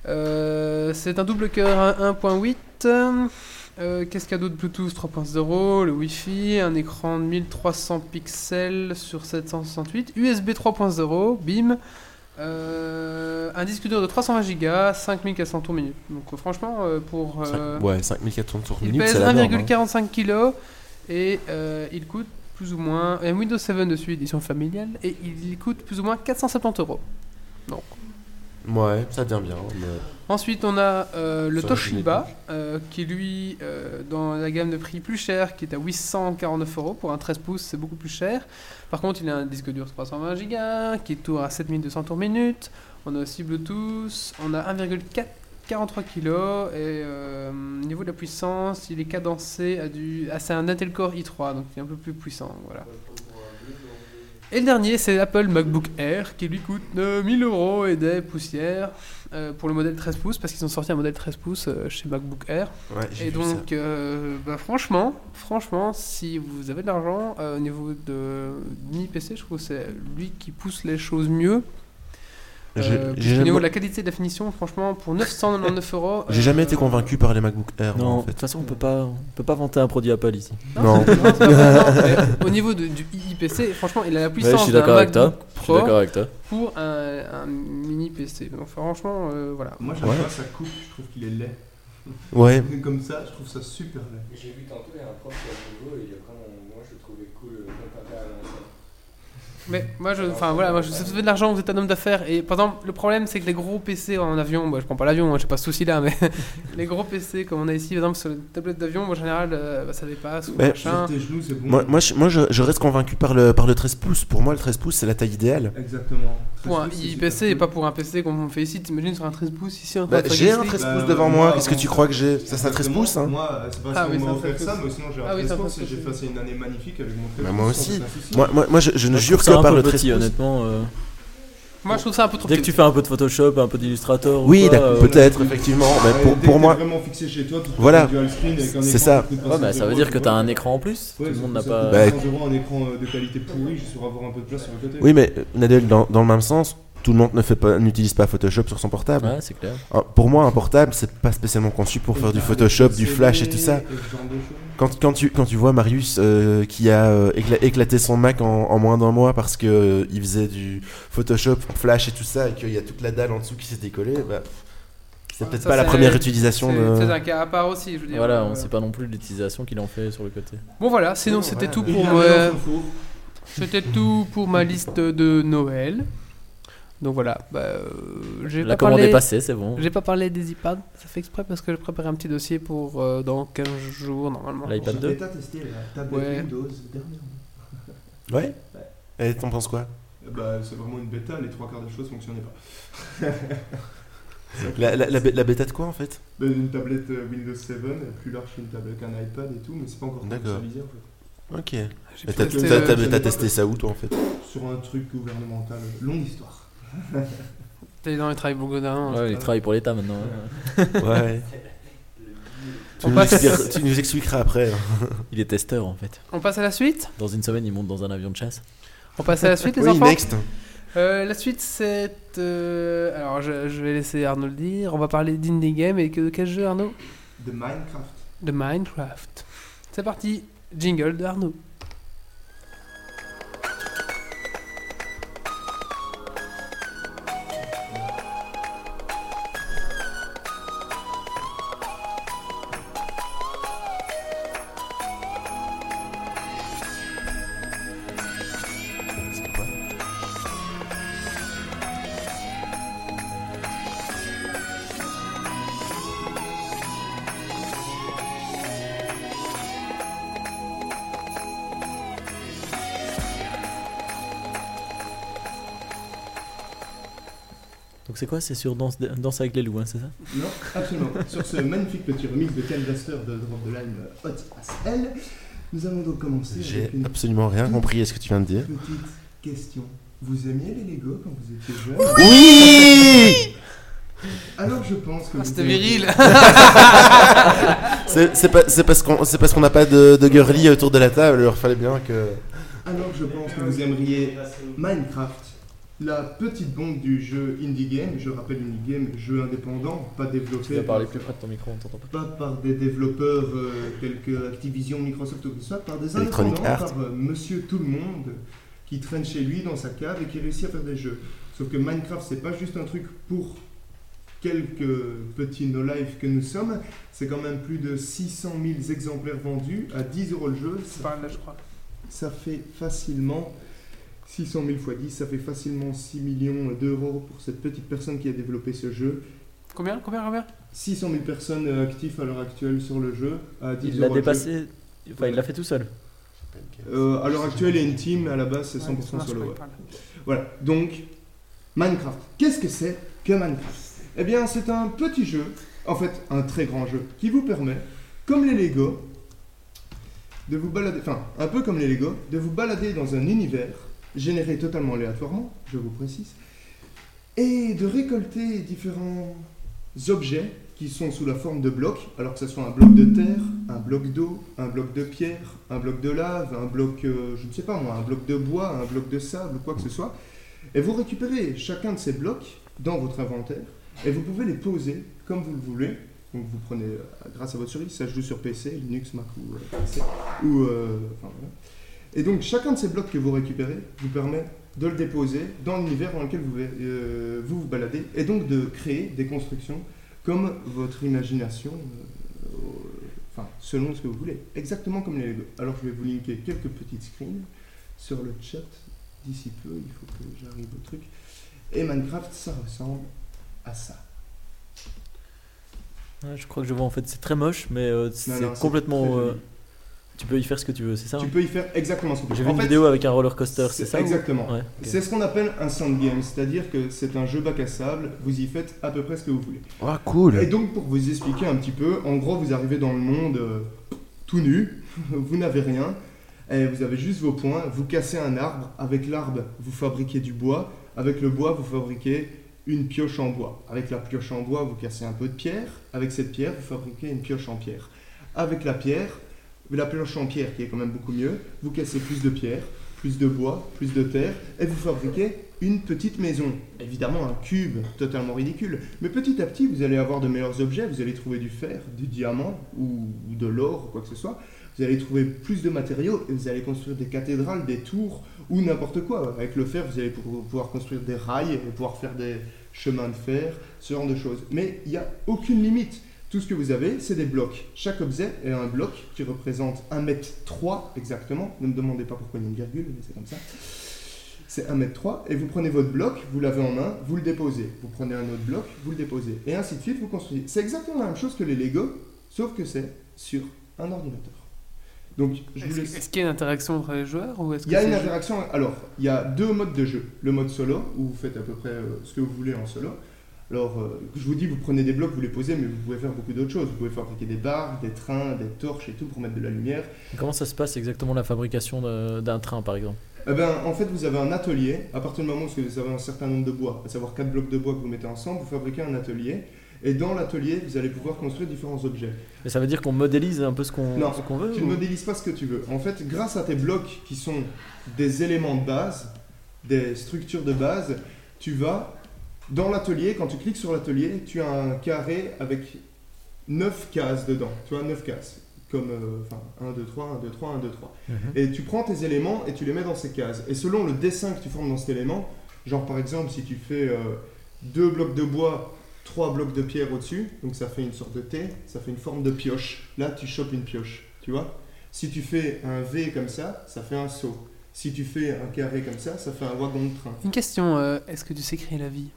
[SPEAKER 1] euh, c'est un double cœur à 1.8. euh, Qu'est-ce qu'il y a d'autre Bluetooth 3.0, le Wi-Fi, un écran de 1300 pixels sur 768, USB 3.0, bim. euh, un disque dur de 320 Go, 5400 tours minute. Donc euh, franchement, euh, pour... euh,
[SPEAKER 2] Cinq- Ouais, 5400 tours
[SPEAKER 1] il
[SPEAKER 2] minutes,
[SPEAKER 1] pèse
[SPEAKER 2] c'est la norme. hein.
[SPEAKER 1] 1,45 kg et euh, il coûte plus ou moins. Il y a un Windows 7 dessus, édition familiale, et il coûte plus ou moins 470 euros. Donc.
[SPEAKER 2] hein. Ouais, ça devient bien. mais-
[SPEAKER 1] Ensuite, on a euh, le
[SPEAKER 2] Ça,
[SPEAKER 1] Toshiba, euh, qui lui, euh, dans la gamme de prix plus chère, qui est à 849 euros. Pour un 13 pouces, c'est beaucoup plus cher. Par contre, il a un disque dur 320 Go, qui tourne à 7200 tours minute. On a aussi Bluetooth, on a 1,4 43 kg et euh, niveau de la puissance, il est cadencé à du, ah, c'est un Intel Core i3 donc il est un peu plus puissant voilà. Et le dernier c'est l'Apple MacBook Air qui lui coûte euh, 1000 euros et des poussières euh, pour le modèle 13 pouces parce qu'ils ont sorti un modèle 13 pouces euh, chez MacBook Air
[SPEAKER 2] Ouais, j'ai
[SPEAKER 1] et
[SPEAKER 2] vu ça.
[SPEAKER 1] donc euh, bah, franchement franchement si vous avez de l'argent euh, au niveau de mi PC je trouve que c'est lui qui pousse les choses mieux
[SPEAKER 2] J'ai-
[SPEAKER 1] euh,
[SPEAKER 2] j'ai
[SPEAKER 1] au niveau
[SPEAKER 2] jamais...
[SPEAKER 1] de la qualité de la finition, franchement, pour 999 euros.
[SPEAKER 2] j'ai
[SPEAKER 1] euh,
[SPEAKER 2] jamais été convaincu par les MacBook Air. moi,
[SPEAKER 4] Non,
[SPEAKER 2] en
[SPEAKER 4] de toute
[SPEAKER 2] fait.
[SPEAKER 4] façon, on peut pas, on peut pas vanter un produit Apple ici.
[SPEAKER 1] Non,
[SPEAKER 2] hein.
[SPEAKER 1] c'est- non, c'est pas vrai, non, mais au niveau de- du IIPC, franchement, il a la
[SPEAKER 4] Ouais, je
[SPEAKER 1] puissance
[SPEAKER 4] suis
[SPEAKER 1] d'un
[SPEAKER 4] d'accord avec
[SPEAKER 1] MacBook
[SPEAKER 4] toi. Je suis
[SPEAKER 1] Pro
[SPEAKER 4] d'accord avec toi.
[SPEAKER 1] pour un, un mini PC. Donc, franchement, euh, voilà.
[SPEAKER 3] Moi, j'aime
[SPEAKER 2] Ouais.
[SPEAKER 3] pas sa coupe, je trouve qu'il est laid.
[SPEAKER 2] Ouais,
[SPEAKER 3] Comme ça, je trouve ça super laid.
[SPEAKER 5] J'ai vu tantôt, il y a un prof qui a nouveau et il est vraiment. Moi, je le trouvais cool euh, comparé à l'ancien.
[SPEAKER 1] Mais moi, je, enfin voilà, moi, je, si vous avez de l'argent, vous êtes un homme d'affaires. Et par exemple, le problème, c'est que les gros PC en avion, moi, je prends pas l'avion, moi, j'ai pas ce souci-là, mais les gros PC comme on a ici, par exemple, sur les tablettes d'avion, moi, en général, euh, bah, ça dépasse ou
[SPEAKER 2] Ouais.
[SPEAKER 1] machin.
[SPEAKER 3] Sur tes genoux, c'est bon.
[SPEAKER 2] moi, moi, je, moi, je- je reste convaincu par le, par le 13 pouces. Pour moi, le 13 pouces, c'est la taille idéale.
[SPEAKER 3] Exactement.
[SPEAKER 1] Pour un
[SPEAKER 3] Très cool, c'est
[SPEAKER 1] IIPC et
[SPEAKER 3] super
[SPEAKER 1] pas pour un PC comme on fait ici, t'imagines sur un 13 pouces ici en
[SPEAKER 2] Bah,
[SPEAKER 1] train de
[SPEAKER 2] j'ai un
[SPEAKER 1] regarder-
[SPEAKER 2] 13
[SPEAKER 3] Bah,
[SPEAKER 2] pouces devant
[SPEAKER 3] moi,
[SPEAKER 2] moi,
[SPEAKER 3] avant
[SPEAKER 2] qu'est-ce que tu
[SPEAKER 3] ça.
[SPEAKER 2] crois que j'ai Ça, c'est un 13
[SPEAKER 3] Exactement.
[SPEAKER 2] pouces, hein
[SPEAKER 3] Moi, euh, c'est pas
[SPEAKER 1] Ah
[SPEAKER 3] parce
[SPEAKER 1] oui,
[SPEAKER 3] qu'on
[SPEAKER 1] c'est
[SPEAKER 3] m'a
[SPEAKER 1] un
[SPEAKER 3] offert
[SPEAKER 1] 13
[SPEAKER 3] ça,
[SPEAKER 1] pouces.
[SPEAKER 3] mais sinon j'ai un
[SPEAKER 1] Ah oui,
[SPEAKER 3] 13
[SPEAKER 1] c'est un
[SPEAKER 3] pouces et
[SPEAKER 1] 13
[SPEAKER 3] j'ai
[SPEAKER 1] pouces.
[SPEAKER 3] passé une année magnifique avec mon 13
[SPEAKER 2] Bah, moi
[SPEAKER 3] pouces,
[SPEAKER 2] aussi.
[SPEAKER 3] sans aucun souci.
[SPEAKER 2] Moi, moi, moi, je, je ne
[SPEAKER 4] Moi, je
[SPEAKER 2] jure
[SPEAKER 4] trouve Bah, ça
[SPEAKER 2] que
[SPEAKER 4] un
[SPEAKER 2] par
[SPEAKER 4] peu
[SPEAKER 2] le 13
[SPEAKER 4] petit,
[SPEAKER 2] pouces.
[SPEAKER 4] honnêtement. euh,
[SPEAKER 1] Moi, je trouve ça un peu trop
[SPEAKER 4] Dès que
[SPEAKER 1] petit.
[SPEAKER 4] tu fais un peu de Photoshop, un peu d'Illustrator,
[SPEAKER 2] Oui,
[SPEAKER 4] ou quoi,
[SPEAKER 2] d'accord,
[SPEAKER 4] euh,
[SPEAKER 2] peut-être, effectivement.
[SPEAKER 3] Ouais,
[SPEAKER 2] Mais pour,
[SPEAKER 3] dès que
[SPEAKER 2] pour
[SPEAKER 3] t'es
[SPEAKER 2] moi,
[SPEAKER 3] vraiment fixé chez toi, tu te
[SPEAKER 2] Voilà.
[SPEAKER 3] fais du dual screen avec un
[SPEAKER 2] C'est
[SPEAKER 3] écran
[SPEAKER 2] ça.
[SPEAKER 3] qui coûte
[SPEAKER 4] Ouais,
[SPEAKER 3] 25
[SPEAKER 4] bah ça veut
[SPEAKER 3] euros,
[SPEAKER 4] dire que
[SPEAKER 3] tu
[SPEAKER 4] t'as
[SPEAKER 3] vois.
[SPEAKER 4] un écran en plus.
[SPEAKER 3] Ouais,
[SPEAKER 4] Tout le monde n'a
[SPEAKER 3] ça coûte
[SPEAKER 4] pas.
[SPEAKER 2] Bah,
[SPEAKER 3] 25 euros, un écran euh, de qualité pourrie juste pour avoir un peu de place sur le côté.
[SPEAKER 2] oui, mais euh, Nadel, dans, dans le même sens, tout le monde ne fait pas, n'utilise pas Photoshop sur son portable.
[SPEAKER 4] Ouais, c'est clair.
[SPEAKER 2] Hein, Pour moi, un portable, c'est pas spécialement conçu pour faire du
[SPEAKER 3] Ah,
[SPEAKER 2] Photoshop, du Flash et tout ça. Quand, quand, tu, quand tu vois Marius euh, qui a euh, écla- éclaté son Mac en, en moins d'un mois parce que euh, il faisait du Photoshop, Flash et tout ça, et qu'il y a toute la dalle en dessous qui s'est décollée, bah, pff, c'est
[SPEAKER 1] Ouais,
[SPEAKER 2] peut-être
[SPEAKER 1] ça,
[SPEAKER 2] pas la
[SPEAKER 1] c'est-
[SPEAKER 2] première
[SPEAKER 1] C'est
[SPEAKER 2] utilisation
[SPEAKER 1] c'est
[SPEAKER 2] de.
[SPEAKER 1] un cas à part aussi, je veux dire.
[SPEAKER 4] Voilà,
[SPEAKER 1] euh,
[SPEAKER 4] on sait pas non plus l'utilisation qu'il en fait sur le côté.
[SPEAKER 1] Bon voilà, sinon
[SPEAKER 2] Ouais,
[SPEAKER 1] c'était
[SPEAKER 2] ouais,
[SPEAKER 1] tout
[SPEAKER 2] ouais.
[SPEAKER 1] pour euh, c'était tout pour ma liste de Noël. Donc voilà, bah, euh, j'ai
[SPEAKER 4] La
[SPEAKER 1] pas
[SPEAKER 4] commande
[SPEAKER 1] parlé.
[SPEAKER 4] est passée, c'est bon.
[SPEAKER 1] J'ai pas parlé des iPads, ça fait exprès parce que je préparais un petit dossier pour euh, dans 15 jours normalement.
[SPEAKER 4] Là, il iPad 2.
[SPEAKER 3] J'ai testé la tablette
[SPEAKER 1] Ouais.
[SPEAKER 3] Windows dernièrement.
[SPEAKER 2] Ouais Et t'en penses quoi
[SPEAKER 3] Bah, c'est vraiment une bêta, les trois quarts des choses fonctionnaient pas.
[SPEAKER 2] la, la, la bê- la bêta de quoi en fait
[SPEAKER 3] Bah, une tablette euh, Windows 7, plus large qu'une tablette qu'un iPad et tout, mais c'est pas encore
[SPEAKER 2] D'accord.
[SPEAKER 3] fonctionnalisé en fait.
[SPEAKER 2] Ok.
[SPEAKER 1] J'ai
[SPEAKER 2] Et
[SPEAKER 1] pu
[SPEAKER 2] T'as
[SPEAKER 1] tester,
[SPEAKER 2] t'as-
[SPEAKER 1] euh,
[SPEAKER 2] t'as-
[SPEAKER 3] je
[SPEAKER 2] t'as
[SPEAKER 3] sais
[SPEAKER 2] testé
[SPEAKER 3] pas.
[SPEAKER 2] ça où toi en fait
[SPEAKER 3] Sur un truc gouvernemental, longue histoire.
[SPEAKER 1] t'es dans les travaux Bougodin.
[SPEAKER 4] Ouais, il travaille pour l'État maintenant. hein.
[SPEAKER 2] Ouais. tu,
[SPEAKER 1] On
[SPEAKER 2] nous
[SPEAKER 1] passe-
[SPEAKER 2] expliqueras- tu nous expliqueras après. hein.
[SPEAKER 4] Il est testeur en fait.
[SPEAKER 1] On passe à la suite
[SPEAKER 4] Dans une semaine, il monte dans un avion de chasse.
[SPEAKER 1] On passe à la suite les
[SPEAKER 2] Oui,
[SPEAKER 1] enfants
[SPEAKER 2] next.
[SPEAKER 1] Euh, la suite, c'est. euh, Alors, je, je vais laisser Arnaud le dire. On va parler d'Indie Game et que- de quel jeu, Arnaud
[SPEAKER 3] De Minecraft.
[SPEAKER 1] De Minecraft. C'est parti, jingle de Arnaud.
[SPEAKER 4] Donc c'est quoi C'est sur Danse, Danse avec les loups, hein, c'est ça
[SPEAKER 3] Non, absolument. Sur ce magnifique petit remix de Ken Blaster de Drop de Lime euh, Hot as Hell, nous allons donc commencer
[SPEAKER 2] J'ai
[SPEAKER 3] avec une
[SPEAKER 2] absolument rien compris à ce que tu viens de dire.
[SPEAKER 3] petite question. Vous aimiez les Lego quand vous étiez jeune
[SPEAKER 2] Oui
[SPEAKER 3] Alors je pense que.
[SPEAKER 1] Ah,
[SPEAKER 3] vous
[SPEAKER 1] c'était
[SPEAKER 3] devez-
[SPEAKER 1] viril
[SPEAKER 2] C'est c'est pas- c'est parce qu'on c'est parce qu'on n'a pas de, de girly autour de la table, il leur fallait bien que.
[SPEAKER 3] Alors je pense que vous aimeriez Minecraft, la petite bombe du jeu indie game. Je rappelle indie game, jeu indépendant, pas développé.
[SPEAKER 4] plus près de ton micro, on t'entend pas.
[SPEAKER 3] pas par des développeurs euh, tels que Activision, Microsoft ou que ce soit, par des
[SPEAKER 2] Electronic
[SPEAKER 3] indépendants,
[SPEAKER 2] Arts.
[SPEAKER 3] par euh, monsieur tout le monde qui traîne chez lui dans sa cave et qui réussit à faire des jeux. Sauf que Minecraft, c'est pas juste un truc pour quelques petits no-life que nous sommes, c'est quand même plus de 600 000 exemplaires vendus à 10 euros le jeu. Ça,
[SPEAKER 8] là, je crois.
[SPEAKER 3] ça fait facilement 600 000 fois 10, ça fait facilement 6 millions d'euros pour cette petite personne qui a développé ce jeu.
[SPEAKER 1] Combien Combien Combien
[SPEAKER 3] 600 000 personnes euh, actives à l'heure actuelle sur le jeu. À 10
[SPEAKER 4] Il l'a
[SPEAKER 3] euros le
[SPEAKER 4] dépassé. Enfin, il l'a fait tout seul.
[SPEAKER 3] jeu. Euh, à l'heure actuelle, et une team, à la base, c'est 100%
[SPEAKER 8] Ouais,
[SPEAKER 3] solo.
[SPEAKER 8] je
[SPEAKER 3] ouais.
[SPEAKER 8] crois
[SPEAKER 3] Voilà, donc Minecraft. Qu'est-ce que c'est que Minecraft Eh bien, c'est un petit jeu, en fait, un très grand jeu, qui vous permet, comme les Lego, de vous balader, enfin, un peu comme les Lego, de vous balader dans un univers généré totalement aléatoirement, je vous précise, et de récolter différents objets qui sont sous la forme de blocs, alors que ce soit un bloc de terre, un bloc d'eau, un bloc de pierre, un bloc de lave, un bloc, euh, je ne sais pas moi, un bloc de bois, un bloc de sable, quoi que ce soit. Et vous récupérez chacun de ces blocs dans votre inventaire et vous pouvez les poser comme vous le voulez. Donc vous prenez, euh, grâce à votre souris, ça se joue sur PC, Linux, Mac ou euh, PC. Ou, euh, enfin, voilà. Et donc chacun de ces blocs que vous récupérez vous permet de le déposer dans l'univers dans lequel vous, euh, vous vous baladez et donc de créer des constructions comme votre imagination, euh, au- enfin selon ce que vous voulez, exactement comme les Lego. Alors je vais vous linker quelques petites screens sur le chat d'ici peu, il faut que j'arrive au truc. Et Minecraft, ça ressemble à ça.
[SPEAKER 4] Ouais, je crois que je vois en fait. C'est très moche, mais euh, c'est
[SPEAKER 3] non, c'est très
[SPEAKER 4] complètement.
[SPEAKER 3] joli.
[SPEAKER 4] euh, tu peux y faire ce que tu veux, c'est ça
[SPEAKER 3] Tu
[SPEAKER 4] hein
[SPEAKER 3] peux y faire exactement ce que tu veux.
[SPEAKER 4] J'ai vu
[SPEAKER 3] En
[SPEAKER 4] une
[SPEAKER 3] fait,
[SPEAKER 4] vidéo avec un roller coaster,
[SPEAKER 3] c'est
[SPEAKER 4] c'est ça ou-
[SPEAKER 3] exactement.
[SPEAKER 4] Ouais, ok.
[SPEAKER 3] C'est ce qu'on appelle un sand game, c'est-à-dire que c'est un jeu bac à sable, vous y faites à peu près ce que vous voulez.
[SPEAKER 2] Oh cool
[SPEAKER 3] Et donc, pour vous expliquer un petit peu, en gros, vous arrivez dans le monde euh, tout nu, vous n'avez rien, et vous avez juste vos points, vous cassez un arbre, avec l'arbre, vous fabriquez du bois, avec le bois, vous fabriquez une pioche en bois. Avec la pioche en bois, vous cassez un peu de pierre, avec cette pierre, vous fabriquez une pioche en pierre. Avec la pierre, la pioche en pierre qui est quand même beaucoup mieux, vous cassez plus de pierre, plus de bois, plus de terre, et vous fabriquez une petite maison. Évidemment, un cube totalement ridicule. Mais petit à petit, vous allez avoir de meilleurs objets, vous allez trouver du fer, du diamant ou ou de l'or, ou quoi que ce soit. Vous allez trouver plus de matériaux et vous allez construire des cathédrales, des tours ou n'importe quoi. Avec le fer, vous allez pou- pouvoir construire des rails et pouvoir faire des chemins de fer, ce genre de choses. Mais il n'y a aucune limite. Tout ce que vous avez, c'est des blocs. Chaque objet est un bloc qui représente 1m3 exactement. Ne me demandez pas pourquoi il y a une virgule, mais c'est comme ça. C'est 1m3 et vous prenez votre bloc, vous l'avez en main, vous le déposez. Vous prenez un autre bloc, vous le déposez. Et ainsi de suite, vous construisez. C'est exactement la même chose que les Lego, sauf que c'est sur un ordinateur. Donc, je vous
[SPEAKER 1] Est-ce
[SPEAKER 3] laisse.
[SPEAKER 1] est-ce qu'il y a une interaction entre les joueurs ou est-ce que
[SPEAKER 3] Il y a
[SPEAKER 1] c'est
[SPEAKER 3] une
[SPEAKER 1] juste-
[SPEAKER 3] interaction. Alors, il y a deux modes de jeu. Le mode solo, où vous faites à peu près euh, ce que vous voulez en solo. Alors, euh, je vous dis, vous prenez des blocs, vous les posez, mais vous pouvez faire beaucoup d'autres choses. Vous pouvez fabriquer des barres, des trains, des torches et tout pour mettre de la lumière.
[SPEAKER 4] Comment ça se passe exactement la fabrication de- d'un train, par exemple
[SPEAKER 3] Eh ben, en fait, vous avez un atelier. À partir du moment où vous avez un certain nombre de bois, à savoir quatre blocs de bois que vous mettez ensemble, vous fabriquez un atelier. Et dans l'atelier, vous allez pouvoir construire différents objets.
[SPEAKER 4] Mais ça veut dire qu'on modélise un peu ce qu'on
[SPEAKER 3] Non,
[SPEAKER 4] ce qu'on veut
[SPEAKER 3] Tu
[SPEAKER 4] ou-
[SPEAKER 3] ne modélises pas ce que tu veux. En fait, grâce à tes blocs qui sont des éléments de base, des structures de base, tu vas dans l'atelier, quand tu cliques sur l'atelier, tu as un carré avec 9 cases dedans. Tu as 9 cases. Comme euh, enfin, 1, 2, 3, 1, 2, 3, 1, 2, 3.
[SPEAKER 4] Mhm.
[SPEAKER 3] Et tu prends tes éléments et tu les mets dans ces cases. Et selon le dessin que tu formes dans cet élément, genre par exemple si tu fais euh, deux blocs de bois, trois blocs de pierre au-dessus, donc ça fait une sorte de T, ça fait une forme de pioche. Là, tu chopes une pioche, tu vois. Si tu fais un V comme ça, ça fait un seau. Si tu fais un carré comme ça, ça fait un wagon de train.
[SPEAKER 1] Une question, euh, est-ce que tu sais créer la vie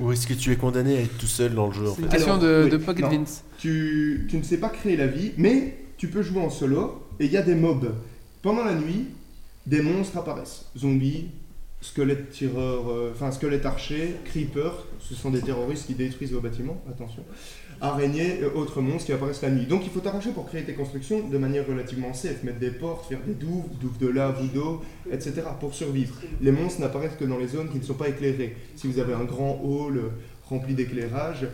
[SPEAKER 2] Ou est-ce que tu es condamné à être tout seul dans le jeu en
[SPEAKER 1] C'est une
[SPEAKER 2] fait
[SPEAKER 1] question
[SPEAKER 3] Alors,
[SPEAKER 1] de,
[SPEAKER 3] oui,
[SPEAKER 1] de Pocket
[SPEAKER 3] non.
[SPEAKER 1] Vince.
[SPEAKER 3] tu, tu ne sais pas créer la vie, mais tu peux jouer en solo et il y a des mobs. Pendant la nuit, des monstres apparaissent. Zombies, squelette tireur, euh, enfin squelette archer, creeper, ce sont des terroristes qui détruisent vos bâtiments, attention, araignées, et autres monstres euh, qui apparaissent la nuit. Donc il faut t'arranger pour créer tes constructions de manière relativement safe, mettre des portes, faire des douves, douves de lave ou d'eau, etc. pour survivre. Les monstres n'apparaissent que dans les zones qui ne sont pas éclairées. Si vous avez un grand hall euh, rempli d'éclairage,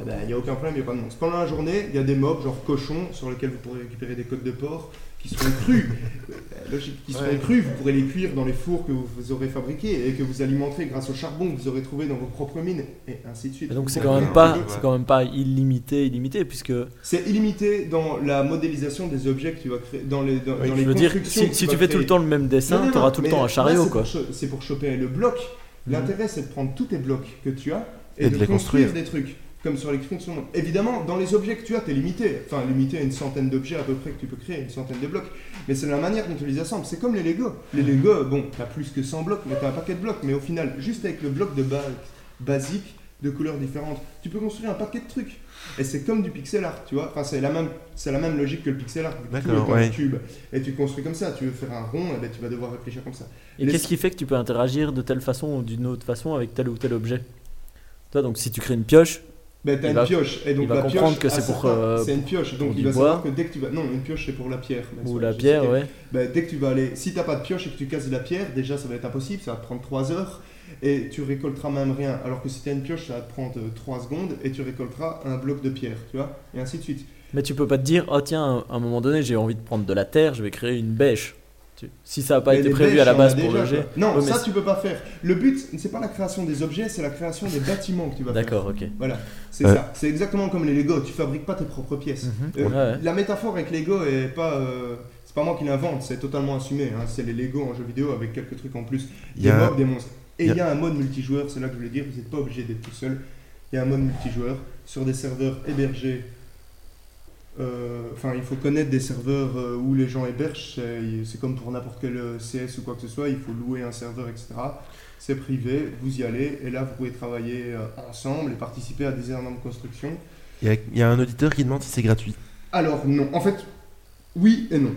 [SPEAKER 3] eh ben, il n'y a aucun problème, il n'y a pas de monstres. Pendant la journée, il y a des mobs, genre cochons, sur lesquels vous pourrez récupérer des côtes de porc, qui seront crus. Euh, Logique, qui seront crus, vous pourrez les cuire dans les fours que vous aurez fabriqués et que vous alimenterez grâce au charbon que vous aurez trouvé dans vos propres mines, et ainsi de suite.
[SPEAKER 4] Et donc c'est
[SPEAKER 3] Ouais.
[SPEAKER 4] quand même
[SPEAKER 2] Ouais.
[SPEAKER 4] pas,
[SPEAKER 2] Ouais.
[SPEAKER 4] c'est quand même pas illimité, illimité, puisque
[SPEAKER 3] C'est illimité dans la modélisation des objets que tu vas créer, dans les, dans, dans les
[SPEAKER 4] je veux dire,
[SPEAKER 3] constructions
[SPEAKER 4] si,
[SPEAKER 3] que
[SPEAKER 4] si
[SPEAKER 3] vas
[SPEAKER 4] tu fais tout le
[SPEAKER 3] créer.
[SPEAKER 4] temps le même
[SPEAKER 3] Non,
[SPEAKER 4] dessin,
[SPEAKER 3] non,
[SPEAKER 4] t'auras
[SPEAKER 3] non,
[SPEAKER 4] tout le
[SPEAKER 3] mais
[SPEAKER 4] temps un
[SPEAKER 3] là,
[SPEAKER 4] chariot
[SPEAKER 3] c'est
[SPEAKER 4] quoi. Mmh.
[SPEAKER 3] pour cho- C'est pour choper le bloc. L'intérêt, c'est de prendre tous tes blocs que tu as et,
[SPEAKER 2] Et
[SPEAKER 3] de,
[SPEAKER 2] de les
[SPEAKER 3] construire.
[SPEAKER 2] construire.
[SPEAKER 3] des trucs. Comme sur les créations. Évidemment, dans les objets que tu as, t'es limité. Enfin, limité à une centaine d'objets à peu près que tu peux créer, une centaine de blocs. Mais c'est la manière dont tu les assembles. C'est comme les Lego.
[SPEAKER 4] Mmh.
[SPEAKER 3] Les Lego, bon, t'as plus que 100 blocs, mais t'as un paquet de blocs. Mais au final, juste avec le bloc de base basique, de couleurs différentes, tu peux construire un paquet de trucs. Et c'est comme du pixel art, tu vois. Enfin, c'est la même, c'est la même logique que le pixel art. Tout est
[SPEAKER 2] D'accord,
[SPEAKER 3] comme un
[SPEAKER 2] ouais.
[SPEAKER 3] cube. Et tu construis comme ça. Tu veux faire un rond, et ben, tu vas devoir réfléchir comme ça.
[SPEAKER 4] Et
[SPEAKER 3] Les-
[SPEAKER 4] qu'est-ce qui fait que tu peux interagir de telle façon ou d'une autre façon avec tel ou tel objet Toi, donc si tu crées une pioche,
[SPEAKER 3] Ben, t'as
[SPEAKER 4] Il
[SPEAKER 3] une
[SPEAKER 4] va-
[SPEAKER 3] pioche, et donc
[SPEAKER 4] il va
[SPEAKER 3] la pioche,
[SPEAKER 4] comprendre que c'est
[SPEAKER 3] ah,
[SPEAKER 4] pour,
[SPEAKER 3] ça,
[SPEAKER 4] euh,
[SPEAKER 3] c'est une pioche, donc
[SPEAKER 4] du
[SPEAKER 3] il va
[SPEAKER 4] bois.
[SPEAKER 3] savoir que dès que tu vas. Non, une pioche c'est pour la pierre. Ben,
[SPEAKER 4] ou
[SPEAKER 3] soit
[SPEAKER 4] la
[SPEAKER 3] je
[SPEAKER 4] pierre,
[SPEAKER 3] sais.
[SPEAKER 4] ouais.
[SPEAKER 3] Ben, dès que tu vas aller. Si t'as pas de pioche et que tu casses de la pierre, déjà ça va être impossible, ça va te prendre 3 heures et tu récolteras même rien. Alors que si t'as une pioche, ça va te prendre 3 secondes et tu récolteras un bloc de pierre, tu vois, et ainsi de suite.
[SPEAKER 4] Mais tu peux pas te dire, oh tiens, à un moment donné, j'ai envie de prendre de la terre, je vais créer une bêche. Tu- Si ça n'a pas
[SPEAKER 3] Mais
[SPEAKER 4] été
[SPEAKER 3] les
[SPEAKER 4] prévu
[SPEAKER 3] bêches,
[SPEAKER 4] à la
[SPEAKER 3] on en a
[SPEAKER 4] base pour
[SPEAKER 3] déjà,
[SPEAKER 4] le jet.
[SPEAKER 3] quoi. Non,
[SPEAKER 4] Ouais, mais
[SPEAKER 3] ça
[SPEAKER 4] c'est-
[SPEAKER 3] tu peux pas faire. Le but, c'est pas la création des objets, c'est la création des bâtiments que tu vas faire.
[SPEAKER 4] D'accord, ok.
[SPEAKER 3] Voilà, c'est
[SPEAKER 2] Euh.
[SPEAKER 3] ça. C'est exactement comme les Lego, tu fabriques pas tes propres pièces.
[SPEAKER 4] Ouais,
[SPEAKER 3] Euh,
[SPEAKER 4] ouais.
[SPEAKER 3] La métaphore avec Lego est pas. euh, c'est pas moi qui l'invente, c'est totalement assumé. hein. C'est les Lego en jeu vidéo avec quelques trucs en plus.
[SPEAKER 2] Il
[SPEAKER 3] Des
[SPEAKER 2] y a-
[SPEAKER 3] mobs, des monstres. Et
[SPEAKER 2] il
[SPEAKER 3] il
[SPEAKER 2] y a-
[SPEAKER 3] y a un mode multijoueur, c'est là que je voulais dire, vous n'êtes pas obligé d'être tout seul. Il y a un mode multijoueur sur des serveurs hébergés. Euh, Enfin, il faut connaître des serveurs euh, où les gens hébergent. C'est c'est comme pour n'importe quel euh, CS ou quoi que ce soit, il faut louer un serveur, etc. C'est privé, vous y allez, et là vous pouvez travailler euh, ensemble et participer à des énormes constructions.
[SPEAKER 2] Il y, a, il y a un auditeur qui demande si c'est gratuit.
[SPEAKER 3] Alors non, en fait, oui et non.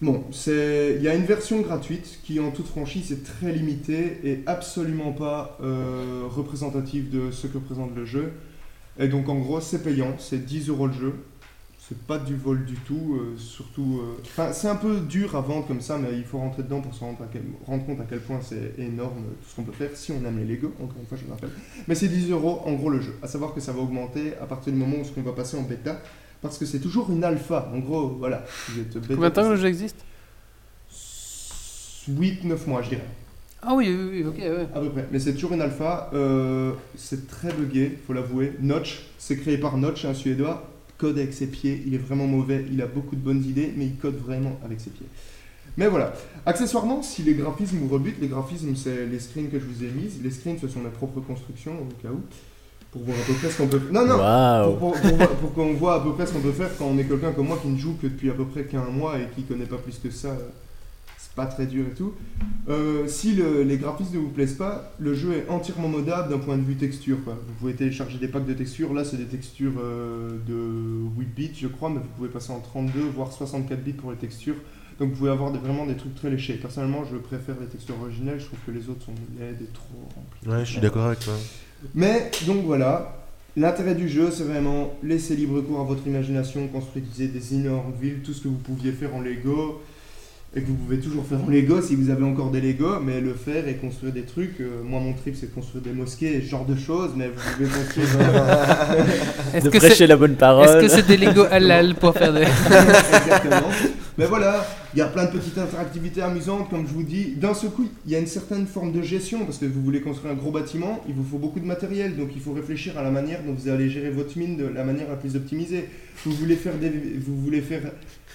[SPEAKER 3] Bon, c'est, il y a une version gratuite qui, en toute franchise, est très limitée et absolument pas euh, représentative de ce que présente le jeu. Et donc, en gros, c'est payant, c'est 10 euros le jeu. C'est pas du vol du tout, euh, surtout. euh, Enfin, c'est un peu dur à vendre comme ça, mais il faut rentrer dedans pour se rendre, à quel- rendre compte à quel point c'est énorme euh, tout ce qu'on peut faire si on aime les Lego. Encore une fois, je le rappelle. Mais c'est 10 euros en gros le jeu. À savoir que ça va augmenter à partir du moment où ce qu'on va passer en bêta, parce que c'est toujours une alpha. En gros, voilà. Vous êtes bêta
[SPEAKER 1] Combien de temps que le jeu existe
[SPEAKER 3] 8-9 mois, je dirais,
[SPEAKER 1] Ah oui, oui, oui, ok, ouais.
[SPEAKER 3] à peu près. Mais c'est toujours une alpha. euh, c'est très buggé, faut l'avouer. Notch, c'est créé par Notch, un Suédois. Code avec ses pieds, il est vraiment mauvais. Il a beaucoup de bonnes idées, mais il code vraiment avec ses pieds. Mais voilà. Accessoirement, si les graphismes vous rebutent, les graphismes, c'est les screens que je vous ai mises. Les screens, ce sont mes propres constructions, au cas où. Pour voir à peu près ce qu'on peut. Non, Ah, non,
[SPEAKER 4] Waouh.
[SPEAKER 3] pour, pour- pour voir- pour qu'on voit à peu près ce qu'on peut faire quand on est quelqu'un comme moi qui ne joue que depuis à peu près qu'un mois et qui connaît pas plus que ça. euh, C'est pas très dur et tout. Euh, si le- les graphismes ne vous plaisent pas, le jeu est entièrement modable d'un point de vue texture. quoi. Vous pouvez télécharger des packs de textures. Là, c'est des textures euh, de 8 bits, je crois, mais vous pouvez passer en 32 voire 64 bits pour les textures. Donc vous pouvez avoir des- vraiment des trucs très léchés. Personnellement, je préfère les textures originales. Je trouve que les autres sont laides et trop remplies.
[SPEAKER 2] Ouais, je suis d'accord avec toi.
[SPEAKER 3] Mais donc voilà, l'intérêt du jeu, c'est vraiment laisser libre cours à votre imagination, construisez des énormes villes, tout ce que vous pouviez faire en Lego, et que vous pouvez toujours faire en Lego si vous avez encore des Lego, mais le faire et construire des trucs. euh, moi, mon trip, c'est de construire des mosquées, ce genre de choses, mais vous pouvez construire.
[SPEAKER 1] Est-ce
[SPEAKER 4] De
[SPEAKER 1] que c'est
[SPEAKER 4] prêcher la bonne
[SPEAKER 1] est-ce
[SPEAKER 4] parole.
[SPEAKER 1] que c'est des Lego halal pour faire des.
[SPEAKER 3] Exactement. Mais voilà, il y a plein de petites interactivités amusantes, comme je vous dis. D'un seul coup, il y a une certaine forme de gestion, parce que vous voulez construire un gros bâtiment, il vous faut beaucoup de matériel, donc il faut réfléchir à la manière dont vous allez gérer votre mine de la manière la plus optimisée. Vous voulez faire, des, vous voulez faire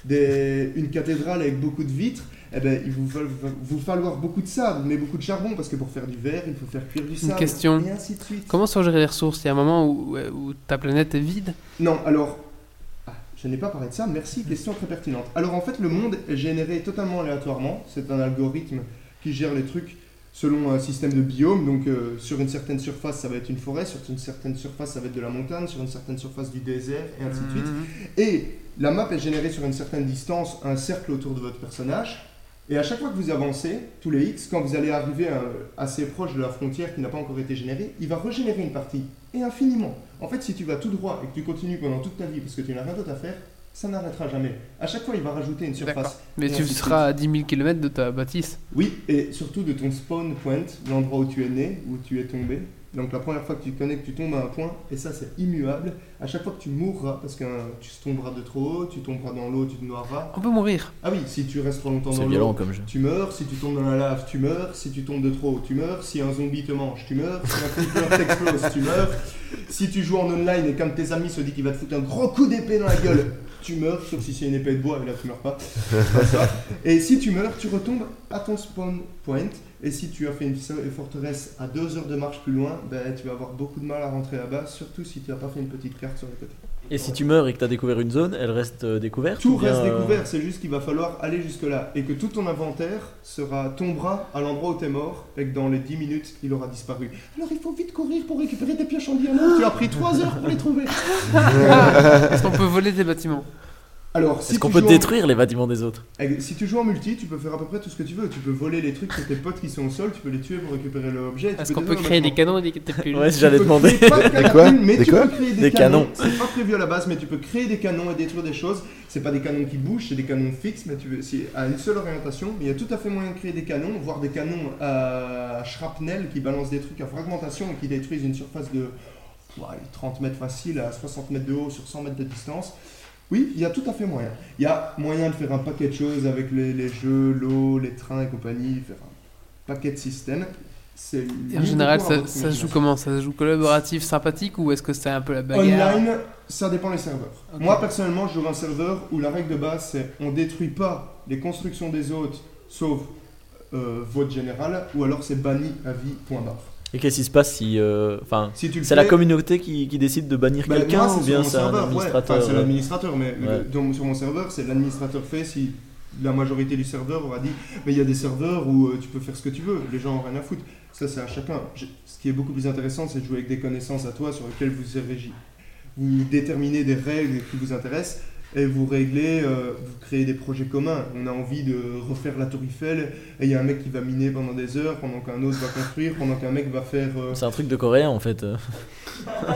[SPEAKER 3] des, une cathédrale avec beaucoup de vitres, eh ben, il vous va vous falloir beaucoup de sable, mais beaucoup de charbon, parce que pour faire du verre, il faut faire cuire du sable.
[SPEAKER 1] question.
[SPEAKER 3] Et ainsi de suite.
[SPEAKER 1] Comment sont gérées les ressources Il y a un moment où, où ta planète est vide.
[SPEAKER 3] Non, alors. Ah, je n'ai pas parlé de ça, merci, question très pertinente. Alors en fait, le monde est généré totalement aléatoirement. C'est un algorithme qui gère les trucs selon un système de biome. Donc euh, sur une certaine surface, ça va être une forêt, sur une certaine surface, ça va être de la montagne, sur une certaine surface, du désert, et ainsi de
[SPEAKER 1] Mmh.
[SPEAKER 3] suite. Et la map est générée sur une certaine distance, un cercle autour de votre personnage. Et à chaque fois que vous avancez, tous les X, quand vous allez arriver à- assez proche de la frontière qui n'a pas encore été générée, il va régénérer une partie. Et infiniment. En fait, si tu vas tout droit et que tu continues pendant toute ta vie parce que tu n'as rien d'autre à faire, ça n'arrêtera jamais. À chaque fois, il va rajouter une
[SPEAKER 1] D'accord.
[SPEAKER 3] surface.
[SPEAKER 1] Mais
[SPEAKER 3] Et
[SPEAKER 1] tu
[SPEAKER 3] ainsi de
[SPEAKER 1] seras à 10 000 km de ta bâtisse.
[SPEAKER 3] Oui, et surtout de ton spawn point, l'endroit où tu es né, où tu es tombé. Donc la première fois que tu te connectes, tu tombes à un point, et ça c'est immuable. À chaque fois que tu mourras, parce que hein, tu tomberas de trop haut, tu tomberas dans l'eau, tu te noieras.
[SPEAKER 1] On peut mourir.
[SPEAKER 3] Ah oui, si tu restes trop longtemps
[SPEAKER 4] C'est
[SPEAKER 3] dans
[SPEAKER 4] violent
[SPEAKER 3] l'eau,
[SPEAKER 4] comme jeu.
[SPEAKER 3] tu meurs. Si tu tombes dans la lave, tu meurs. Si tu tombes de trop haut, tu meurs. Si un zombie te mange, tu meurs. Si un creeper t'explose, tu meurs. Si tu joues en online et qu'un de tes amis se dit qu'il va te foutre un gros coup d'épée dans la gueule, tu meurs, sauf si c'est une épée de bois, et là tu meurs pas. Pas ça. Et si tu meurs, tu retombes à ton spawn point. Et si tu as fait une forteresse à deux heures de marche plus loin, ben, tu vas avoir beaucoup de mal à rentrer là-bas, surtout si tu n'as pas fait une petite carte sur les côtés.
[SPEAKER 4] Et si tu meurs et que t'as découvert une zone, elle reste euh, découverte
[SPEAKER 3] Tout
[SPEAKER 4] ou bien,
[SPEAKER 3] reste
[SPEAKER 4] euh,
[SPEAKER 3] découvert, c'est juste qu'il va falloir aller jusque-là. Et que tout ton inventaire sera, tombera à l'endroit où t'es mort, et que dans les 10 minutes, il aura disparu. Alors il faut vite courir pour récupérer tes pioches en diamant, tu as pris 3 heures pour les trouver.
[SPEAKER 1] Est-ce qu'on peut voler des bâtiments
[SPEAKER 3] Alors si
[SPEAKER 4] Est-ce qu'on
[SPEAKER 3] tu
[SPEAKER 4] peut
[SPEAKER 3] joues en-
[SPEAKER 4] détruire les bâtiments des autres
[SPEAKER 3] Eh, Si tu joues en multi, tu peux faire à peu près tout ce que tu veux. Tu peux voler les trucs que tes potes qui sont au sol, tu peux les tuer pour récupérer l'objet.
[SPEAKER 1] Est-ce qu'on peut créer des canons et des catapultes
[SPEAKER 4] Ouais, j'allais demander.
[SPEAKER 2] Des
[SPEAKER 3] Des
[SPEAKER 2] quoi
[SPEAKER 3] mais
[SPEAKER 2] Des
[SPEAKER 3] tu
[SPEAKER 2] quoi
[SPEAKER 3] peux créer des,
[SPEAKER 4] Des
[SPEAKER 3] canons.
[SPEAKER 4] canons.
[SPEAKER 3] C'est pas prévu à la base, mais tu peux créer des canons et détruire des choses. C'est pas des canons qui bougent, c'est des canons fixes, mais tu veux, c'est à une seule orientation. Mais il y a tout à fait moyen de créer des canons, voire des canons à shrapnel qui balancent des trucs à fragmentation et qui détruisent une surface de ouais, 30 mètres facile à 60 mètres de haut sur 100 mètres de distance. Oui, il y a tout à fait moyen. Il y a moyen de faire un paquet de choses avec les, les jeux, l'eau, les trains et compagnie, faire un paquet de systèmes. C'est
[SPEAKER 1] Et En général,
[SPEAKER 3] libre à
[SPEAKER 1] ça,
[SPEAKER 3] votre
[SPEAKER 1] ça se joue
[SPEAKER 3] imagination.
[SPEAKER 1] comment Ça se joue collaboratif, sympathique ou est-ce que c'est un peu la bagarre
[SPEAKER 3] Online, ça dépend les serveurs.
[SPEAKER 1] Ok.
[SPEAKER 3] Moi, personnellement, je joue un serveur où la règle de base, c'est on détruit pas les constructions des autres, sauf euh, vote général, ou alors c'est banni à vie, point barre.
[SPEAKER 4] Et qu'est-ce qui se passe si. euh, Enfin.
[SPEAKER 3] Si tu le
[SPEAKER 4] c'est la
[SPEAKER 3] fais-
[SPEAKER 4] communauté qui, qui décide de bannir
[SPEAKER 3] Bah,
[SPEAKER 4] quelqu'un
[SPEAKER 3] moi,
[SPEAKER 4] ou
[SPEAKER 3] c'est
[SPEAKER 4] bien
[SPEAKER 3] sur
[SPEAKER 4] c'est
[SPEAKER 3] mon
[SPEAKER 4] un
[SPEAKER 3] serveur, ouais.
[SPEAKER 4] administrateur
[SPEAKER 3] Enfin, c'est
[SPEAKER 4] euh,
[SPEAKER 3] l'administrateur, mais le-
[SPEAKER 4] Ouais.
[SPEAKER 3] dans- sur mon serveur, c'est l'administrateur fait si la majorité du serveur aura dit mais il y a des serveurs où euh, tu peux faire ce que tu veux, les gens ont rien à foutre. Ça, c'est à chacun. Je- Ce qui est beaucoup plus intéressant, c'est de jouer avec des connaissances à toi sur lesquelles vous êtes régi. Vous déterminez des règles qui vous intéressent et vous réglez, euh, vous créez des projets communs. On a envie de refaire la Tour Eiffel et il y a un mec qui va miner pendant des heures, pendant qu'un autre va construire, pendant qu'un mec va faire. euh,
[SPEAKER 4] C'est un truc de coréen en fait. euh.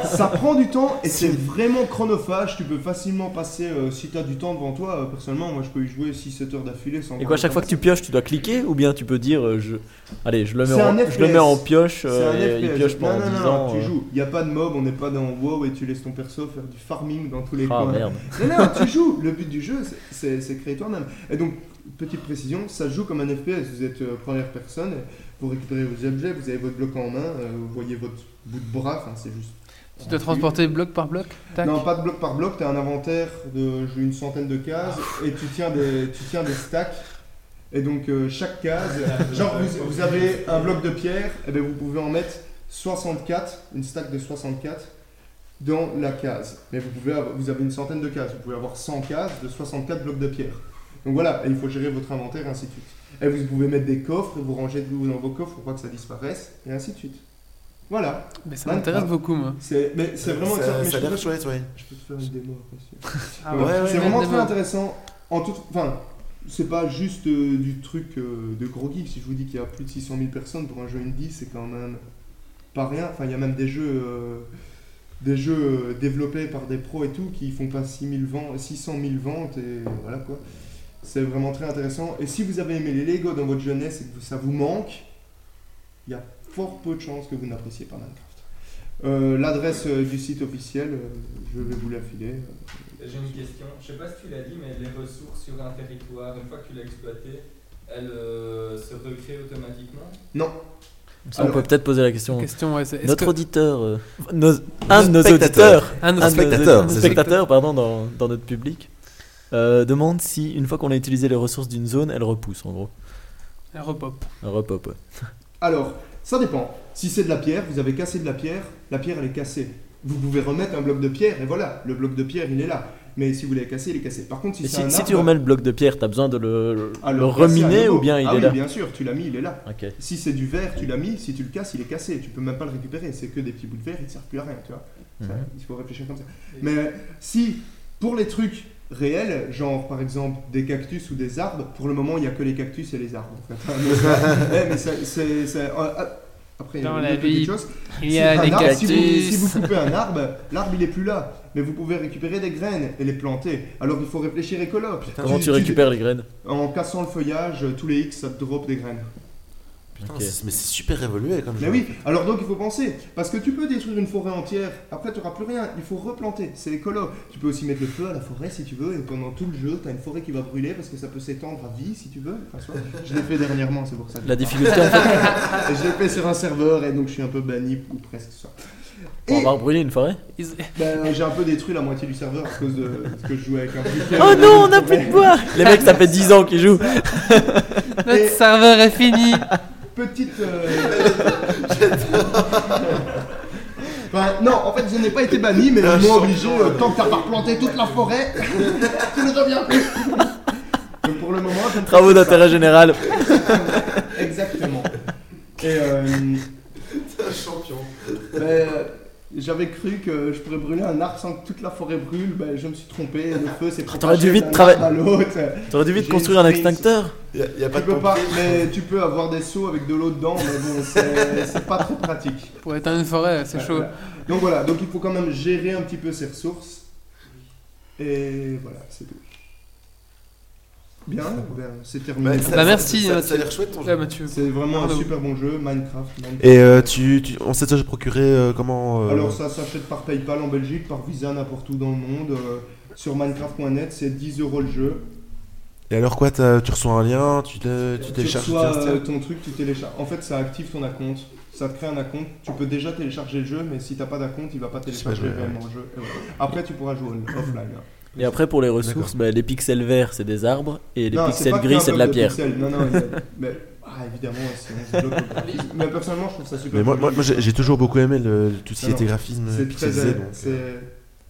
[SPEAKER 3] ça prend du temps et c'est vraiment chronophage. Tu peux facilement passer, euh, si tu as du temps devant toi, euh, personnellement, moi je peux y jouer 6-7 heures d'affilée sans.
[SPEAKER 4] Et quoi, à chaque fois que tu pioches, tu dois cliquer ou bien tu peux dire euh, je. Allez, je le mets,
[SPEAKER 3] C'est
[SPEAKER 4] en,
[SPEAKER 3] un
[SPEAKER 4] je le mets en
[SPEAKER 3] FPS.
[SPEAKER 4] pioche
[SPEAKER 3] C'est
[SPEAKER 4] euh,
[SPEAKER 3] un
[SPEAKER 4] et il
[SPEAKER 3] FPS.
[SPEAKER 4] pioche
[SPEAKER 3] non,
[SPEAKER 4] pendant
[SPEAKER 3] non,
[SPEAKER 4] 10
[SPEAKER 3] non,
[SPEAKER 4] ans.
[SPEAKER 3] tu
[SPEAKER 4] euh.
[SPEAKER 3] joues. Il n'y a pas de mob, on n'est pas dans WoW et tu laisses ton perso faire du farming dans tous les
[SPEAKER 4] Ah
[SPEAKER 3] coins.
[SPEAKER 4] merde.
[SPEAKER 3] Non, non, tu joues. Le but du jeu, c'est- c'est c'est créer toi-même. Et donc, petite précision, ça se joue comme un FPS. Vous êtes euh, première personne, vous récupérez vos objets, vous avez votre bloc en main, euh, vous voyez votre bout de bras, enfin c'est juste.
[SPEAKER 1] Tu dois transporter bloc par bloc Tac.
[SPEAKER 3] Non, pas de bloc par bloc, t'as un inventaire de j'ai une centaine de cases et tu tiens des, tu tiens des stacks. Et donc euh, chaque case, genre vous, vous avez un bloc de pierre, et bien vous pouvez en mettre 64, une stack de 64 dans la case. Mais vous pouvez avoir- vous avez une centaine de cases, vous pouvez avoir 100 cases de 64 blocs de pierre. Donc voilà, et il faut gérer votre inventaire et ainsi de suite. Et vous pouvez mettre des coffres et vous ranger tout dans vos coffres pour pas que ça disparaisse et ainsi de suite. Voilà,
[SPEAKER 1] Mais ça m'intéresse
[SPEAKER 3] Ah.
[SPEAKER 1] beaucoup, moi.
[SPEAKER 3] c'est mais c'est vraiment
[SPEAKER 2] Euh, ça,
[SPEAKER 3] mais
[SPEAKER 2] ça a
[SPEAKER 3] je-
[SPEAKER 2] l'air chouette, ouais.
[SPEAKER 3] je peux te faire une démo après. si tu veux.
[SPEAKER 1] Ah
[SPEAKER 3] Ouais,
[SPEAKER 1] ouais,
[SPEAKER 3] c'est
[SPEAKER 1] ouais,
[SPEAKER 3] vraiment
[SPEAKER 1] ouais,
[SPEAKER 3] très
[SPEAKER 1] ouais.
[SPEAKER 3] intéressant. En tout, enfin, c'est pas juste euh, du truc euh, de gros geek. Si je vous dis qu'il y a plus de 600 000 personnes pour un jeu indie, c'est quand même pas rien. Enfin, il y a même des jeux, euh, des jeux euh, développés par des pros et tout qui font pas 6 000 ventes, 600 000 ventes et voilà quoi. C'est vraiment très intéressant. Et si vous avez aimé les Lego dans votre jeunesse et que ça vous manque, il y a fort peu de chances que vous n'appréciez pas Minecraft. Euh, L'adresse euh, du site officiel, euh, je vais vous l'affiler.
[SPEAKER 5] J'ai une question. Je sais pas si tu l'as dit, mais les ressources sur un territoire, une fois que tu l'as exploité, elles euh, se recréent automatiquement.
[SPEAKER 4] Ça, on
[SPEAKER 3] Alors-
[SPEAKER 4] peut peut-être poser la question.
[SPEAKER 1] Question, ouais, c'est- est-ce
[SPEAKER 4] Notre
[SPEAKER 1] que-
[SPEAKER 4] auditeur. euh, nos- un de nos
[SPEAKER 2] spectateur.
[SPEAKER 4] auditeurs.
[SPEAKER 1] Ah, notre
[SPEAKER 4] Un de nos-
[SPEAKER 2] spectateur,
[SPEAKER 4] un
[SPEAKER 2] c'est ça.
[SPEAKER 4] spectateur, pardon, dans, dans notre public. euh, demande si une fois qu'on a utilisé les ressources d'une zone, elle repousse en gros.
[SPEAKER 1] Elle repop.
[SPEAKER 4] Un repop. ouais.
[SPEAKER 3] Alors, ça dépend. Si c'est de la pierre, vous avez cassé de la pierre, la pierre elle est cassée. Vous pouvez remettre un bloc de pierre et voilà, le bloc de pierre il est là. Mais si vous l'avez cassé, il est cassé. Par contre, si
[SPEAKER 4] Et
[SPEAKER 3] c'est
[SPEAKER 4] si,
[SPEAKER 3] un
[SPEAKER 4] si
[SPEAKER 3] arbre,
[SPEAKER 4] tu remets le bloc de pierre, t'as besoin de le, le-
[SPEAKER 3] à
[SPEAKER 4] le
[SPEAKER 3] casser à
[SPEAKER 4] reminer
[SPEAKER 3] nouveau.
[SPEAKER 4] ou bien il
[SPEAKER 3] Ah
[SPEAKER 4] est
[SPEAKER 3] oui,
[SPEAKER 4] là
[SPEAKER 3] bien sûr, tu l'as mis, il est là.
[SPEAKER 4] Ok.
[SPEAKER 3] Si c'est du verre, tu l'as mis, si tu le casses, il est cassé. Tu peux même pas le
[SPEAKER 1] Mhm.
[SPEAKER 3] récupérer, c'est que des petits bouts de verre, il ne sert plus à rien, tu vois. Ça,
[SPEAKER 4] Mhm.
[SPEAKER 3] Il faut réfléchir comme ça. Mais si Pour les trucs réels, genre par exemple des cactus ou des arbres, pour le moment il n'y a que les cactus et les arbres. En fait. mais ça- ouais, mais ça- c'est- c'est- euh, ah, après,
[SPEAKER 1] Dans
[SPEAKER 3] une
[SPEAKER 1] la
[SPEAKER 3] autre
[SPEAKER 1] vie,
[SPEAKER 3] petite chose,
[SPEAKER 1] Il
[SPEAKER 3] si
[SPEAKER 1] y a
[SPEAKER 3] un
[SPEAKER 1] des
[SPEAKER 3] arbre, si vous- Si vous,
[SPEAKER 1] cactus.
[SPEAKER 3] coupez un arbre, l'arbre il est plus là, mais vous pouvez récupérer des graines et les planter. Alors il faut réfléchir écolo.
[SPEAKER 4] Comment tu récupères les graines
[SPEAKER 3] En cassant le feuillage, tous les X ça te drop des graines.
[SPEAKER 2] Putain,
[SPEAKER 4] Ok.
[SPEAKER 2] c'est- mais c'est super évolué comme
[SPEAKER 3] Mais
[SPEAKER 2] jeu.
[SPEAKER 3] oui, alors donc il faut penser, parce que tu peux détruire une forêt entière, après tu n'auras plus rien, il faut replanter, c'est écolo. Tu peux aussi mettre le feu à la forêt si tu veux, et pendant tout le jeu, tu as une forêt qui va brûler parce que ça peut s'étendre à vie si tu veux. Enfin, soit. je l'ai fait dernièrement, c'est pour ça. que-
[SPEAKER 4] La difficulté en fait
[SPEAKER 3] Et je l'ai fait sur un serveur, et donc je suis un peu banni, ou presque ça.
[SPEAKER 4] pour avoir brûlé une forêt
[SPEAKER 3] Ben, j'ai un peu détruit la moitié du serveur à cause de ce que je jouais avec un briquet.
[SPEAKER 4] Oh non, on a plus de bois Les mecs, ça fait 10 ans qu'ils jouent
[SPEAKER 1] Notre serveur est fini.
[SPEAKER 3] Petite. euh, Enfin, non, en fait, je n'ai pas été banni, mais
[SPEAKER 2] Ah,
[SPEAKER 3] ils
[SPEAKER 2] je
[SPEAKER 3] m'ont
[SPEAKER 2] sens
[SPEAKER 3] obligé,
[SPEAKER 2] que-
[SPEAKER 3] euh, tant que t'as pas replanté toute la forêt, tu ne deviens plus. Donc pour le moment, je ne fais
[SPEAKER 4] Travaux
[SPEAKER 3] que ça.
[SPEAKER 4] d'intérêt général
[SPEAKER 3] Exactement. Et euh,
[SPEAKER 2] champion.
[SPEAKER 3] ben, j'avais cru que je pourrais brûler un arbre sans que toute la forêt brûle, ben, je me suis trompé, le feu s'est
[SPEAKER 4] T'aurais
[SPEAKER 3] propagé
[SPEAKER 4] dû vite
[SPEAKER 3] d'un
[SPEAKER 4] trava-
[SPEAKER 3] arbre à l'autre.
[SPEAKER 4] T'aurais dû vite
[SPEAKER 3] J'ai
[SPEAKER 4] construire un
[SPEAKER 3] une expérience.
[SPEAKER 4] extincteur
[SPEAKER 2] Y a, y a pas
[SPEAKER 3] Tu
[SPEAKER 2] de
[SPEAKER 3] peux pas,
[SPEAKER 2] pompier.
[SPEAKER 3] mais tu peux avoir des seaux avec de l'eau dedans, mais bon, c'est c'est pas trop pratique.
[SPEAKER 1] Pour éteindre une forêt, c'est
[SPEAKER 3] Ouais,
[SPEAKER 1] chaud.
[SPEAKER 3] voilà. Donc voilà, donc il faut quand même gérer un petit peu ses ressources. Et voilà, c'est tout. Bien, ben, c'est terminé.
[SPEAKER 2] Ouais, ça-
[SPEAKER 1] Bah,
[SPEAKER 2] ça-
[SPEAKER 1] merci,
[SPEAKER 2] Ça, ça
[SPEAKER 1] Mathieu.
[SPEAKER 2] a l'air chouette ton jeu.
[SPEAKER 1] Là, Mathieu.
[SPEAKER 3] C'est vraiment un
[SPEAKER 1] Pardon.
[SPEAKER 3] super bon jeu, Minecraft. Minecraft.
[SPEAKER 2] Et euh, tu, tu- on s'est déjà procuré euh, comment euh,
[SPEAKER 3] Alors ça s'achète par PayPal en Belgique, par Visa n'importe où dans le monde. euh, sur Minecraft.net, c'est 10 euros le jeu.
[SPEAKER 2] Et alors quoi t'as- Tu reçois un lien, tu le- tu
[SPEAKER 3] Tu
[SPEAKER 2] télécharges, tu
[SPEAKER 3] reçois euh,
[SPEAKER 2] t'installes.
[SPEAKER 3] ton truc, tu télécharges. En fait, ça active ton compte. Ça te crée un compte. Tu peux déjà télécharger le jeu, mais si t'as pas d'acompte, il va pas télécharger
[SPEAKER 2] jouer,
[SPEAKER 3] réellement le jeu. Et voilà. Après, tu pourras jouer en- offline. hein.
[SPEAKER 4] Et après, pour les
[SPEAKER 2] D'accord.
[SPEAKER 4] ressources, bah, les pixels verts, c'est des arbres, et les
[SPEAKER 3] Non, c'est
[SPEAKER 4] pixels
[SPEAKER 3] pas
[SPEAKER 4] gris,
[SPEAKER 3] qu'un
[SPEAKER 4] c'est de la
[SPEAKER 3] bloc
[SPEAKER 4] pierre.
[SPEAKER 3] pixels. Non, non, il y a- mais ah, évidemment, sinon, c'est de l'autre graphisme. Mais personnellement, je trouve ça super.
[SPEAKER 2] Mais moi,
[SPEAKER 3] cool.
[SPEAKER 2] moi, moi, j'ai j'ai toujours beaucoup aimé le, tout ce qui
[SPEAKER 3] Ah Non,
[SPEAKER 2] était graphisme
[SPEAKER 3] c'est très.
[SPEAKER 2] pixelisé. donc, euh,
[SPEAKER 3] c'est-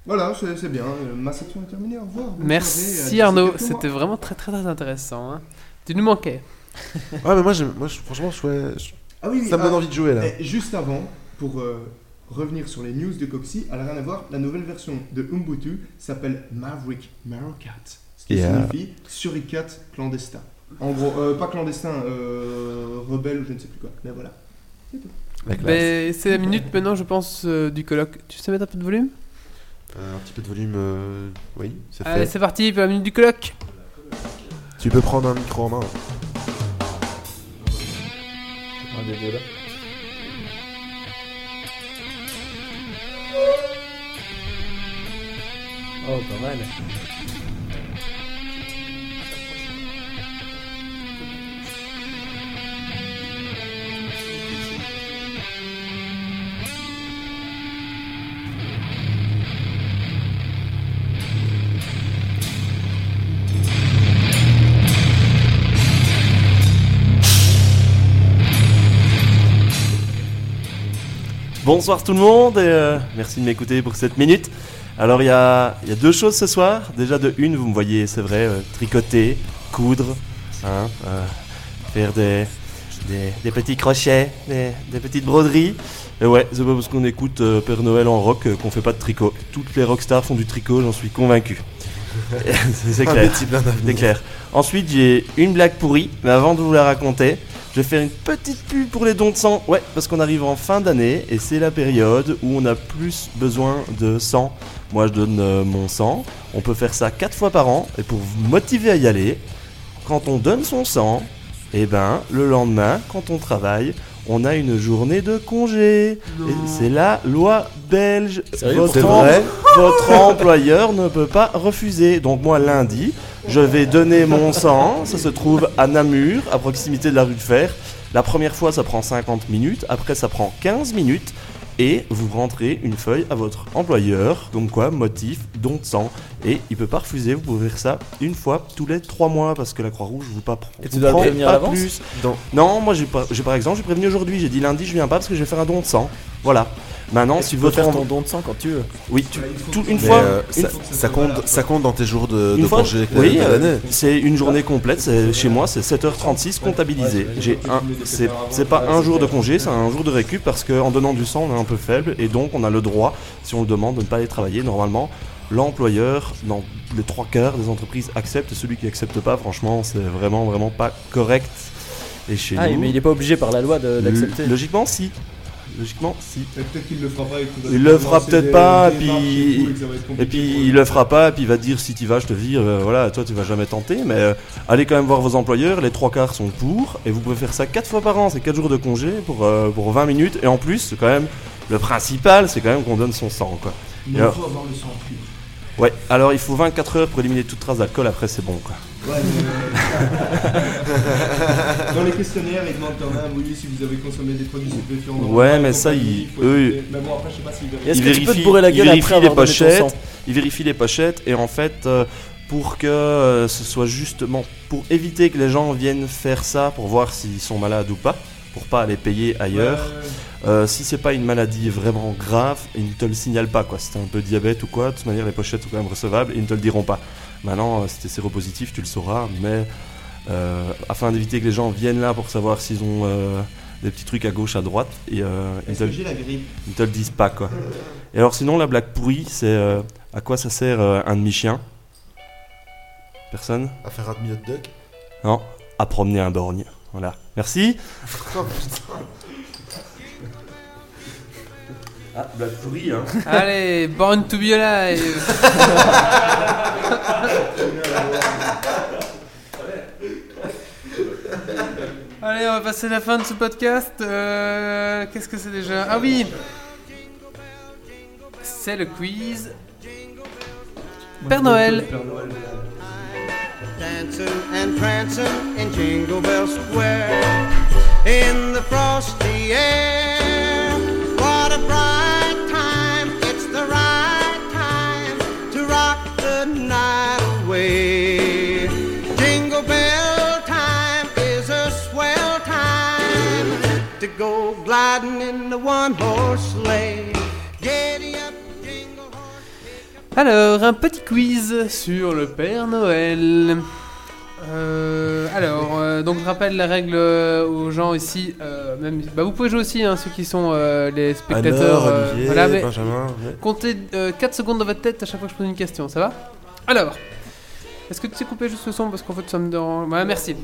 [SPEAKER 3] Voilà, c'est c'est bien. Euh, Ma section est terminée. Au revoir. Bonne soirée,
[SPEAKER 1] Merci
[SPEAKER 3] à
[SPEAKER 1] Arnaud,
[SPEAKER 3] 17
[SPEAKER 1] c'était vraiment très très très intéressant. hein. Tu nous manquais.
[SPEAKER 2] Ouais, mais moi, j'aime- moi je- franchement, je, ouais, je-
[SPEAKER 3] Ah oui, oui,
[SPEAKER 2] ça me donne
[SPEAKER 3] ah,
[SPEAKER 2] envie de jouer là.
[SPEAKER 3] Et juste avant, pour euh, revenir sur les news de Coxy, elle n'a rien à voir, la nouvelle version de Ubuntu s'appelle Maverick Meerkat, ce qui
[SPEAKER 2] Yeah.
[SPEAKER 3] signifie Suricat clandestin. En gros, euh, pas clandestin, euh, rebelle ou je ne sais plus quoi, mais voilà.
[SPEAKER 2] La classe.
[SPEAKER 1] Mais c'est la minute maintenant, je pense, euh, du colloque. Tu sais mettre un peu de volume
[SPEAKER 2] Euh, un petit peu de volume, euh, oui, ça fait.
[SPEAKER 1] Allez, Ah, c'est parti pour la minute du colloque.
[SPEAKER 2] tu peux prendre un micro en main.
[SPEAKER 4] Oh, pas mal.
[SPEAKER 8] Bonsoir tout le monde et euh, merci de m'écouter pour cette minute. Alors il y a, il y a deux choses ce soir. Déjà de une, vous me voyez, c'est vrai, euh, tricoter, coudre, hein, euh, faire des, des, des petits crochets, des, des petites broderies. Et ouais, c'est pas parce qu'on écoute euh, Père Noël en rock euh, qu'on fait pas de tricot. Toutes les rockstars font du tricot, j'en suis convaincu. c'est c'est clair.
[SPEAKER 2] type d'un
[SPEAKER 8] C'est
[SPEAKER 2] avenir.
[SPEAKER 8] clair. Ensuite, j'ai une blague pourrie, mais avant de vous la raconter, je vais faire une petite pub pour les dons de sang. Ouais, parce qu'on arrive en fin d'année et c'est la période où on a plus besoin de sang. Moi, je donne euh, mon sang. On peut faire ça 4 fois par an et pour vous motiver à y aller, quand on donne son sang, eh ben, le lendemain, quand on travaille, on a une journée de congé. Et c'est la loi belge.
[SPEAKER 4] Sérieux,
[SPEAKER 8] Votre
[SPEAKER 2] C'est
[SPEAKER 8] en-
[SPEAKER 2] vrai
[SPEAKER 8] votre employeur ne peut pas refuser. Donc moi lundi, je vais donner mon sang. Ça se trouve à Namur, à proximité de la rue de Fer. La première fois, ça prend 50 minutes. Après, ça prend 15 minutes. Et vous rentrez une feuille à votre employeur, comme quoi motif don de sang. Et il peut pas refuser. Vous pouvez faire ça une fois tous les 3 mois parce que la Croix-Rouge vous pas
[SPEAKER 4] Et tu dois le
[SPEAKER 8] prend
[SPEAKER 4] prévenir à
[SPEAKER 8] pas
[SPEAKER 4] l'avance
[SPEAKER 8] plus. Non, moi j'ai pas- j'ai par exemple, j'ai prévenu aujourd'hui. J'ai dit lundi, je viens pas parce que je vais faire un don de sang. Voilà. Maintenant,
[SPEAKER 4] Bah,
[SPEAKER 8] si
[SPEAKER 4] Tu peux
[SPEAKER 8] votre
[SPEAKER 4] faire
[SPEAKER 8] en-
[SPEAKER 4] ton don de sang quand tu veux.
[SPEAKER 8] oui, tu-
[SPEAKER 3] il faut
[SPEAKER 8] tout-
[SPEAKER 3] que
[SPEAKER 8] une
[SPEAKER 2] Mais,
[SPEAKER 8] fois,
[SPEAKER 2] euh,
[SPEAKER 8] une
[SPEAKER 2] ça, ça compte, ça compte dans tes jours de,
[SPEAKER 8] Une
[SPEAKER 2] de
[SPEAKER 8] fois-
[SPEAKER 2] congé de
[SPEAKER 8] oui,
[SPEAKER 2] de
[SPEAKER 8] euh,
[SPEAKER 2] l'année.
[SPEAKER 8] C'est une journée complète, c'est- chez moi c'est 7h36 comptabilisé. J'ai un, c'est c'est pas un jour de congé, c'est un jour de récup parce qu'en donnant du sang on est un peu faible et donc on a le droit, si on le demande, de ne pas aller travailler. Normalement, l'employeur, dans les trois quarts des entreprises, accepte. Celui qui accepte pas, franchement, c'est vraiment, vraiment pas correct. Et chez
[SPEAKER 4] Ah,
[SPEAKER 8] nous,
[SPEAKER 4] mais il est pas obligé par la loi de- d'accepter.
[SPEAKER 8] l- logiquement, si. Logiquement, si.
[SPEAKER 3] Mais peut-être qu'il le fera pas. et tout va
[SPEAKER 8] Il
[SPEAKER 3] se
[SPEAKER 8] le fera
[SPEAKER 3] lancer
[SPEAKER 8] peut-être
[SPEAKER 3] des-
[SPEAKER 8] pas,
[SPEAKER 3] Euh, des
[SPEAKER 8] puis-
[SPEAKER 3] marches et tout, et que ça va être
[SPEAKER 8] Et
[SPEAKER 3] compliqué pour
[SPEAKER 8] puis il
[SPEAKER 3] eux.
[SPEAKER 8] le fera pas, et puis il va dire si tu vas, je te vire, euh, voilà, toi tu vas jamais tenter, mais euh, allez quand même voir vos employeurs, les trois quarts sont pour, et vous pouvez faire ça quatre fois par an, c'est quatre jours de congé pour, euh, pour 20 minutes, et en plus, c'est quand même, le principal, c'est quand même qu'on donne son sang, quoi.
[SPEAKER 9] Mais il
[SPEAKER 8] alors-
[SPEAKER 9] faut avoir le sang pur.
[SPEAKER 8] Ouais, alors il faut 24 heures pour éliminer toute trace d'alcool, après c'est bon, quoi.
[SPEAKER 9] Ouais, mais-
[SPEAKER 3] euh, Dans les questionnaires, ils demandent quand même, oui, si vous avez consommé des produits stupéfiants. dans
[SPEAKER 8] Ouais,
[SPEAKER 3] votre
[SPEAKER 8] mais
[SPEAKER 3] compagnie,
[SPEAKER 8] ça, ils-
[SPEAKER 3] faut
[SPEAKER 8] eux,
[SPEAKER 3] éviter. Mais bon, après, je sais pas s'ils verront.
[SPEAKER 4] Est-ce
[SPEAKER 8] Il
[SPEAKER 4] que tu peux
[SPEAKER 8] vérifie-
[SPEAKER 4] te bourrer la
[SPEAKER 8] il
[SPEAKER 4] gueule
[SPEAKER 8] vérifie
[SPEAKER 4] après
[SPEAKER 8] les
[SPEAKER 4] avoir donné ton
[SPEAKER 8] pochettes.
[SPEAKER 4] sang
[SPEAKER 8] Il vérifie les pochettes, et en fait, euh, pour que euh, ce soit justement, pour éviter que les gens viennent faire ça pour voir s'ils sont malades ou pas, pour pas aller payer ailleurs. Euh, si c'est pas une maladie vraiment grave, ils ne te le signalent pas quoi. Si t'as un peu de diabète ou quoi, de toute manière les pochettes sont quand même recevables, ils ne te le diront pas. Maintenant, euh, si t'es séropositif, tu le sauras, mais euh, afin d'éviter que les gens viennent là pour savoir s'ils ont euh, des petits trucs à gauche, à droite, et euh, ils,
[SPEAKER 9] Est-ce
[SPEAKER 8] te,
[SPEAKER 9] que j'ai la grippe
[SPEAKER 8] ils te le disent pas quoi. Et alors sinon la blague pourrie, c'est euh, à quoi ça sert euh, un demi-chien Personne
[SPEAKER 2] À faire un demi hot dog
[SPEAKER 8] Non À promener un borgne. Voilà. Merci.
[SPEAKER 2] Oh putain
[SPEAKER 8] Ah, blague pourrie hein.
[SPEAKER 1] Allez, Born to be Alive Allez, on va passer à la fin de ce podcast. Euh, Qu'est-ce que c'est déjà Ah oui C'est le quiz. Père Noël
[SPEAKER 3] Père Noël.
[SPEAKER 10] dancing and prancing in Jingle Bell Square in the frosty air. What a bright time! It's the right time to rock the night away. Jingle Bell time is a swell time to go gliding in the one horse sleigh. Giddy up, jingle horse.
[SPEAKER 1] Alors, un petit quiz sur le Père Noël. Euh, alors, euh, donc je rappelle la règle euh, aux gens ici. euh, même, bah, vous pouvez jouer aussi, hein, ceux qui sont euh, les spectateurs.
[SPEAKER 2] Alors,
[SPEAKER 1] euh,
[SPEAKER 2] Olivier,
[SPEAKER 1] voilà, mais
[SPEAKER 2] Benjamin, ouais.
[SPEAKER 1] comptez 4 secondes dans votre tête à chaque fois que je pose une question, ça va Alors, est-ce que tu sais couper juste le son Parce qu'en fait, ça me dérange. Bah, merci.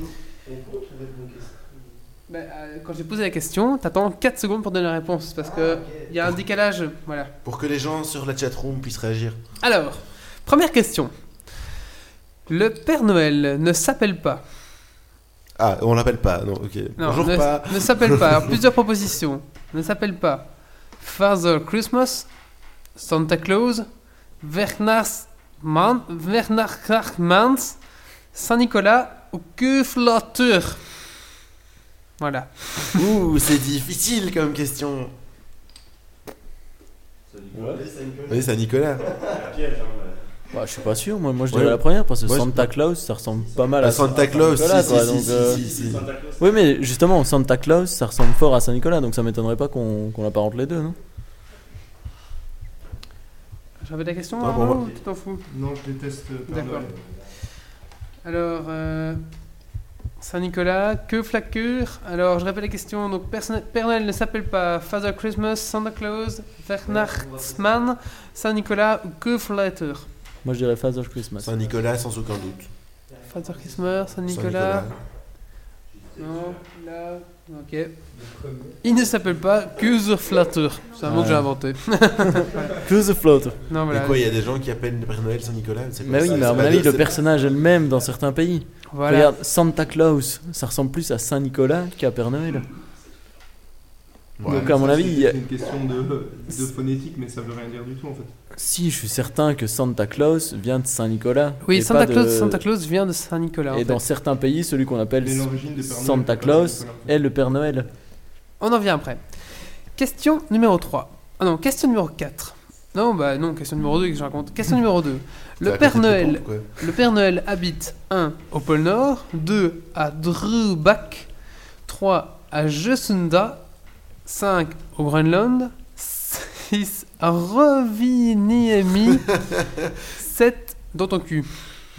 [SPEAKER 1] Bah, euh, quand j'ai posé la question, t'attends 4 secondes pour donner la réponse. Parce que il y a un décalage. Voilà.
[SPEAKER 2] Pour que les gens sur la chatroom puissent réagir.
[SPEAKER 1] Alors, première question. Le Père Noël ne s'appelle pas.
[SPEAKER 2] Ah, on l'appelle pas, non, ok.
[SPEAKER 1] Non,
[SPEAKER 2] Bonjour,
[SPEAKER 1] ne,
[SPEAKER 2] pas.
[SPEAKER 1] ne s'appelle pas. Alors, plusieurs propositions. Ne s'appelle pas. Father Christmas, Santa Claus, Weihnachtsmann, Weihnachtsmann, Saint Nicolas ou Kufflatur. Voilà.
[SPEAKER 2] Ouh, c'est difficile comme question. Oui, c'est à Nicolas.
[SPEAKER 4] Bah, je suis pas sûr, moi, moi je
[SPEAKER 2] Ouais.
[SPEAKER 4] dirais la première parce que
[SPEAKER 2] Ouais, je-
[SPEAKER 4] Santa Claus ça ressemble pas mal à,
[SPEAKER 2] À Santa Claus, si,
[SPEAKER 4] Nicolas,
[SPEAKER 2] si,
[SPEAKER 4] quoi,
[SPEAKER 2] si,
[SPEAKER 4] donc,
[SPEAKER 2] si,
[SPEAKER 4] euh,
[SPEAKER 2] si, si.
[SPEAKER 4] Oui, mais justement, Santa Claus ça ressemble fort à Saint-Nicolas donc ça m'étonnerait pas qu'on qu'on apparente les deux, non
[SPEAKER 1] J'avais la question
[SPEAKER 2] Ah,
[SPEAKER 1] Arnaud,
[SPEAKER 2] bon, moi-
[SPEAKER 1] ou tu t'en fous
[SPEAKER 3] Non, je déteste euh, Père
[SPEAKER 1] D'accord.
[SPEAKER 3] Noël.
[SPEAKER 1] Alors, euh, Saint-Nicolas, que flaqueur Alors, je rappelle la question. Donc, personne- Père Noël ne s'appelle pas Father Christmas, Santa Claus, Weihnachtsmann, Saint-Nicolas ou que flatteur
[SPEAKER 4] Moi je dirais Father Christmas.
[SPEAKER 2] Saint Nicolas, sans aucun doute.
[SPEAKER 1] Father Christmas, Saint-Nicolas. non, là. Ok. Il ne s'appelle pas que flatteur C'est un mot que j'ai
[SPEAKER 4] Ouais.
[SPEAKER 1] inventé.
[SPEAKER 4] Que the float
[SPEAKER 1] non,
[SPEAKER 2] Mais
[SPEAKER 1] voilà.
[SPEAKER 2] quoi, il y a des gens qui appellent le Père Noël Saint Nicolas c'est quoi
[SPEAKER 4] Mais oui,
[SPEAKER 2] Bah, ça,
[SPEAKER 4] mais à
[SPEAKER 2] c'est
[SPEAKER 4] mon
[SPEAKER 2] pas
[SPEAKER 4] avis,
[SPEAKER 2] de-
[SPEAKER 4] le
[SPEAKER 2] c'est-
[SPEAKER 4] personnage est le même dans certains pays.
[SPEAKER 1] Voilà.
[SPEAKER 4] Regarde, Santa Claus ça ressemble plus à Saint-Nicolas qu'à Père Noël.
[SPEAKER 2] Ouais.
[SPEAKER 4] Donc, à mon
[SPEAKER 3] Ça,
[SPEAKER 4] avis,
[SPEAKER 3] c'est
[SPEAKER 4] il y a-
[SPEAKER 3] une question de, de phonétique, mais ça veut rien dire du tout en fait.
[SPEAKER 4] Si, je suis certain que Santa Claus vient de Saint-Nicolas. et
[SPEAKER 1] Oui, Santa
[SPEAKER 4] pas de-
[SPEAKER 1] Claus, Santa Claus vient de Saint-Nicolas. en
[SPEAKER 4] Et
[SPEAKER 1] fait.
[SPEAKER 4] dans certains pays, celui qu'on appelle
[SPEAKER 3] Mais l'origine de Père Noël,
[SPEAKER 4] Santa
[SPEAKER 3] c'est pas Noël,
[SPEAKER 4] Claus est le Père Noël.
[SPEAKER 1] On en vient après. Question numéro 3. Ah non, question numéro 4. Non, bah non, question numéro 2 que je raconte. Question numéro 2.
[SPEAKER 2] c'est
[SPEAKER 1] Le
[SPEAKER 2] à
[SPEAKER 1] Père
[SPEAKER 2] côté de Pépon,
[SPEAKER 1] Noël,
[SPEAKER 2] quoi.
[SPEAKER 1] le Père Noël habite 1 au pôle Nord, 2 à Drubak, 3 à Jesunda, 5 au Groenland, 6 à Roviniemi, 7 dans ton cul.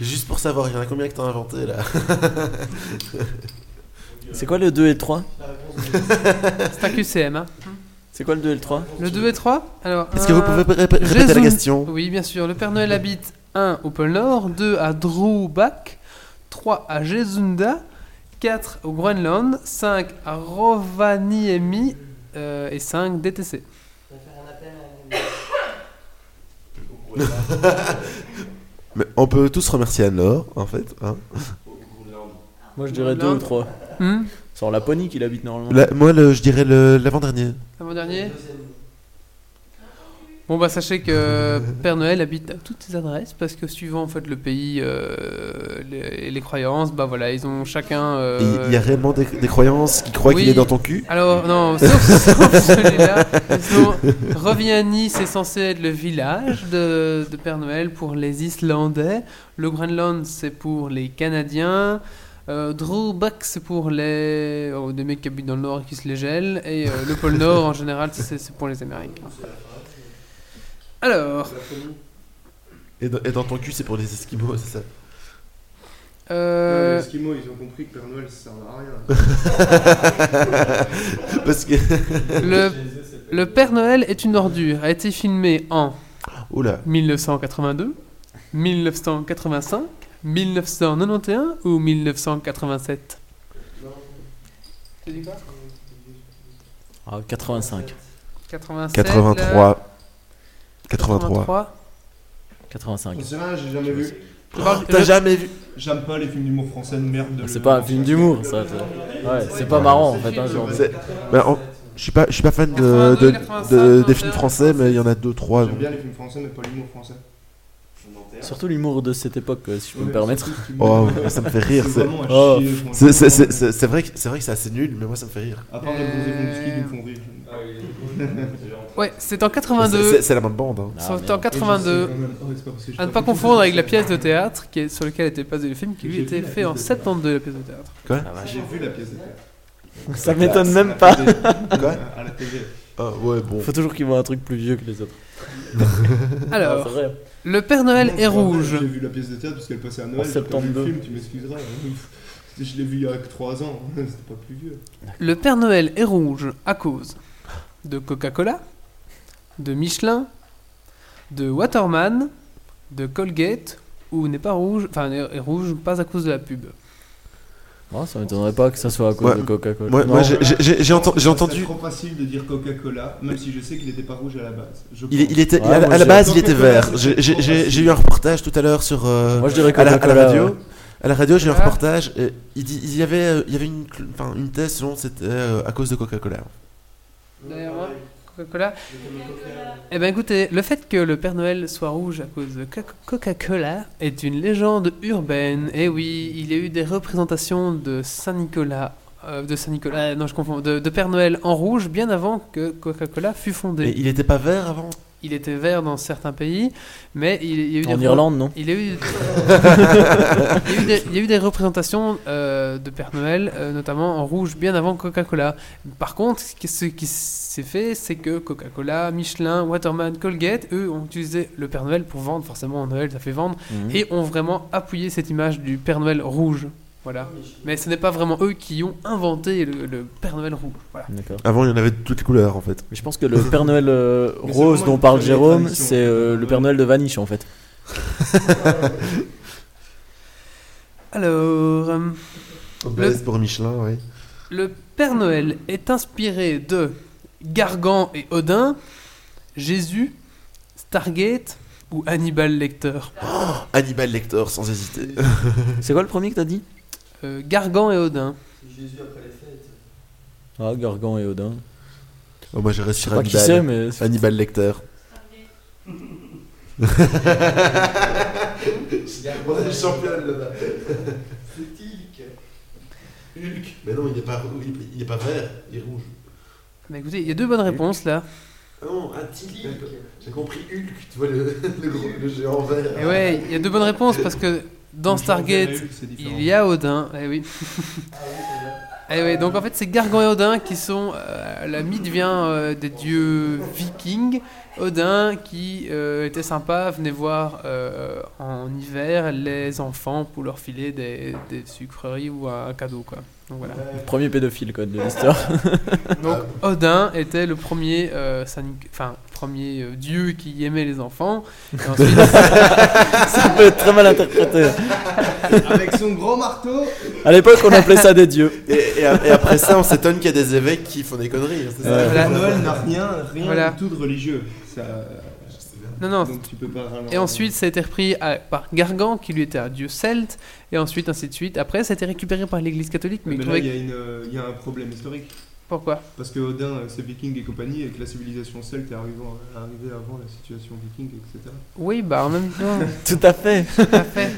[SPEAKER 2] Juste pour savoir, il y en a combien que t'as inventé là
[SPEAKER 4] C'est quoi le 2 et le 3
[SPEAKER 1] C'est un QCM, hein
[SPEAKER 4] C'est quoi le 2 et le 3
[SPEAKER 1] Le 2 et 3 Alors.
[SPEAKER 2] Est-ce que vous
[SPEAKER 1] un-
[SPEAKER 2] pouvez ré- ré- répéter
[SPEAKER 1] Jésus.
[SPEAKER 2] la question
[SPEAKER 1] Oui, bien sûr. Le Père Noël habite 1 au pôle Nord, 2 à Droubac, 3 à Jesunda, 4 au Groenland, 5 à Rovaniemi euh, et 5 DTC.
[SPEAKER 2] Mais On peut tous remercier Anne-Laure, en fait. hein.
[SPEAKER 4] Moi je dirais 2 ou 3.
[SPEAKER 1] Hmm
[SPEAKER 4] C'est en Laponie qu'il habite normalement.
[SPEAKER 2] La- moi, le- je dirais le- l'avant-dernier.
[SPEAKER 1] Avant-dernier Bon bah sachez que Père Noël habite à toutes ces adresses parce que suivant en fait le pays euh, les, les croyances bah voilà ils ont chacun euh,
[SPEAKER 2] Et Il y a réellement des, des croyances qui croient
[SPEAKER 1] oui.
[SPEAKER 2] qu'il est dans ton cul.
[SPEAKER 1] Alors, non, sauf, sauf celui-là. Sinon, Roviani, c'est censé être le village de, de Père Noël pour les Islandais. Le Groenland, c'est pour les Canadiens. Euh, Drawback, c'est pour les oh, des mecs qui habitent dans le Nord et qui se les gèlent. Et euh, le pôle Nord, en général, c'est c'est pour les Américains. Alors,
[SPEAKER 2] Et dans, et dans ton cul, c'est pour les Esquimaux, c'est ça.
[SPEAKER 3] Les
[SPEAKER 1] euh,
[SPEAKER 3] Esquimaux, ils ont compris que Père Noël, ça sert à rien.
[SPEAKER 2] Parce que.
[SPEAKER 1] le, le Père Noël est une ordure a été filmé en
[SPEAKER 2] Oula.
[SPEAKER 1] 1982, 1985, 1991 ou 1987
[SPEAKER 4] Ah, 85.
[SPEAKER 1] 87,
[SPEAKER 2] 83. 83.
[SPEAKER 1] 83.
[SPEAKER 4] 85.
[SPEAKER 3] On sait rien, j'ai jamais vu.
[SPEAKER 1] Je parle-
[SPEAKER 2] T'as
[SPEAKER 1] je-
[SPEAKER 2] jamais vu
[SPEAKER 3] J'aime pas les films d'humour français de merde. de-
[SPEAKER 4] Ah, C'est pas un film d'humour ça. c'est- Ouais, c'est pas marrant en fait. hein, genre.
[SPEAKER 2] C'est- bah, en- Je suis pas, je suis pas fan de,
[SPEAKER 1] 82,
[SPEAKER 2] de-
[SPEAKER 1] 85,
[SPEAKER 2] de-
[SPEAKER 1] 91.
[SPEAKER 2] des films français, mais il y en a deux, trois.
[SPEAKER 3] J'aime bien les films français, mais pas l'humour français.
[SPEAKER 4] Surtout l'humour de cette époque, euh, si je peux me
[SPEAKER 3] Ouais,
[SPEAKER 4] permettre.
[SPEAKER 3] surtout si tu me-
[SPEAKER 2] Oh, ça me fait rire.
[SPEAKER 3] C'est
[SPEAKER 2] c'est-
[SPEAKER 3] vraiment à
[SPEAKER 4] Oh.
[SPEAKER 3] chier, franchement.
[SPEAKER 2] c'est- c'est- C'est c'est- c'est vrai que c'est vrai que c'est assez nul, mais moi ça me fait rire.
[SPEAKER 3] À part les bons effets du ski qui me font rire.
[SPEAKER 1] Euh,
[SPEAKER 5] Ah oui,
[SPEAKER 1] Ouais, c'est en
[SPEAKER 2] C'est- c'est-
[SPEAKER 1] 82.
[SPEAKER 2] C'est la même bande. hein.
[SPEAKER 4] Ah,
[SPEAKER 1] C'est en
[SPEAKER 4] merde.
[SPEAKER 1] 82.
[SPEAKER 3] Ah, oh,
[SPEAKER 1] À ne pas confondre avec la pièce de théâtre qui est, sur laquelle était basé le film, qui lui
[SPEAKER 3] J'ai
[SPEAKER 1] était
[SPEAKER 3] vu la
[SPEAKER 1] fait
[SPEAKER 3] pièce
[SPEAKER 1] en
[SPEAKER 3] de
[SPEAKER 1] 72, la pièce de théâtre.
[SPEAKER 4] Ah,
[SPEAKER 3] Ah, J'ai vu la pièce de théâtre.
[SPEAKER 4] Ça m'étonne même pas.
[SPEAKER 2] Quoi
[SPEAKER 3] À la télé.
[SPEAKER 2] Ah, ouais, bon.
[SPEAKER 4] Faut toujours qu'ils voient un truc plus vieux que les autres. Ah,
[SPEAKER 1] Alors,
[SPEAKER 4] c'est vrai.
[SPEAKER 1] le Père Noël est rouge.
[SPEAKER 3] J'ai vu la pièce de théâtre parce qu'elle passait à Noël.
[SPEAKER 4] En
[SPEAKER 3] j'ai pas vu
[SPEAKER 4] 72.
[SPEAKER 3] Le film, tu hein, m'excuseras. Je l'ai vu il y a que 3 ans. C'était pas plus vieux.
[SPEAKER 1] Le Père Noël est rouge à cause de Coca-Cola, de Michelin, de Waterman, de Colgate, ou n'est pas rouge, enfin est est rouge pas à cause de la pub.
[SPEAKER 4] Moi, Ah, ça m'étonnerait pas que ça soit à cause
[SPEAKER 2] Ouais.
[SPEAKER 4] de Coca-Cola.
[SPEAKER 2] Moi,
[SPEAKER 4] Non.
[SPEAKER 2] moi, j'ai- j'ai- j'ai j'ai enten- j'ai entendu.
[SPEAKER 3] C'est trop facile de dire Coca-Cola, même si je sais qu'il n'était pas rouge à la base. Je
[SPEAKER 2] Il, est- il
[SPEAKER 3] pense.
[SPEAKER 2] était,
[SPEAKER 4] Ouais,
[SPEAKER 2] à, la-
[SPEAKER 4] moi,
[SPEAKER 2] à la
[SPEAKER 4] j'ai-
[SPEAKER 2] base,
[SPEAKER 3] Tant
[SPEAKER 2] il était
[SPEAKER 3] que
[SPEAKER 2] vert.
[SPEAKER 3] Coca,
[SPEAKER 2] J'ai-
[SPEAKER 3] c'est
[SPEAKER 2] J'ai
[SPEAKER 3] trop
[SPEAKER 2] j'ai-
[SPEAKER 3] facile.
[SPEAKER 2] j'ai eu un reportage tout à l'heure sur. euh,
[SPEAKER 4] Moi, je dirais
[SPEAKER 2] à, la, à la
[SPEAKER 4] Coca-Cola. ouais.
[SPEAKER 2] radio. À la radio, j'ai eu un
[SPEAKER 1] Ah.
[SPEAKER 2] reportage. et il, dit- il y avait, euh, il y avait une, cl- enfin, une thèse selon c'était euh, à cause de Coca-Cola.
[SPEAKER 1] Derrière moi, hein, Coca-Cola. Eh ben écoutez, le fait que le Père Noël soit rouge à cause de Coca- Coca-Cola est une légende urbaine. Eh oui, il y a eu des représentations de Saint-Nicolas. euh, de Saint-Nicolas, non je confonds, de, de Père Noël en rouge bien avant que Coca-Cola fût fondée.
[SPEAKER 2] Mais il était pas vert avant
[SPEAKER 1] Il était vert dans certains pays, mais il, il y a eu des
[SPEAKER 4] En
[SPEAKER 1] repr-
[SPEAKER 4] Irlande, non
[SPEAKER 1] Il y a eu, il y a eu des, il y a eu des représentations euh, de Père Noël, euh, notamment en rouge, bien avant Coca-Cola. Par contre, ce qui- ce qui s'est fait, c'est que Coca-Cola, Michelin, Waterman, Colgate, eux, ont utilisé le Père Noël pour vendre. Forcément, en Noël, ça fait vendre.
[SPEAKER 4] Mhm.
[SPEAKER 1] Et ont vraiment appuyé cette image du Père Noël rouge. Voilà. Mais ce n'est pas vraiment eux qui ont inventé le, le Père Noël rouge. Voilà.
[SPEAKER 4] Hmm. D'accord.
[SPEAKER 2] Avant, il y en avait de toutes les couleurs en fait.
[SPEAKER 4] Mais je pense que le Père Noël euh,
[SPEAKER 3] Mais c'est
[SPEAKER 4] rose
[SPEAKER 3] vraiment
[SPEAKER 4] dont
[SPEAKER 3] une
[SPEAKER 4] parle
[SPEAKER 3] tradition.
[SPEAKER 4] Jérôme, c'est euh, le Père Noël de Vaniche en fait.
[SPEAKER 1] Alors. euh,
[SPEAKER 2] Obèse pour Michelin, oui.
[SPEAKER 1] Le Père Noël est inspiré de Gargan et Odin, Jésus, Stargate ou Hannibal Lecter.
[SPEAKER 2] Hannibal Lecter, sans hésiter.
[SPEAKER 4] C'est quoi le premier que t'as dit
[SPEAKER 1] Euh, Gargan et Odin.
[SPEAKER 5] Jésus après les fêtes.
[SPEAKER 4] Ah, Gargan et Odin.
[SPEAKER 2] Oh, moi, j'irais sur
[SPEAKER 4] Je sais pas qui c'est,
[SPEAKER 2] Hannibal.
[SPEAKER 4] mais.
[SPEAKER 2] Hannibal Lecter.
[SPEAKER 5] On est champion là-bas. C'est Tilk.
[SPEAKER 2] Mais non, il n'est pas, il, est pas vert, il est rouge.
[SPEAKER 1] Bah écoutez, il y a deux bonnes réponses là.
[SPEAKER 2] Ah non, un J'ai compris Hulk, tu vois le, géant vert.
[SPEAKER 1] Et ouais, il y a deux bonnes réponses parce que dans Stargate, il y a Odin. Eh oui. Eh oui, donc en fait, c'est Gargan et Odin qui sont. euh, la mythe vient euh, des dieux vikings. Odin, qui euh, était sympa, venait voir euh, en hiver les enfants pour leur filer des, des sucreries ou un cadeau, quoi. Donc voilà.
[SPEAKER 4] Premier pédophile, code de l'histoire.
[SPEAKER 1] Donc Odin était le premier, euh, sanic- enfin premier euh, dieu qui aimait les enfants. Et ensuite,
[SPEAKER 4] Ça peut être très mal interprété.
[SPEAKER 3] Avec son grand marteau,
[SPEAKER 4] À l'époque, on appelait ça des dieux.
[SPEAKER 2] Et, et a- et après ça, on s'étonne qu'il y a des évêques qui font des conneries. hein, c'est ça
[SPEAKER 4] Ouais.
[SPEAKER 3] Père Noël n'a rien, rien
[SPEAKER 1] Voilà.
[SPEAKER 3] du tout de religieux. Ça,
[SPEAKER 1] non non.
[SPEAKER 3] donc tu peux pas vraiment-
[SPEAKER 1] Et ensuite, ça a été repris à- par Gargan, qui lui était un dieu celte, et ensuite ainsi de suite. Après, ça a été récupéré par l'Église catholique, mais,
[SPEAKER 3] Mais
[SPEAKER 1] il
[SPEAKER 3] là,
[SPEAKER 1] trouvait
[SPEAKER 3] il y, a une, euh, il y a un problème historique.
[SPEAKER 1] pourquoi
[SPEAKER 3] Parce que Odin, euh, c'est viking et compagnie, et que la civilisation celte est arrivée, en- arrivée avant la situation viking, etc.
[SPEAKER 1] Oui, bah en même temps.
[SPEAKER 4] Tout à fait.
[SPEAKER 1] Tout à fait.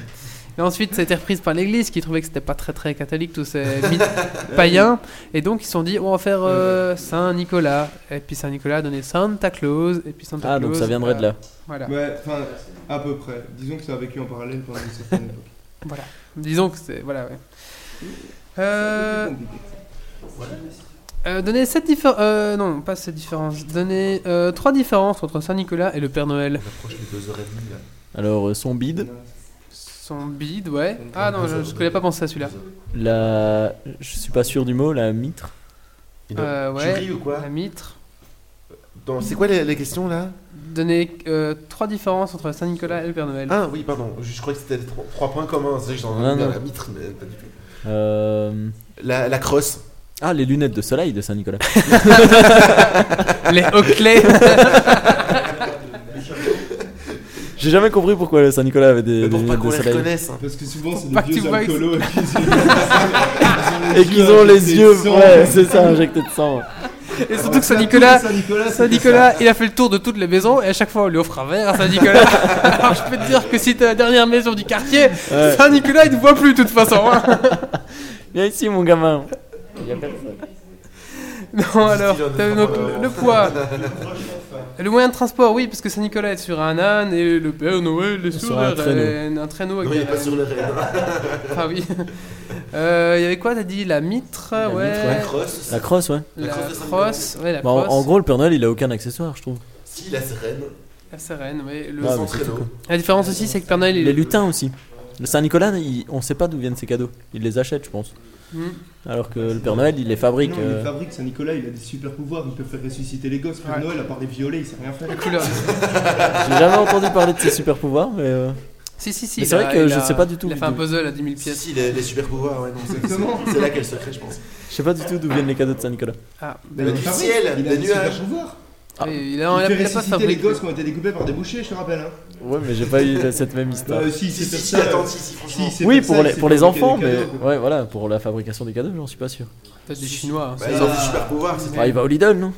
[SPEAKER 1] Et ensuite, ça a été reprise par l'Église qui trouvait que c'était pas très très catholique tous ces mythes païens, et donc ils se sont dit on va faire euh, Saint Nicolas, et puis Saint Nicolas a donné Santa Claus, et puis Santa
[SPEAKER 4] Ah,
[SPEAKER 1] Claus.
[SPEAKER 4] donc ça viendrait de là.
[SPEAKER 1] euh, Voilà.
[SPEAKER 3] Ouais, enfin, à peu près. Disons que ça a vécu en parallèle pendant une certaine époque.
[SPEAKER 1] voilà. Disons que c'est voilà. Ouais. Euh, euh, donner sept différences, non pas sept différences, donner euh, trois différences entre Saint Nicolas et le Père Noël.
[SPEAKER 2] On approche les deux heures et demie, là.
[SPEAKER 4] Alors, euh, son bide,
[SPEAKER 1] Son bide, ouais. Ah non, je, je connais pas penser à celui-là.
[SPEAKER 4] la. Je suis pas sûr du mot, la mitre.
[SPEAKER 2] Il doit-
[SPEAKER 1] Euh,
[SPEAKER 2] Tu ris
[SPEAKER 1] ouais.
[SPEAKER 2] ou quoi
[SPEAKER 1] La mitre.
[SPEAKER 2] Dans- C'est quoi les, les questions là
[SPEAKER 1] Donner euh, trois différences entre Saint Nicolas et le Père Noël.
[SPEAKER 2] Ah oui, pardon, je, je croyais que c'était les trois, trois points communs. C'est que j'en
[SPEAKER 4] Non,
[SPEAKER 2] ai
[SPEAKER 4] non.
[SPEAKER 2] la mitre, mais pas du tout.
[SPEAKER 4] Euh,
[SPEAKER 2] La, la crosse.
[SPEAKER 4] Ah, les lunettes de soleil de Saint-Nicolas.
[SPEAKER 2] Ah.
[SPEAKER 1] Les Oakley.
[SPEAKER 4] J'ai jamais compris pourquoi le Saint-Nicolas avait des,
[SPEAKER 2] Mais
[SPEAKER 4] des
[SPEAKER 2] pour pas
[SPEAKER 4] lunettes
[SPEAKER 2] qu'on
[SPEAKER 4] de
[SPEAKER 2] les
[SPEAKER 4] soleil.
[SPEAKER 2] reconnaisse. hein.
[SPEAKER 3] Parce que souvent, c'est
[SPEAKER 1] pas
[SPEAKER 3] des
[SPEAKER 1] que tu
[SPEAKER 3] vieux
[SPEAKER 1] vois que
[SPEAKER 3] alcoolos et qu'ils-
[SPEAKER 4] Et qu'ils ont les
[SPEAKER 3] injectés
[SPEAKER 4] yeux,
[SPEAKER 3] de sang.
[SPEAKER 4] ouais, c'est ça, injecté de sang.
[SPEAKER 1] Et surtout que Saint Nicolas,
[SPEAKER 3] Saint Nicolas,
[SPEAKER 1] Saint Nicolas, il a fait le tour de toutes les maisons et à chaque fois on lui offre un verre à Saint Nicolas. Alors je peux te dire que si t'es la dernière maison du quartier,
[SPEAKER 4] Ouais.
[SPEAKER 1] Saint Nicolas il te voit plus de toute façon. hein.
[SPEAKER 4] Viens ici, mon gamin.
[SPEAKER 1] Non alors,
[SPEAKER 2] Style en
[SPEAKER 1] t'as
[SPEAKER 2] effet,
[SPEAKER 1] donc
[SPEAKER 2] euh,
[SPEAKER 1] le poids, le moyen de transport, oui, parce que Saint Nicolas est sur un âne et le Père Noël est sur,
[SPEAKER 4] Sur un
[SPEAKER 1] la
[SPEAKER 4] traîneau.
[SPEAKER 1] reine, un traîneau.
[SPEAKER 2] Non,
[SPEAKER 1] avec
[SPEAKER 2] il est
[SPEAKER 1] un-
[SPEAKER 2] pas sur le raid.
[SPEAKER 1] Ah oui. Euh, Il y avait quoi T'as dit la mitre,
[SPEAKER 4] La
[SPEAKER 1] ouais.
[SPEAKER 4] mitre,
[SPEAKER 2] La crosse.
[SPEAKER 4] La crosse, ouais.
[SPEAKER 1] La,
[SPEAKER 2] La crosse de Saint Nicolas.
[SPEAKER 1] crosse, ouais, la
[SPEAKER 4] Bah, en,
[SPEAKER 1] crosse.
[SPEAKER 4] en gros, le Père Noël, il a aucun accessoire, je trouve.
[SPEAKER 2] Si, la sirène.
[SPEAKER 1] La sirène, ouais, le-
[SPEAKER 4] Ah,
[SPEAKER 2] Son
[SPEAKER 4] mais c'est
[SPEAKER 2] traîneau.
[SPEAKER 4] tout,
[SPEAKER 1] La différence aussi, c'est que Père Noël, il
[SPEAKER 4] Les lutins aussi. Le Saint-Nicolas, il- on sait pas d'où viennent ses cadeaux. Il les achète, je pense.
[SPEAKER 1] Hmm.
[SPEAKER 4] Alors que le Père Noël, il les fabrique.
[SPEAKER 3] Non, il
[SPEAKER 4] euh,
[SPEAKER 3] fabrique Saint Nicolas, il a des super pouvoirs, il peut faire ressusciter les gosses. Père
[SPEAKER 1] Ouais.
[SPEAKER 3] Noël, à part les violets, il sait rien faire.
[SPEAKER 1] la couleur.
[SPEAKER 4] J'ai jamais entendu parler de ses super pouvoirs, mais. euh,
[SPEAKER 1] Si, si, si.
[SPEAKER 4] Mais c'est
[SPEAKER 1] il
[SPEAKER 4] vrai
[SPEAKER 1] a-
[SPEAKER 4] que
[SPEAKER 1] il
[SPEAKER 4] je
[SPEAKER 1] a-
[SPEAKER 4] sais pas du tout.
[SPEAKER 1] Il a fait un puzzle à 10 000
[SPEAKER 2] Si,
[SPEAKER 1] pièces.
[SPEAKER 2] si, les, les super pouvoirs, ouais, non, c'est-
[SPEAKER 3] Exactement.
[SPEAKER 2] c'est là qu'elle se crée, je pense.
[SPEAKER 4] Je sais pas du tout d'où viennent les cadeaux de Saint-Nicolas.
[SPEAKER 1] Ah,
[SPEAKER 3] Mais
[SPEAKER 2] Le
[SPEAKER 3] il
[SPEAKER 2] du
[SPEAKER 3] fabrique,
[SPEAKER 2] ciel,
[SPEAKER 3] il a
[SPEAKER 2] des
[SPEAKER 3] des super
[SPEAKER 2] nuages.
[SPEAKER 3] pouvoirs.
[SPEAKER 4] Ah.
[SPEAKER 1] Et il,
[SPEAKER 3] Il
[SPEAKER 1] a, il a
[SPEAKER 3] fait
[SPEAKER 1] pas
[SPEAKER 3] ressusciter les
[SPEAKER 1] fabriqué.
[SPEAKER 3] gosses qui ont été découpés par des bouchers, je te rappelle. Hein.
[SPEAKER 4] Ouais, mais j'ai pas eu cette même histoire.
[SPEAKER 3] Euh, si,
[SPEAKER 2] Si,
[SPEAKER 3] c'est
[SPEAKER 2] si, si,
[SPEAKER 3] ça,
[SPEAKER 2] attends,
[SPEAKER 3] euh,
[SPEAKER 2] si, si, franchement.
[SPEAKER 3] si, c'est
[SPEAKER 4] Oui,
[SPEAKER 3] ça,
[SPEAKER 4] pour
[SPEAKER 3] il
[SPEAKER 4] les,
[SPEAKER 3] s'est
[SPEAKER 4] pour les
[SPEAKER 3] fabriqué des
[SPEAKER 4] enfants, mais
[SPEAKER 3] cadeaux, quoi.
[SPEAKER 4] ouais, voilà, pour la fabrication des cadeaux, j'en suis pas sûr.
[SPEAKER 1] Peut-être des Chinois. hein,
[SPEAKER 2] Bah,
[SPEAKER 1] c'est-
[SPEAKER 2] ils ont des super pouvoirs, c'est
[SPEAKER 4] Ah, il va au Lidl, non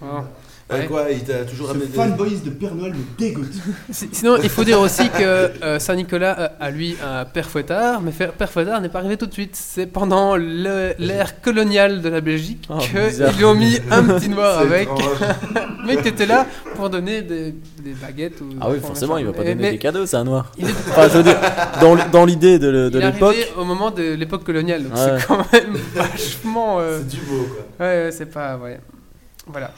[SPEAKER 1] Ah.
[SPEAKER 2] Bah,
[SPEAKER 1] Ouais.
[SPEAKER 2] quoi, il t'a toujours
[SPEAKER 3] Ce
[SPEAKER 2] amené des.
[SPEAKER 3] fanboys de Père Noël me dégoûte.
[SPEAKER 1] Si- Sinon, il faut dire aussi que euh, Saint-Nicolas euh, a lui un père fouettard, mais faire- père fouettard n'est pas arrivé tout de suite. C'est pendant le- l'ère coloniale de la Belgique
[SPEAKER 4] Oh,
[SPEAKER 1] qu'ils
[SPEAKER 4] bizarre.
[SPEAKER 1] lui ont mis un petit noir
[SPEAKER 2] C'est
[SPEAKER 1] avec,
[SPEAKER 2] étrange.
[SPEAKER 1] mais qui était là pour donner des, des baguettes. Ou
[SPEAKER 4] Ah oui, forcément, il va pas donner
[SPEAKER 1] Mais
[SPEAKER 4] des cadeaux, c'est un noir.
[SPEAKER 1] Il est-
[SPEAKER 4] Enfin, je veux dire, dans, l- dans l'idée de, le- de
[SPEAKER 1] il est
[SPEAKER 4] l'époque,
[SPEAKER 1] arrivé au moment de l'époque coloniale, donc
[SPEAKER 4] Ouais.
[SPEAKER 1] c'est quand même vachement. euh,
[SPEAKER 2] C'est du beau, quoi.
[SPEAKER 1] Ouais, ouais, c'est pas. Ouais. Voilà.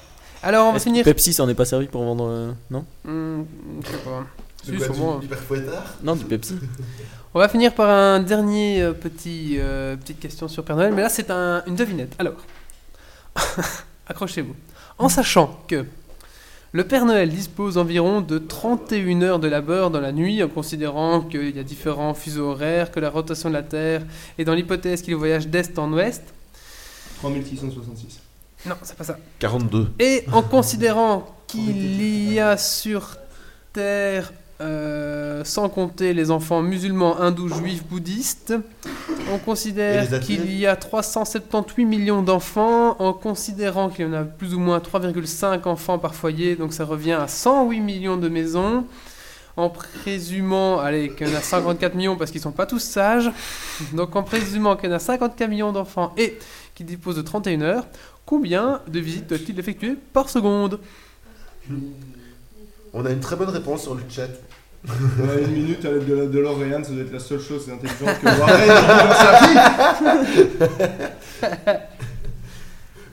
[SPEAKER 1] Alors, on va
[SPEAKER 4] est-ce que
[SPEAKER 1] finir.
[SPEAKER 4] Pepsi s'en est pas servi pour vendre, euh, non
[SPEAKER 1] Hmm, je sais pas. Si,
[SPEAKER 2] De quoi,
[SPEAKER 1] sûrement.
[SPEAKER 2] du hyper fouettard
[SPEAKER 4] Non, du Pepsi.
[SPEAKER 1] On va finir par un dernier euh, petit euh, petite question sur Père Noël, mais là c'est un- une devinette. Alors, accrochez-vous. En sachant que le Père Noël dispose environ de 31 heures de labeur dans la nuit, en considérant qu'il y a différents fuseaux horaires, que la rotation de la Terre, et dans l'hypothèse qu'il voyage d'est en ouest.
[SPEAKER 3] 3666.
[SPEAKER 1] Non, c'est pas ça.
[SPEAKER 2] 42.
[SPEAKER 1] Et en considérant qu'il y a sur Terre, euh, sans compter les enfants musulmans, hindous, juifs, bouddhistes, on
[SPEAKER 2] Et les
[SPEAKER 1] considère
[SPEAKER 2] athées
[SPEAKER 1] qu'il y a 378 millions d'enfants, en considérant qu'il y en a plus ou moins 3,5 enfants par foyer, donc ça revient à 108 millions de maisons. En présumant, allez, qu'il y en a 54 millions parce qu'ils sont pas tous sages, donc en présumant qu'il y en a 54 millions d'enfants et qu'ils disposent de 31 heures, Combien de visites doit-il effectuer par seconde
[SPEAKER 2] On a une très bonne réponse sur le chat.
[SPEAKER 3] Ouais, une minute avec de la DeLorean, ça doit être la seule chose intelligente que Warren a dit dans sa vie.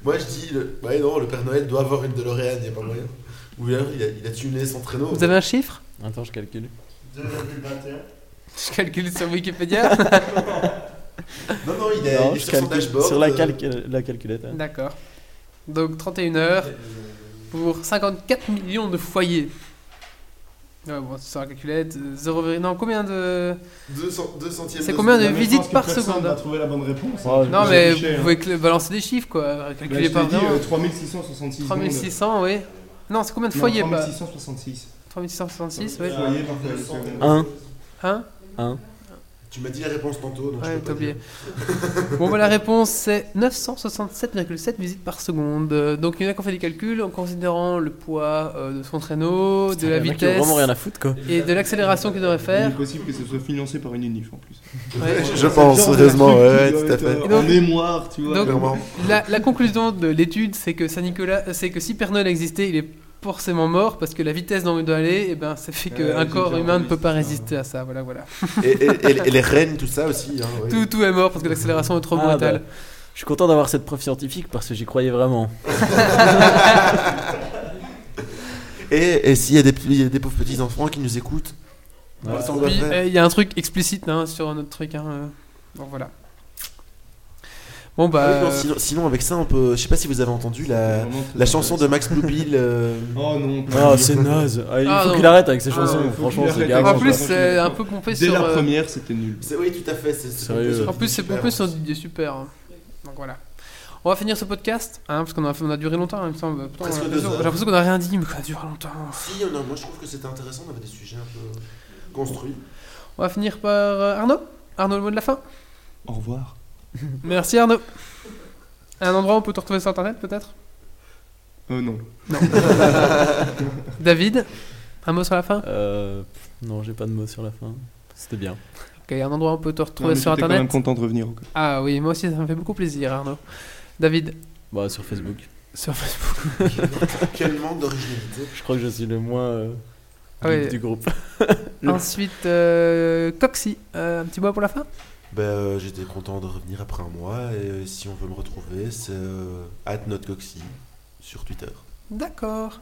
[SPEAKER 2] Moi, je dis, le... ouais, non, le Père Noël doit avoir une DeLorean, il n'y a pas moyen. Ou bien, il a, il a tuné son traîneau.
[SPEAKER 1] Vous avez un chiffre
[SPEAKER 4] Attends, je calcule.
[SPEAKER 1] Je calcule sur Wikipédia.
[SPEAKER 2] Non, non, il est,
[SPEAKER 4] Non,
[SPEAKER 2] il est
[SPEAKER 4] je
[SPEAKER 2] sur son
[SPEAKER 4] calcule-
[SPEAKER 2] dashboard.
[SPEAKER 4] sur la,
[SPEAKER 2] euh,
[SPEAKER 4] calcul- la calculette. hein.
[SPEAKER 1] D'accord. Donc 31 heures pour 54 millions de foyers. Ouais, bon, c'est sur la calculette. euh, 0, non, combien de.
[SPEAKER 2] 200 2 centièmes.
[SPEAKER 1] C'est
[SPEAKER 2] de
[SPEAKER 1] combien de
[SPEAKER 2] seconde.
[SPEAKER 3] Mais je
[SPEAKER 1] visites
[SPEAKER 3] pense que
[SPEAKER 1] par
[SPEAKER 3] personne
[SPEAKER 1] seconde,
[SPEAKER 3] va
[SPEAKER 1] hein.
[SPEAKER 3] trouver la bonne réponse.
[SPEAKER 4] Oh,
[SPEAKER 1] Non,
[SPEAKER 3] J'ai
[SPEAKER 1] mais
[SPEAKER 3] triché,
[SPEAKER 1] vous pouvez
[SPEAKER 3] hein.
[SPEAKER 1] cl- balancer des chiffres, quoi.
[SPEAKER 3] Bah,
[SPEAKER 1] Calculez
[SPEAKER 3] je
[SPEAKER 1] pas
[SPEAKER 3] t'ai dit
[SPEAKER 1] vraiment.
[SPEAKER 3] euh, 3666.
[SPEAKER 1] 3600, oui. Non, c'est combien de foyers
[SPEAKER 3] foyers.
[SPEAKER 1] bah,
[SPEAKER 3] 3666.
[SPEAKER 1] 3666, oui.
[SPEAKER 3] Foyers par
[SPEAKER 1] Ah,
[SPEAKER 3] seconde.
[SPEAKER 4] Un.
[SPEAKER 1] Hein
[SPEAKER 2] Tu m'as dit la réponse tantôt. Donc je
[SPEAKER 1] Ouais,
[SPEAKER 2] peux
[SPEAKER 1] t'as
[SPEAKER 2] pas
[SPEAKER 1] oublié.
[SPEAKER 2] dire.
[SPEAKER 1] bon, bah, la réponse c'est 967,7 visites par seconde. Euh, Donc, il y en a qui ont fait des calculs en considérant le poids euh, de son traîneau, de la
[SPEAKER 4] Il y en a qui ont
[SPEAKER 1] vitesse
[SPEAKER 4] vraiment rien à foutre quoi.
[SPEAKER 1] et de l'accélération qu'il devrait faire.
[SPEAKER 3] Il est possible que ce soit financé par une UNIF en plus.
[SPEAKER 1] Ouais.
[SPEAKER 8] Je pense,
[SPEAKER 3] C'est le genre de
[SPEAKER 8] heureusement,
[SPEAKER 3] truc qui
[SPEAKER 8] ouais,
[SPEAKER 3] doit
[SPEAKER 8] tout à
[SPEAKER 3] être,
[SPEAKER 8] fait.
[SPEAKER 3] euh,
[SPEAKER 1] Et donc-
[SPEAKER 3] En mémoire, tu vois.
[SPEAKER 1] Donc-
[SPEAKER 2] Clairement.
[SPEAKER 1] La, la conclusion de l'étude, c'est que Saint-Nicolas, euh, c'est que si Père Noël existait, il est forcément mort parce que la vitesse dont il doit aller, et ben, ça fait qu'un
[SPEAKER 3] Ouais, j'ai
[SPEAKER 1] corps
[SPEAKER 3] déjà
[SPEAKER 1] humain ne
[SPEAKER 3] entendu
[SPEAKER 1] peut pas
[SPEAKER 3] ça.
[SPEAKER 1] résister à ça. Voilà, voilà.
[SPEAKER 2] Et, et- et- et les rennes, tout ça aussi. Hein, ouais.
[SPEAKER 1] Tout, tout est mort parce que l'accélération est trop
[SPEAKER 4] Ah,
[SPEAKER 1] brutale.
[SPEAKER 4] bah, je suis content d'avoir cette preuve scientifique parce que j'y croyais vraiment.
[SPEAKER 2] Et, et s'il y, a des petits- il y a des pauvres petits enfants qui nous écoutent,
[SPEAKER 4] Ouais.
[SPEAKER 2] qu'est-ce qu'on doit
[SPEAKER 1] Puis,
[SPEAKER 2] faire
[SPEAKER 1] euh, Il y a un truc explicite hein, sur notre truc. hein, euh. Bon, voilà. Bon, bah.
[SPEAKER 2] Ah oui, non,
[SPEAKER 1] euh,
[SPEAKER 2] sinon, sinon, avec ça, on peut. Je sais pas si vous avez entendu la, la chanson de Max Bluebill. euh,
[SPEAKER 3] Oh non.
[SPEAKER 4] Ah, c'est naze. Ah, il
[SPEAKER 1] Ah,
[SPEAKER 4] faut
[SPEAKER 1] non.
[SPEAKER 4] qu'il arrête avec ses
[SPEAKER 3] Ah,
[SPEAKER 4] chansons.
[SPEAKER 3] ouais, faut
[SPEAKER 4] Franchement,
[SPEAKER 3] qu'il
[SPEAKER 4] c'est
[SPEAKER 3] arrête.
[SPEAKER 4] gavant.
[SPEAKER 1] euh, en plus,
[SPEAKER 4] quoi.
[SPEAKER 1] c'est un peu pompé
[SPEAKER 3] bah, Dès
[SPEAKER 1] sur.
[SPEAKER 3] la
[SPEAKER 1] euh,
[SPEAKER 3] première, c'était nul.
[SPEAKER 2] c'est- Oui, tout à fait. c'est- c'est
[SPEAKER 4] Sérieux.
[SPEAKER 2] composé-
[SPEAKER 1] En plus, c'est pompé sur Didier Super. hein. Donc voilà. On va finir ce podcast, hein, parce qu'on a, fait- on a duré longtemps, hein, il me semble. Putain, on a
[SPEAKER 2] Presque
[SPEAKER 1] deux heures.
[SPEAKER 2] deux heures.
[SPEAKER 1] J'ai l'impression qu'on a rien dit, mais qu'on a duré longtemps.
[SPEAKER 2] Si, non, moi je trouve que c'était intéressant, on avait des sujets un peu construits.
[SPEAKER 1] On va finir par euh, Arnaud. Arnaud, le mot de la fin.
[SPEAKER 3] Au revoir.
[SPEAKER 1] Merci Arnaud. Un endroit où on peut te retrouver sur internet, peut-être
[SPEAKER 3] Euh, non.
[SPEAKER 1] David, un mot sur la fin
[SPEAKER 4] Euh, pff, non, j'ai pas de mots sur la fin. C'était bien.
[SPEAKER 1] Ok, un endroit où on peut te
[SPEAKER 3] Non, mais
[SPEAKER 1] retrouver
[SPEAKER 3] J'étais
[SPEAKER 1] sur
[SPEAKER 3] quand même
[SPEAKER 1] internet.
[SPEAKER 3] content de revenir. encore.
[SPEAKER 1] Ah oui, moi aussi, ça me fait beaucoup plaisir, Arnaud. David,
[SPEAKER 4] Bah, sur Facebook.
[SPEAKER 1] sur Facebook.
[SPEAKER 2] Quel manque d'originalité.
[SPEAKER 4] Je crois que je suis le moins euh,
[SPEAKER 1] Ah ouais.
[SPEAKER 4] du groupe.
[SPEAKER 1] Ensuite, euh, Coxy, euh, un petit mot pour la fin
[SPEAKER 2] Ben, euh, j'étais content de revenir après un mois, et euh, si on veut me retrouver, c'est euh, @notcoxy sur Twitter.
[SPEAKER 1] D'accord.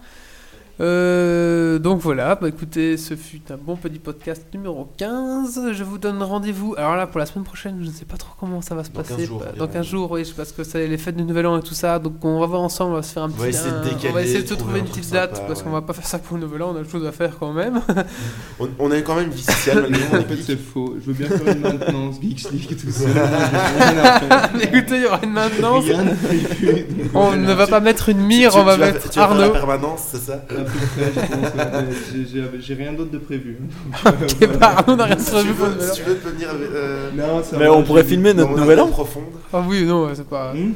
[SPEAKER 1] Euh, donc voilà, bah écoutez, ce fut un bon petit podcast numéro 15. Je vous donne rendez-vous. Alors là, pour la semaine prochaine, je ne sais pas trop comment ça va se
[SPEAKER 2] Dans 15
[SPEAKER 1] passer.
[SPEAKER 2] jours,
[SPEAKER 1] Bah, dans
[SPEAKER 2] environ.
[SPEAKER 1] 15 jours, oui, je- parce que c'est les fêtes du Nouvel An et tout ça. Donc on va voir ensemble, on va se faire un
[SPEAKER 2] va
[SPEAKER 1] petit.
[SPEAKER 2] essayer de
[SPEAKER 1] un- on va
[SPEAKER 2] décaler,
[SPEAKER 1] essayer de se
[SPEAKER 2] trouver
[SPEAKER 1] trouver
[SPEAKER 2] un
[SPEAKER 1] une
[SPEAKER 2] truc
[SPEAKER 1] petite date,
[SPEAKER 2] sympa,
[SPEAKER 1] parce qu'on
[SPEAKER 2] ouais.
[SPEAKER 1] va pas faire ça pour le Nouvel An, on a des choses à faire quand même.
[SPEAKER 2] On, on est quand même vicial
[SPEAKER 3] Mais non,
[SPEAKER 2] malgré
[SPEAKER 3] en
[SPEAKER 2] tout.
[SPEAKER 3] fait, c'est faux. Je veux bien faire une maintenance, Geeks League, tout ça. J'ai rien à faire.
[SPEAKER 1] Mais écoutez, il y aura une maintenance.
[SPEAKER 3] Rien à faire.
[SPEAKER 1] On ne va pas mettre une mire,
[SPEAKER 2] Tu-
[SPEAKER 1] on va
[SPEAKER 2] tu vas-
[SPEAKER 1] mettre
[SPEAKER 2] tu vas faire la
[SPEAKER 1] Arnaud.
[SPEAKER 2] permanence, c'est ça
[SPEAKER 3] À peu près, je pense, ouais, j'ai- j'ai- J'ai rien d'autre de prévu.
[SPEAKER 1] Et bah, Arnaud n'a rien
[SPEAKER 2] Si
[SPEAKER 1] prévu
[SPEAKER 2] tu
[SPEAKER 1] pour le Nouvel
[SPEAKER 2] veux,
[SPEAKER 1] An.
[SPEAKER 2] si tu veux devenir euh,
[SPEAKER 3] Non, ça
[SPEAKER 4] Mais
[SPEAKER 3] va,
[SPEAKER 4] on
[SPEAKER 3] j'ai-
[SPEAKER 4] pourrait filmer notre
[SPEAKER 2] dans
[SPEAKER 4] nouvel
[SPEAKER 2] l'arnaque
[SPEAKER 4] an.
[SPEAKER 2] profonde,
[SPEAKER 1] Ah oui, non, c'est pas.
[SPEAKER 3] Hmm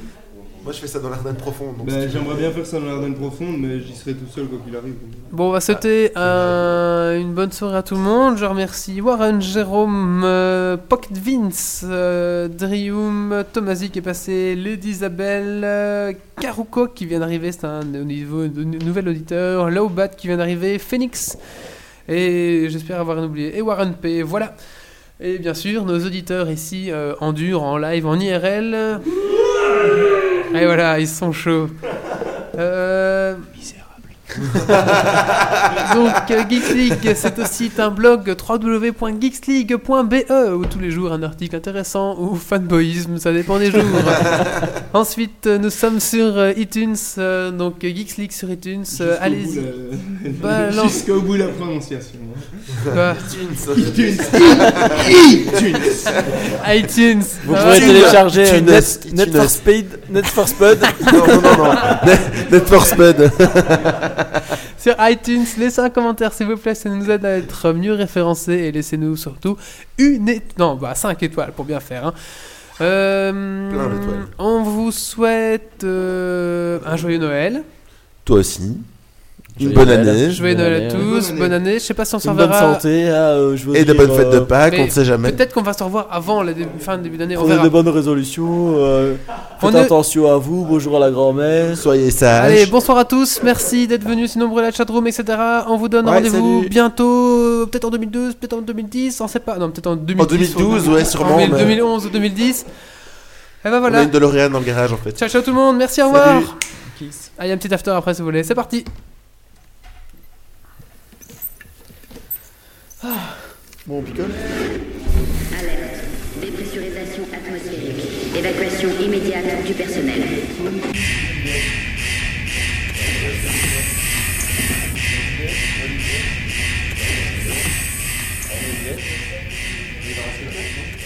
[SPEAKER 2] moi je fais ça dans l'Ardenne profonde. donc
[SPEAKER 3] Bah,
[SPEAKER 2] si tu veux-
[SPEAKER 3] J'aimerais bien faire ça dans l'Ardenne profonde, mais j'y serai tout seul quoi qu'il arrive.
[SPEAKER 1] Bon, on va souhaiter un- une bonne soirée à tout le monde. Je remercie Warren, Jérôme, euh, Pocket Vince, euh, Drium, Tomasi qui est passé, Lady Isabelle, euh, Karuko qui vient d'arriver, c'est un au niveau de nou- nouvel auditeur, Lowbat qui vient d'arriver, Phoenix, et j'espère avoir rien oublié, et Warren P. Voilà. Et bien sûr, nos auditeurs ici euh, en dur, en live, en IRL. Et voilà, ils sont chauds. Euh... Donc, euh, Geeks League, c'est aussi un blog www.geeksleague.be où tous les jours un article intéressant ou fanboyisme, ça dépend des jours. Ensuite, euh, nous sommes sur euh, iTunes, euh, donc euh, Geeks League sur iTunes. euh,
[SPEAKER 3] Jusqu'au
[SPEAKER 1] Allez-y.
[SPEAKER 3] bout, la-
[SPEAKER 1] Balance.
[SPEAKER 3] Jusqu'au bout la prononciation. hein.
[SPEAKER 1] Quoi
[SPEAKER 3] iTunes.
[SPEAKER 1] iTunes.
[SPEAKER 4] Vous
[SPEAKER 1] Ah,
[SPEAKER 4] pourrez
[SPEAKER 1] tu-
[SPEAKER 4] télécharger euh,
[SPEAKER 2] Tunes,
[SPEAKER 4] Net,
[SPEAKER 2] Tunes.
[SPEAKER 4] Net for Speed, Net for Spud.
[SPEAKER 2] Non, non, non, non. Net- Net for Speed.
[SPEAKER 1] sur iTunes, laissez un commentaire s'il vous plaît, ça nous aide à être mieux référencés et laissez-nous surtout une étoile. Non, bah 5 étoiles pour bien faire. hein. Euh,
[SPEAKER 2] Plein d'étoiles.
[SPEAKER 1] on vous souhaite euh, un joyeux Noël.
[SPEAKER 2] Toi aussi.
[SPEAKER 4] Joyeux
[SPEAKER 2] Une bonne
[SPEAKER 4] Noël.
[SPEAKER 2] année.
[SPEAKER 1] Joyeux
[SPEAKER 4] Bonne
[SPEAKER 1] Noël
[SPEAKER 4] année.
[SPEAKER 1] à tous,
[SPEAKER 3] Bonne année.
[SPEAKER 1] bonne année. Je sais pas si on s'en
[SPEAKER 4] Une bonne
[SPEAKER 1] verra.
[SPEAKER 4] santé. à, euh, je veux
[SPEAKER 2] Et de
[SPEAKER 4] dire,
[SPEAKER 2] bonnes fêtes de
[SPEAKER 4] euh,
[SPEAKER 2] Pâques,
[SPEAKER 1] mais-
[SPEAKER 2] on ne sait jamais.
[SPEAKER 1] Peut-être qu'on va se revoir avant la dé- fin de début d'année. On
[SPEAKER 4] Prenez
[SPEAKER 1] verra.
[SPEAKER 4] de bonnes résolutions. euh,
[SPEAKER 1] On
[SPEAKER 4] faites
[SPEAKER 1] est-
[SPEAKER 4] attention à vous. Bonjour à la grand-mère.
[SPEAKER 2] Soyez sages.
[SPEAKER 1] Allez, bonsoir à tous, merci d'être venus si nombreux à la chatroom, etc. On vous donne
[SPEAKER 2] Ouais,
[SPEAKER 1] rendez-vous
[SPEAKER 2] salut.
[SPEAKER 1] bientôt, euh, peut-être en 2012, peut-être en 2010, on sait pas. Non, peut-être en 2010.
[SPEAKER 2] 2012, ouais, sûrement,
[SPEAKER 1] En
[SPEAKER 2] mais-
[SPEAKER 1] 2011 ou 2010. Et ben
[SPEAKER 2] On a
[SPEAKER 1] voilà.
[SPEAKER 2] une DeLorean dans le garage en fait.
[SPEAKER 1] Ciao, ciao tout le monde, merci, au revoir. Ah, il y a un petit after après si vous voulez, c'est parti.
[SPEAKER 9] Alerte. Dépressurisation atmosphérique. Évacuation immédiate du personnel.
[SPEAKER 5] Il est dans le secret, non